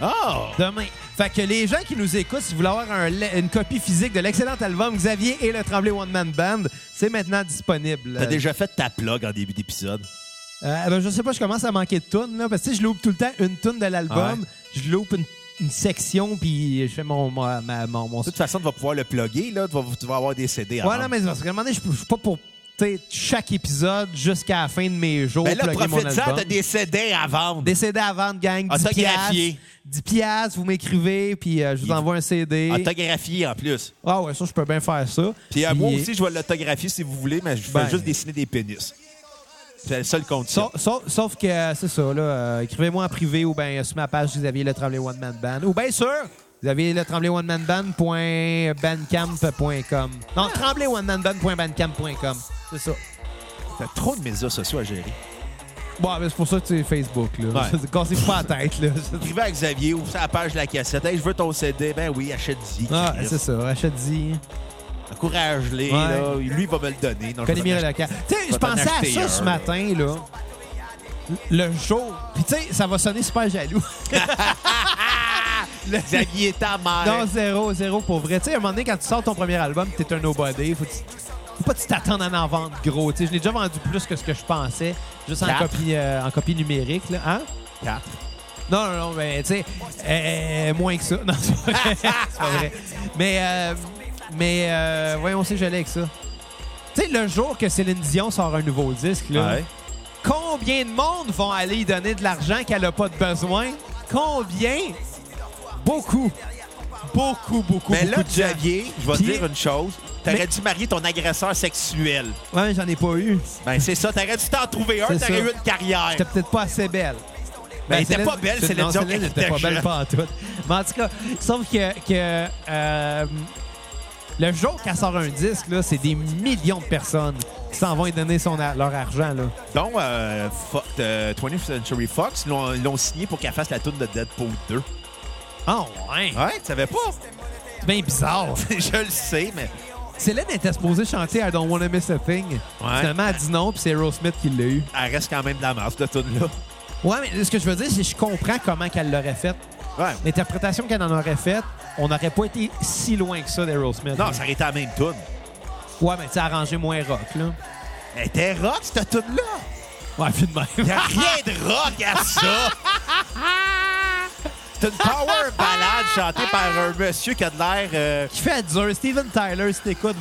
S3: Oh!
S1: demain. Fait que les gens qui nous écoutent, si vous voulez avoir un le- une copie physique de l'excellent album Xavier et le Tremblay One Man Band, c'est maintenant disponible.
S3: T'as déjà fait ta plug en début d'épisode.
S1: Euh, ben, je sais pas, je commence à manquer de tunes, là, parce que tu sais, je loupe tout le temps une tune de l'album,
S3: Ouais.
S1: je loupe une, une section, puis je fais mon... ma- ma- mon, mon-
S3: De toute façon, tu vas pouvoir le plugger, là. Tu vas, tu vas avoir des CD avant.
S1: Ouais, non, mais c'est parce que, à un moment donné, je peux- je suis pas pour tu sais, chaque épisode jusqu'à la fin de mes jours
S3: Ben là,
S1: plugger mon
S3: profite-en,
S1: album.
S3: t'as des CD à vendre.
S1: Décédé à vendre, gang. 10
S3: Autographié.
S1: piastres. 10 piastres, vous m'écrivez, puis euh, je vous
S3: Il-
S1: envoie un CD.
S3: Autographié en plus.
S1: Ah ouais, ça, je peux bien faire ça.
S3: Puis euh, moi aussi, je vais l'autographier si vous voulez, mais je vais
S1: Ben.
S3: juste dessiner des pénis. C'est le seul condition.
S1: Sauf, sauf- sauf que, euh, c'est ça, là, euh, écrivez-moi en privé ou bien euh, sur ma page Xavier Le Tremblay One Man Band. Ou bien sûr, Xavier Le Tremblay One Man Band.bandcamp.com. Non, Tremblay One Man Band.bandcamp.com. C'est ça.
S3: T'as trop de médias sociaux à gérer.
S1: Bon, mais c'est pour ça que c'est Facebook, là.
S3: Ouais.
S1: Cassez-vous pas la tête, là.
S3: Écrivez à Xavier, ouvre sa page de la cassette. Hey, je veux ton CD. Ben oui, achète-y.
S1: Ah,
S3: Chris.
S1: c'est ça, achète-y.
S3: Encourage-les,
S1: Ouais.
S3: là. Lui, il va me le donner. Non, je vais
S1: Calimir
S3: t'en
S1: et
S3: acheter.
S1: Lacan. Tu sais,
S3: Je
S1: je
S3: vais t'en
S1: pensais à
S3: acheter
S1: ça
S3: un,
S1: ce
S3: là.
S1: matin, là. Le jour. Puis tu sais, ça va sonner super jaloux. Le-
S3: Xavier est ta mère.
S1: Non, zéro, zéro pour vrai. Tu sais, à un moment donné, quand tu sors ton premier album, t'es un nobody. Faut, que tu- faut pas que tu t'attendes à en vendre gros. Tu sais, je l'ai déjà vendu plus que ce que je pensais, juste en
S3: Quatre.
S1: copie, euh, en copie numérique, là. Hein?
S3: Quatre.
S1: Non, non, non, mais tu sais, euh, moins que ça. Non, c'est pas vrai. C'est pas vrai. Mais, euh, mais euh, voyons, on sait j'allais avec ça. Tu sais, le jour que Céline Dion sort un nouveau disque, là,
S3: Ouais.
S1: combien de monde vont aller y donner de l'argent qu'elle n'a pas de besoin? Combien? Beaucoup. Beaucoup, beaucoup,
S3: Mais
S1: beaucoup
S3: Ben là,
S1: de gens.
S3: Xavier, je vais te
S1: Puis-
S3: dire une chose. T'aurais
S1: Mais-
S3: dû marier ton agresseur sexuel.
S1: Ouais, j'en ai pas eu.
S3: Ben, c'est ça. T'aurais dû t'en trouver un,
S1: C'est
S3: t'aurais
S1: ça.
S3: eu une carrière.
S1: J'étais peut-être pas assez belle.
S3: Ben, elle
S1: Céline-
S3: était pas belle, Céline
S1: Non,
S3: Dion,
S1: Céline
S3: elle
S1: était
S3: était
S1: pas belle
S3: jeune.
S1: pas en tout. Mais en tout cas, sauf que, que, euh, le jour qu'elle sort un disque, là, c'est des millions de personnes qui s'en vont y donner son, a- leur argent. Là.
S3: Donc, euh, Fo- euh, 20th Century Fox l'ont l'ont signé pour qu'elle fasse la toune de Deadpool 2.
S1: Oh, ouais!
S3: Ouais, tu savais pas?
S1: C'est bien bizarre.
S3: je le sais, mais.
S1: Céline était supposée chanter I Don't Wanna Miss a Thing. Finalement, elle dit non, puis c'est Aerosmith qui l'a eu.
S3: Elle reste quand même de la masse, cette toune-là.
S1: Ouais, mais ce que je veux dire, c'est que je comprends comment qu'elle l'aurait faite.
S3: Ouais.
S1: L'interprétation qu'elle en aurait faite, on n'aurait pas été si loin que ça d'Aerosmith.
S3: Non, ça aurait été la même toune.
S1: Ouais, mais tu sais, arrangé moins rock, là.
S3: Elle était rock, cette toune-là.
S1: Ouais, puis de
S3: Il
S1: même.
S3: a rien de rock à ça. C'est une power ballade chantée par un monsieur qui a de l'air. euh,
S1: Qui fait dur. Steven Tyler, si t'écoutes,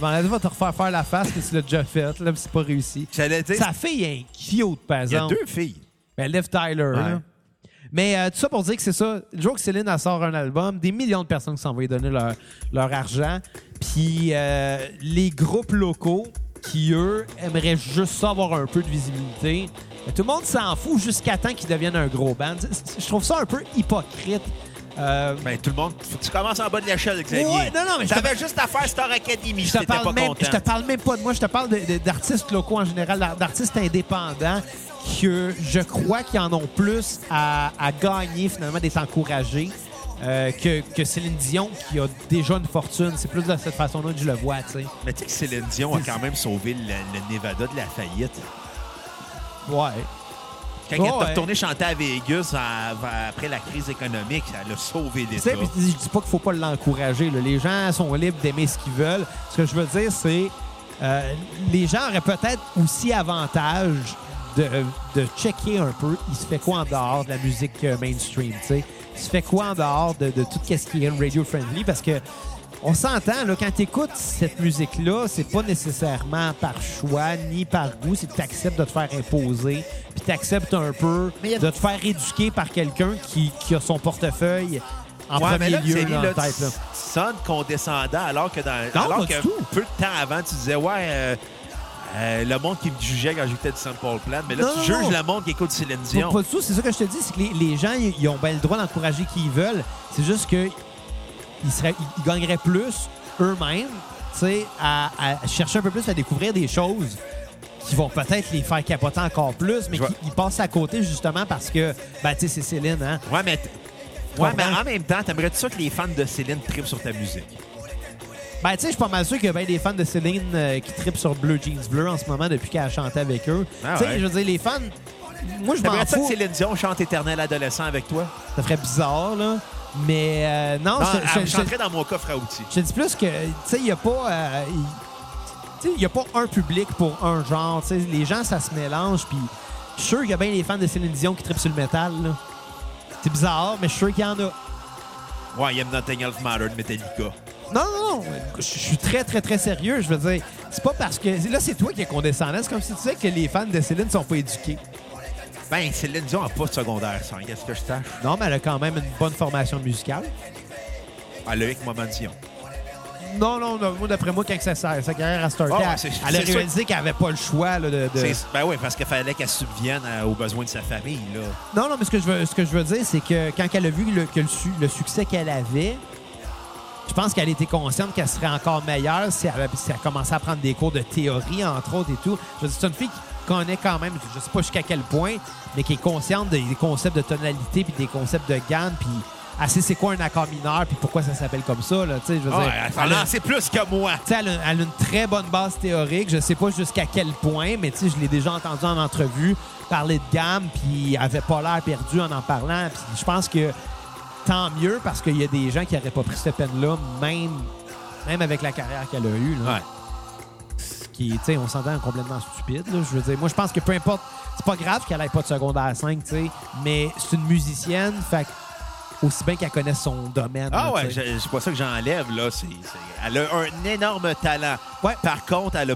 S1: Vendredi va te refaire faire la face que tu l'as déjà faite, là, puis c'est pas réussi.
S3: J'allais dire.
S1: Sa fille est cute, par
S3: Il y a
S1: exemple.
S3: deux filles.
S1: Mais Liv Tyler, là. Mais euh, tout ça pour dire que c'est ça. Le jour que Céline elle sort un album, des millions de personnes qui s'en vont y donner leur, leur argent. Puis euh, les groupes locaux qui, eux, aimeraient juste ça, avoir un peu de visibilité. Mais tout le monde s'en fout jusqu'à temps qu'ils deviennent un gros band. C'est- c'est- Je trouve ça un peu hypocrite. Euh,
S3: Ben, tout le monde. Faut que tu commences en bas de l'échelle, Xavier.
S1: Ouais, non, non, mais je te-
S3: T'avais juste à faire Star Academy.
S1: je te,
S3: t'étais pas
S1: parle même,
S3: content.
S1: je te parle même pas de moi, je te parle de- de- d'artistes locaux en général, d'ar- d'artistes indépendants que je crois qu'ils en ont plus à, à gagner finalement d'être encouragés euh, que, que Céline Dion qui a déjà une fortune. C'est plus de cette façon-là que je le vois, tu sais.
S3: Mais tu sais que Céline Dion a quand même sauvé le, le Nevada de la faillite.
S1: Ouais.
S3: Quand
S1: Oh,
S3: elle est
S1: ouais.
S3: retournée chanter à Vegas en- après la crise économique, elle a sauvé
S1: Tu sais,
S3: l'État.
S1: puis je dis pas qu'il faut pas l'encourager. là. Les gens sont libres d'aimer ce qu'ils veulent. Ce que je veux dire, c'est euh, les gens auraient peut-être aussi avantage de, de checker un peu. Il se fait quoi en dehors de la musique euh, mainstream, tu sais? Il se fait quoi en dehors de, de tout ce qui est radio-friendly? Parce que on s'entend, là, quand tu écoutes cette musique-là, c'est pas nécessairement par choix ni par goût, c'est que tu acceptes de te faire imposer, puis tu acceptes un peu
S3: Mais y a-
S1: de te faire éduquer par quelqu'un qui, qui a son portefeuille en
S3: Ouais, mais
S1: premier
S3: là,
S1: lieu
S3: Xavier,
S1: là,
S3: là,
S1: en tête.
S3: tu
S1: Là.
S3: sonnes condescendant alors que dans
S1: Non,
S3: alors
S1: pas
S3: que
S1: du tout.
S3: peu de temps avant, tu disais ouais euh, euh, le monde qui me jugeait quand j'écoutais du Saint Paul Plan, mais là
S1: Non,
S3: tu
S1: non,
S3: juges
S1: non.
S3: le monde qui écoute Céline
S1: Pas-
S3: Dion.
S1: Pas du tout, c'est ça que je te dis, c'est que les, les gens, ils ils ont bien le droit d'encourager qui ils veulent. C'est juste que ils, seraient- ils gagneraient plus eux-mêmes, tu sais, à, à chercher un peu plus à découvrir des choses qui vont peut-être les faire capoter encore plus, mais
S3: Je vois.
S1: qui ils passent à côté justement parce que, ben, tu sais, c'est Céline, hein.
S3: Ouais, mais t-
S1: Tu
S3: ouais, mais
S1: comprends?
S3: en même temps, t'aimerais-tu ça que les fans de Céline tripent sur ta musique?
S1: Ben, tu sais, je suis pas mal sûr qu'il y a bien des fans de Céline euh, qui tripent sur Blue Jeans Bleu en ce moment depuis qu'elle a chanté avec eux.
S3: Ah
S1: tu sais,
S3: ouais.
S1: je veux dire, les fans. Moi, je m'en
S3: T'aimerais-tu ça que
S1: fous.
S3: Céline Dion chante Éternel adolescent avec toi?
S1: Ça ferait bizarre, là. Mais euh, non,
S3: Non,
S1: je-
S3: elle
S1: je- je-
S3: chanterait dans mon coffre à outils.
S1: Je te dis plus que, tu sais, il n'y a pas. euh, y- tu sais, il y a pas un public pour un genre. Tu sais, les gens, ça se mélange. Puis, je suis sûr qu'il y a bien des fans de Céline Dion qui tripent sur le métal. là. C'est bizarre, mais je suis sûr qu'il y en a.
S3: Ouais, il aime Nothing Else Matter de Metallica.
S1: Non, non, non. Je je suis très, très, très sérieux. Je veux dire, c'est pas parce que. Là, c'est toi qui es condescendant. C'est comme si tu disais que les fans de Céline sont pas éduqués.
S3: Ben, Céline Dion n'a pas de secondaire 5, est-ce que je sache?
S1: Non, mais elle a quand même une bonne formation musicale.
S3: Elle a eu avec Maman Dion.
S1: Non, non, non. Moi, d'après moi, quand ça- sa, sa carrière a starté,
S3: Ah ouais,
S1: elle-
S3: c'est-
S1: elle a
S3: c'est sûr.
S1: réalisé qu'elle avait pas le choix là, de. de-
S3: C'est- Ben oui, parce qu'il fallait qu'elle subvienne à- aux besoins de sa famille, là.
S1: Non, non, mais ce que je veux, ce que je veux dire, c'est que quand elle a vu le, que le, su- le succès qu'elle avait, je pense qu'elle était consciente qu'elle serait encore meilleure si elle, si elle commençait à prendre des cours de théorie, entre autres, et tout. Je veux dire, c'est une fille qui connaît quand même, je sais pas jusqu'à quel point, mais qui est consciente des, des concepts de tonalité, puis des concepts de gamme, puis elle sait c'est quoi un accord mineur, puis pourquoi ça s'appelle comme ça, là, tu sais, je veux
S3: Ah,
S1: dire.
S3: elle
S1: elle a-
S3: en sait plus que moi.
S1: tu sais, elle, a, elle a une très bonne base théorique. Je sais pas jusqu'à quel point, mais tu sais, je l'ai déjà entendu en entrevue parler de gamme, puis elle avait pas l'air perdue en en parlant. Puis je pense que tant mieux parce qu'il y a des gens qui n'auraient pas pris cette peine-là, même, même avec la carrière qu'elle a eue. là.
S3: Ouais.
S1: qui, tu sais, on s'entend complètement stupide. là. Je veux dire, moi, je pense que peu importe, c'est pas grave qu'elle ait pas de secondaire 5, tu sais, mais c'est une musicienne, fait que aussi bien qu'elle connaisse son domaine.
S3: Ah
S1: là,
S3: ouais,
S1: tu sais.
S3: je- c'est pas ça que j'enlève, là. C'est, c'est- elle a un énorme talent.
S1: Ouais.
S3: Par contre, elle a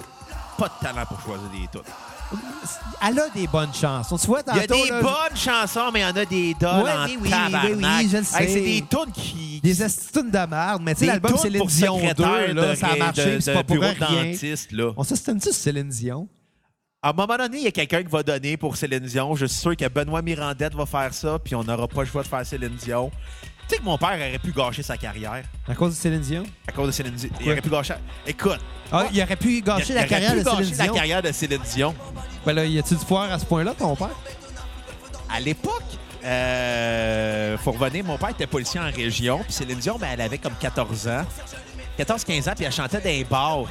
S3: pas de talent pour choisir des tunes.
S1: Elle a des bonnes chansons. Tu vois,
S3: Il y a
S1: tantôt,
S3: des
S1: là,
S3: bonnes chansons, mais il y en a des dolls
S1: Ouais,
S3: en
S1: mais oui,
S3: tabarnak.
S1: oui, oui, je le
S3: Hey,
S1: sais.
S3: c'est des tunes qui...
S1: Des astuces de merde, mais tu sais,
S3: des
S1: l'album
S3: tunes
S1: Céline
S3: pour
S1: Dion 2,
S3: secrétaire
S1: là,
S3: de-
S1: ça a
S3: de-
S1: marché,
S3: de-
S1: puis c'est pas
S3: de
S1: pour
S3: bureau
S1: rien.
S3: dentiste, là.
S1: On s'ostine-tu sur Céline Dion?
S3: À un moment donné, il y a quelqu'un qui va donner pour Céline Dion. Je suis sûr que Benoît Mirandette va faire ça, puis on n'aura pas le choix de faire Céline Dion. Tu sais que mon père aurait pu gâcher sa carrière
S1: À cause de Céline Dion?
S3: à cause de Céline Dion. Il aurait pu gâcher... Écoute,
S1: Ah, il aurait pu
S3: il,
S1: gâcher
S3: il
S1: la
S3: aurait
S1: carrière
S3: pu
S1: de
S3: gâcher
S1: Céline
S3: la
S1: Dion.
S3: carrière de Céline Dion.
S1: Ben là, y a-tu du foire à ce point-là, ton père?
S3: À l'époque, euh, faut revenir, mon père était policier en région, puis Céline Dion, ben, elle avait comme 14 ans. 14-15 ans, puis elle chantait dans les bars.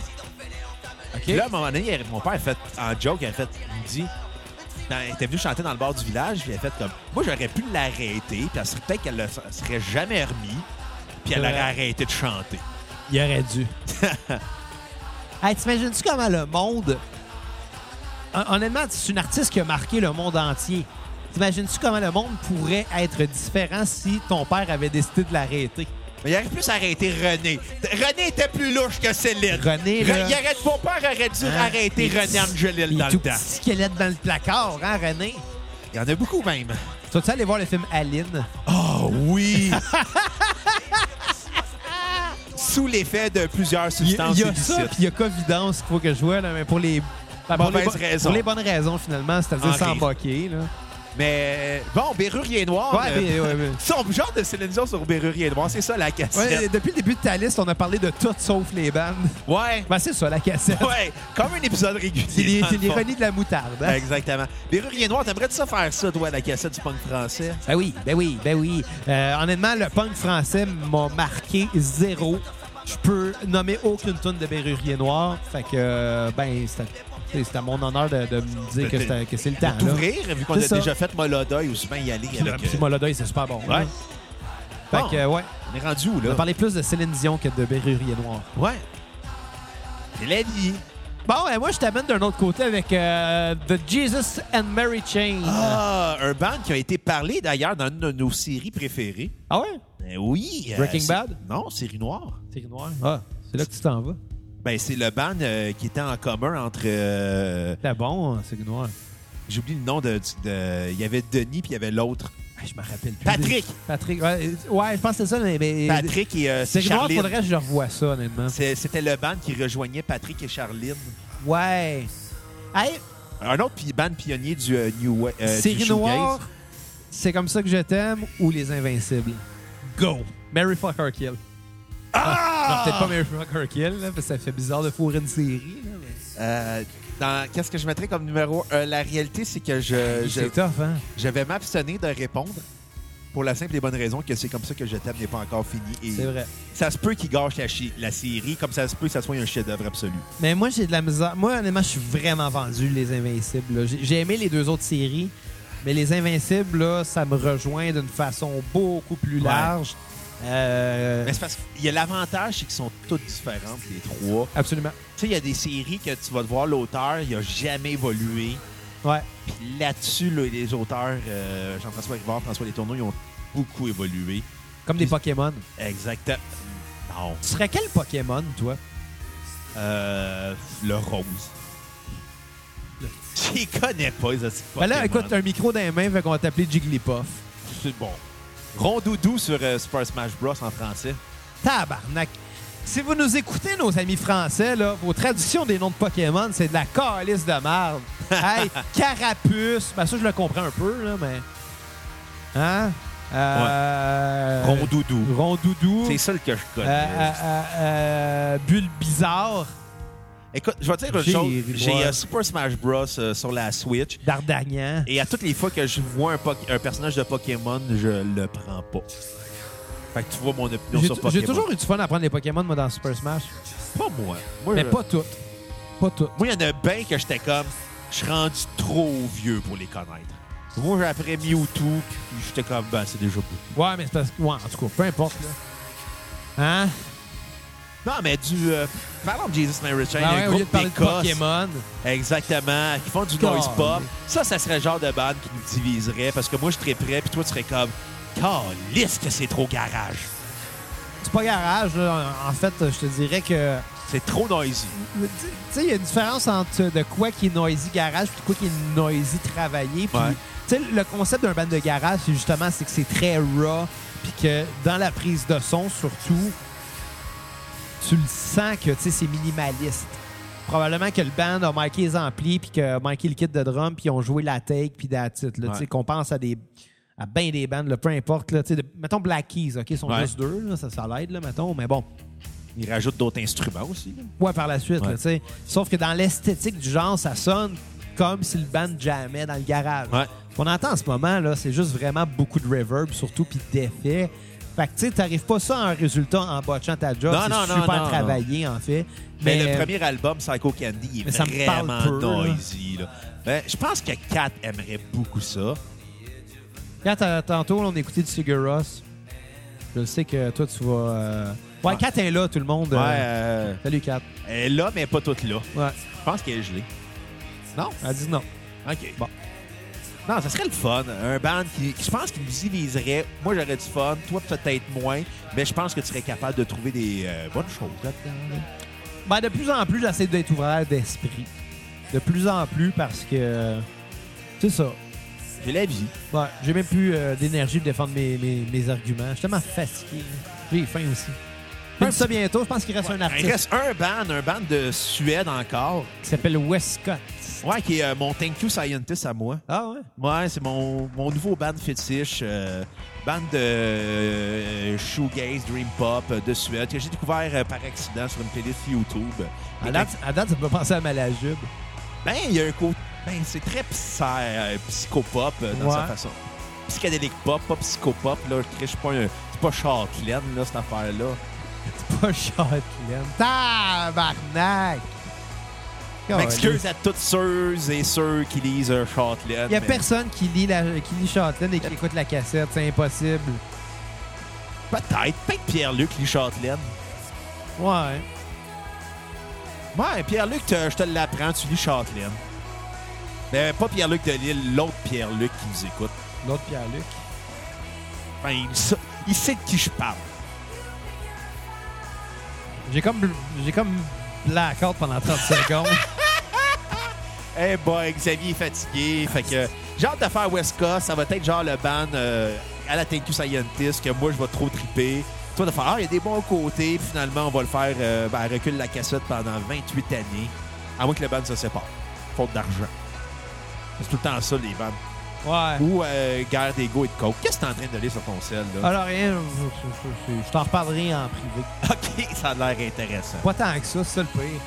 S3: Puis Là, à un moment donné, il- mon père a fait, en joke, il a fait, il me dit, ben, elle était venue chanter dans le bar du village, puis il a fait comme, moi, j'aurais pu l'arrêter, puis elle serait- peut-être qu'elle ne serait jamais remis, puis elle
S1: Ouais.
S3: aurait arrêté de chanter.
S1: Il aurait dû. hey, t'imagines-tu comment le monde. Hon- Honnêtement, c'est une artiste qui a marqué le monde entier. T'imagines-tu comment le monde pourrait être différent si ton père avait décidé de l'arrêter?
S3: Mais il aurait pu s'arrêter René. T- René était plus louche que Céline.
S1: René,
S3: Re-
S1: là-
S3: il aurait- mon père aurait dû
S1: Hein?
S3: arrêter
S1: Les
S3: René
S1: petits-
S3: Angelil
S1: les
S3: dans le
S1: tout
S3: temps.
S1: petits squelettes dans le placard, hein, René?
S3: Il y en a beaucoup, même.
S1: Tu vas-tu aller voir le film Aline?
S3: Oh oui! Sous l'effet de plusieurs
S1: Il y,
S3: substances
S1: il y a ça,
S3: illicites.
S1: puis il y a Covidence qu'il faut que je vois, là, mais pour les. ben, pour, les
S3: Mauvaises
S1: bo-
S3: raisons.
S1: pour les bonnes raisons, finalement, c'est-à-dire
S3: En
S1: sans
S3: rire.
S1: boquer. Là.
S3: Mais bon, Bérurier Noir.
S1: Ouais,
S3: euh,
S1: mais- ouais, mais-
S3: Son genre de Céline Dion sur Bérurier Noir, c'est ça la
S1: Ouais,
S3: cassette.
S1: depuis le début de ta liste, on a parlé de tout sauf les bandes.
S3: Ouais.
S1: Ben, c'est ça, la cassette.
S3: Ouais. Comme un épisode régulier.
S1: C'est les-
S3: dans
S1: c'est
S3: le fond.
S1: l'ironie de la moutarde. hein?
S3: Exactement. Bérurier Noir, t'aimerais-tu ça faire ça, toi, la cassette du punk français?
S1: Ben oui, ben oui, ben oui. Euh, honnêtement, le punk français m'a marqué zéro. Je peux nommer aucune tonne de Bérurier Noir. Fait que, euh, ben, c'était- c'est c'est à mon honneur de, de me dire que, c'était- que c'est le temps. là.
S3: T'ouvrir, vu qu'on
S1: C'est
S3: a
S1: ça.
S3: déjà fait Molodoy, ou souvent y aller
S1: Le
S3: avec.
S1: petit
S3: euh,
S1: Molodeuil, c'est super bon. là.
S3: Ouais.
S1: Fait
S3: Bon.
S1: que, euh, ouais.
S3: On est rendu où,
S1: On
S3: là?
S1: a parlé plus de Céline Dion que de Bérurier Noir.
S3: Ouais. C'est la vie.
S1: Bon, ben moi, je t'amène d'un autre côté avec euh, The Jesus and Mary Chain.
S3: Ah, un band qui a été parlé d'ailleurs dans une de nos séries préférées.
S1: Ah ouais?
S3: Ben oui. euh,
S1: Breaking
S3: c'est-
S1: Bad?
S3: Non, série noire.
S1: C'est noir. Ah, c'est là que tu t'en vas.
S3: Ben, c'est le band euh, qui était en commun entre. euh,
S1: C'était bon, c'est noir.
S3: J'oublie le nom de. du- de- Il y avait Denis puis il y avait l'autre.
S1: Ah, je me rappelle plus.
S3: Patrick!
S1: Patrick, ouais, euh, ouais, je pense que c'est ça. Mais, mais-
S3: Patrick et euh,
S1: C'est noir,
S3: Charline.
S1: faudrait que je revoie ça, honnêtement.
S3: C'est- C'était le band qui rejoignait Patrick et Charline.
S1: Ouais. Hey,
S3: Un autre pi- band pionnier du euh, New Wave. euh, du
S1: série
S3: shoegaze.
S1: noire, c'est comme ça que je t'aime ou Les Invincibles? Go! Mary Fucker Kill. Non,
S3: Ah!
S1: peut-être pas Mary Fucker Kill, là, parce que ça fait bizarre de fourrer une série. là, mais-
S3: Euh, dans- Qu'est-ce que je mettrais comme numéro un? Euh, La réalité, c'est que je, je,
S1: C'est tough, hein?
S3: je vais m'abstenir de répondre pour la simple et bonne raison que c'est comme ça que je t'aime n'est pas encore fini. Et
S1: C'est vrai.
S3: Ça se peut qu'il gâche la, chi- la série, comme ça se peut que ça soit un chef-d'œuvre absolu.
S1: Mais moi, j'ai de la misère. Moi, honnêtement, je suis vraiment vendu, Les Invincibles. là. J'ai j'ai aimé les deux autres séries, mais Les Invincibles, là, ça me rejoint d'une façon beaucoup plus
S3: Ouais.
S1: large. Euh,
S3: Mais c'est parce qu'il y a l'avantage, c'est qu'ils sont toutes différentes, les trois.
S1: Absolument.
S3: Tu sais, il y a des séries que tu vas te voir l'auteur, il a jamais évolué.
S1: Ouais.
S3: Puis là-dessus, là, les auteurs, euh, Jean-François Rivard, François Letourneau, ils ont beaucoup évolué.
S1: Comme des Pokémon.
S3: Exactement. Non.
S1: Tu serais quel Pokémon, toi?
S3: Euh, le rose. J'y connais pas, les astuces
S1: Ben là,
S3: Pokémon.
S1: écoute, un micro dans les mains, fait qu'on va t'appeler Jigglypuff.
S3: C'est bon. Rondoudou sur euh, Super Smash Bros. en français.
S1: Tabarnak! Si vous nous écoutez, nos amis français, là, vos traductions des noms de Pokémon, c'est de la calice de merde. Hey, Carapuce, ben ça, je le comprends un peu, là, mais... Hein? Euh...
S3: Rondoudou.
S1: Rondoudou.
S3: C'est seul que je
S1: Euh,
S3: connais.
S1: euh, euh, euh, Bulle bizarre.
S3: Écoute, je vais te dire une
S1: J'ai-
S3: chose.
S1: ouais.
S3: J'ai euh, Super Smash Bros. euh, sur la Switch.
S1: Dardagnan.
S3: Et à toutes les fois que je vois un, Poké- un personnage de Pokémon, je le prends pas. Fait que tu vois mon opinion
S1: J'ai
S3: sur
S1: t-
S3: Pokémon.
S1: J'ai toujours eu du fun à prendre les Pokémon, moi, dans Super Smash.
S3: Pas moi. Moi,
S1: Mais
S3: je-
S1: pas toutes. Pas toutes.
S3: Moi, il y en a bien que j'étais comme, je suis rendu trop vieux pour les connaître. Moi, j'ai après Mewtwo, puis j'étais comme, ben, c'est déjà beaucoup.
S1: Ouais, mais c'est parce que. Ouais, en tout cas, peu importe, là. Hein?
S3: Non, mais du. euh, parlons de Jesus and Mary Chain,
S1: Ah
S3: un
S1: ouais, au lieu de
S3: groupe
S1: parler de
S3: d'Écosse.
S1: Pokémon.
S3: Exactement. Qui font du noise
S1: Calme.
S3: pop. Ça, ça serait le genre de bande qui nous diviserait parce que moi, je serais prêt, puis toi, tu serais comme. Calisse que c'est trop garage.
S1: C'est pas garage, là. En fait, je te dirais que.
S3: C'est trop noisy.
S1: Tu tu sais, il y a une différence entre de quoi qui est noisy garage et de quoi qui est noisy travaillé. Puis,
S3: Ouais.
S1: tu sais, le concept d'un band de garage, c'est justement c'est que c'est très raw, puis que dans la prise de son, surtout, tu le sens que tu sais, c'est minimaliste. Probablement que le band a marqué les amplis, puis que marqué le kit de drum, puis ils ont joué la take, puis that's it, là. Tu sais,
S3: Ouais.
S1: qu'on pense à des à bien des bands, là, peu importe. Là, tu sais, de- mettons Black Keys, OK, ils sont
S3: Ouais.
S1: juste deux, là, ça, ça l'aide, là, mettons, mais bon.
S3: Ils rajoutent d'autres instruments aussi. là.
S1: Ouais, par la suite.
S3: Ouais.
S1: là, tu sais. Sauf que dans l'esthétique du genre, ça sonne comme si le band jamais dans le garage.
S3: Ouais.
S1: Ce qu'on entend en ce moment, là, c'est juste vraiment beaucoup de reverb, surtout, puis d'effets. Fait que, tu sais, t'arrives pas ça en résultat en botchant ta job.
S3: Non,
S1: c'est
S3: non, non,
S1: super
S3: non,
S1: travaillé, en fait.
S3: Mais, le premier album, Psycho Candy, il est
S1: euh, Mais ça me parle
S3: vraiment
S1: peu, là.
S3: noisy. là. Ben, je pense que Kat aimerait beaucoup ça.
S1: Quand euh, tantôt, on écoutait du Sigur Ross, je sais que toi, tu vas... euh, Ouais,
S3: Ouais.
S1: Kat est là, tout le monde.
S3: Ouais,
S1: euh,
S3: euh,
S1: Salut, Kat.
S3: elle est là, mais pas toute là.
S1: Ouais.
S3: Je pense qu'elle est gelée.
S1: Non? Elle dit non.
S3: OK. Bon. Non, ça serait le fun. Un band qui, qui- je pense qu'il nous diviserait. Moi, j'aurais du fun. Toi, peut-être moins. Mais je pense que tu serais capable de trouver des euh, bonnes choses là-dedans. là.
S1: Ben, de plus en plus, j'essaie d'être ouvert d'esprit. De plus en plus parce que. C'est ça.
S3: C'est la vie.
S1: Ouais, j'ai même plus euh, d'énergie pour défendre mes, mes- mes arguments. Je suis tellement fatigué. J'ai faim aussi. Même ça bientôt, je pense qu'il reste un artiste
S3: Il reste un band, un band de Suède encore.
S1: qui s'appelle Westcott.
S3: Ouais, qui est euh, mon Thank You Scientist à moi.
S1: Ah ouais?
S3: Ouais, c'est mon, mon nouveau band fétiche, euh, band de euh, shoegaze, dream pop euh, de Suède, que j'ai découvert euh, par accident sur une playlist YouTube.
S1: À
S3: Et
S1: date, à date, ça peut penser à Malajube.
S3: Ben, il y a un côté. Ben, c'est très psy- euh, psychopop euh, dans
S1: Ouais.
S3: sa façon. Psychédélique pop, pas psychopop, là. Je suis pas un. C'est pas Châtelaine, là, cette affaire-là.
S1: C'est pas Châtelaine. Tabarnak!
S3: Je M'excuse à toutes ceux et ceux qui lisent euh, Châtelaine.
S1: Il n'y a
S3: mais-
S1: personne qui lit, la, qui lit Châtelaine et qui écoute la cassette. C'est impossible.
S3: Peut-être. Peut-être Pierre-Luc lit Châtelaine.
S1: Ouais.
S3: Ouais, Pierre-Luc, te- je te l'apprends, tu lis Châtelaine. Mais pas Pierre-Luc de Lille, l'autre Pierre-Luc qui nous écoute.
S1: L'autre Pierre-Luc.
S3: Ben, il, sa- il sait de qui je parle.
S1: J'ai comme, j'ai comme blackout pendant 30 secondes.
S3: Eh ben, Xavier est fatigué. Fait que j'ai hâte de faire West Coast. Ça va être genre le ban euh, à la Thank You Scientist que moi, je vais trop triper. Toi, de faire, ah, il y a des bons côtés. Puis finalement, on va le faire euh, ben, recule la cassette pendant 28 années. À moins que le ban se sépare. Faute d'argent. C'est tout le temps ça, les bandes.
S1: Ouais.
S3: Ou euh, guerre d'ego et de coke. Qu'est-ce que t'es en train de lire sur ton sel, là?
S1: Alors rien, je- je- je- je t'en reparlerai en privé.
S3: OK, ça a l'air intéressant.
S1: Pas tant que ça, c'est ça le pire.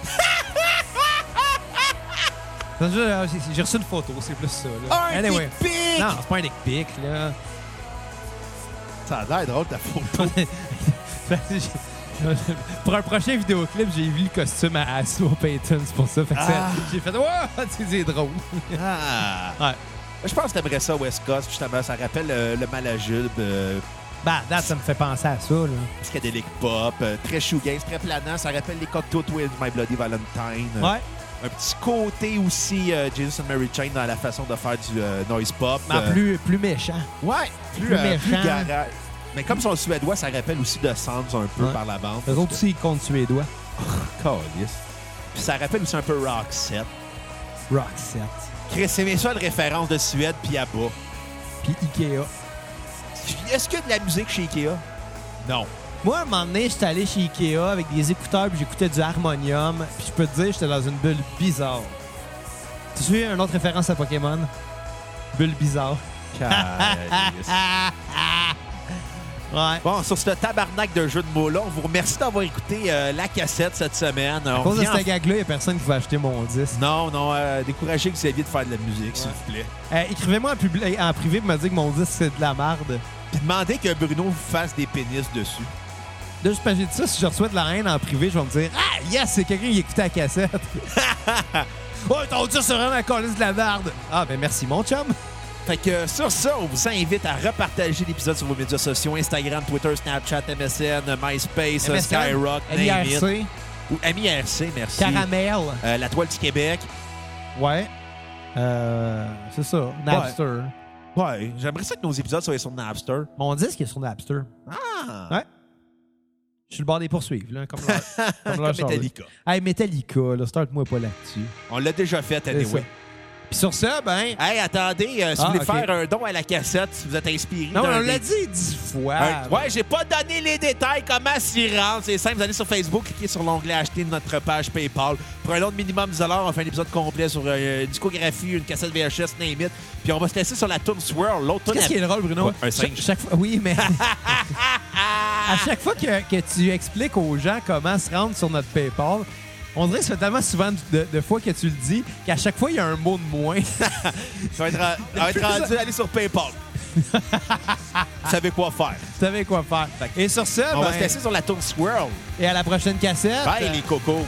S1: C'est juste, euh, j'ai- J'ai reçu une photo, c'est plus ça. Là.
S3: Un
S1: Anyway.
S3: dick pic!
S1: Non, c'est pas un dick pic, là.
S3: Ça a l'air drôle, ta photo.
S1: pour un prochain vidéoclip, j'ai vu le costume à Asso Payton, c'est pour ça. Fait que ça-
S3: Ah.
S1: j'ai fait « Wow! C'est c'est drôle!
S3: ah. »
S1: Ouais.
S3: Je pense que t'aimerais ça, West Coast, justement. Ça rappelle euh, le Malajube, euh,
S1: Ben, là, ça me fait penser à ça, là.
S3: psychédélique pop, euh, très shoegaze, très planant. Ça rappelle les Cocteau Twins, My Bloody Valentine. Euh,
S1: Ouais.
S3: Un petit côté aussi euh, Jesus and Mary Chain dans la façon de faire du euh, noise pop.
S1: Mais en
S3: Euh,
S1: Ah, plus, plus méchant.
S3: ouais, plus,
S1: plus
S3: euh, plus
S1: méchant.
S3: garage. Mais comme son suédois, ça rappelle aussi de Sands un peu
S1: Ouais.
S3: par la bande.
S1: Eux autres aussi, ils comptent sur les doigts.
S3: Câlisse. Puis ça rappelle aussi un peu Roxette.
S1: Rockset.
S3: Chris, c'est mes seules références de Suède puis à bas.
S1: Puis Ikea.
S3: Est-ce qu'il y a de la musique chez Ikea? Non.
S1: Moi, à un moment donné, j'étais allé chez Ikea avec des écouteurs, puis j'écoutais du harmonium, puis je peux te dire, j'étais dans une bulle bizarre. Tu suis une autre référence à Pokémon? Bulle bizarre.
S3: Câlisse.
S1: Ouais.
S3: bon, sur ce tabarnak de jeu de mots-là, on vous remercie d'avoir écouté euh, la cassette cette semaine.
S1: À
S3: On
S1: cause de
S3: vient en-
S1: cette gag-là, il n'y a personne qui va acheter mon disque.
S3: Non, non, euh, découragez Xavier de faire de la musique, s'il vous plaît.
S1: Euh, Écrivez-moi en, publi- en privé pour me dire que mon disque, c'est de la merde.
S3: Puis demandez que Bruno vous fasse des pénis dessus.
S1: Là, je j'ai dit ça, si je reçois de la haine en privé, je vais me dire « Ah, yes, c'est quelqu'un qui écoute la cassette! »« Ouais, ton disque, c'est vraiment un colis de la merde! » Ah, ben merci, mon chum!
S3: Fait que sur ça, on vous invite à repartager l'épisode sur vos médias sociaux Instagram, Twitter, Snapchat, MSN, MySpace,
S1: MSN,
S3: Skyrock, name it.
S1: MIRC,
S3: Ou MIRC, merci.
S1: Caramel.
S3: Euh, la Toile du Québec.
S1: Ouais. Euh, c'est ça. Napster.
S3: Ouais, j'aimerais ça que nos épisodes soient sur Napster.
S1: Mon disque est sur Napster.
S3: Ah!
S1: Ouais. Je suis le bord des poursuivre, là, comme leur, comme leur
S3: Comme
S1: Charlie.
S3: Metallica.
S1: Hey, Metallica, là, start-moi pas là-dessus.
S3: On l'a déjà fait,
S1: C'est ça.
S3: anyway.
S1: Puis sur ça, ben.
S3: Hey, attendez, euh, si vous
S1: Ah,
S3: voulez
S1: ok.
S3: faire un don à la cassette, si vous êtes inspiré.
S1: Non,
S3: d'un
S1: on l'a
S3: des-
S1: dit Ah, dix fois.
S3: Un- ouais, j'ai pas donné les détails comment s'y rendre. C'est simple, vous allez sur Facebook, cliquez sur l'onglet acheter de notre page PayPal. Pour un autre minimum 10 on fait un épisode complet sur euh, une discographie, une cassette VHS, name it. Puis on va se laisser sur la tune Swirl, l'autre tune
S1: Qu'est-ce qui est drôle, Bruno?
S3: Ouais, un singe.
S1: Cha- chaque fois, oui, mais. à chaque fois que, que tu expliques aux gens comment se rendre sur notre PayPal, on dirait que ça fait tellement souvent de, de fois que tu le dis qu'à chaque fois, il y a un mot de moins.
S3: Ça va être, ra- ça va être rendu aller sur PayPal. vous savez quoi faire.
S1: tu savais quoi faire. Et sur ça,
S3: On va
S1: ben,
S3: se laisser sur la tune Swirl.
S1: et à la prochaine cassette.
S3: Bye, les cocos.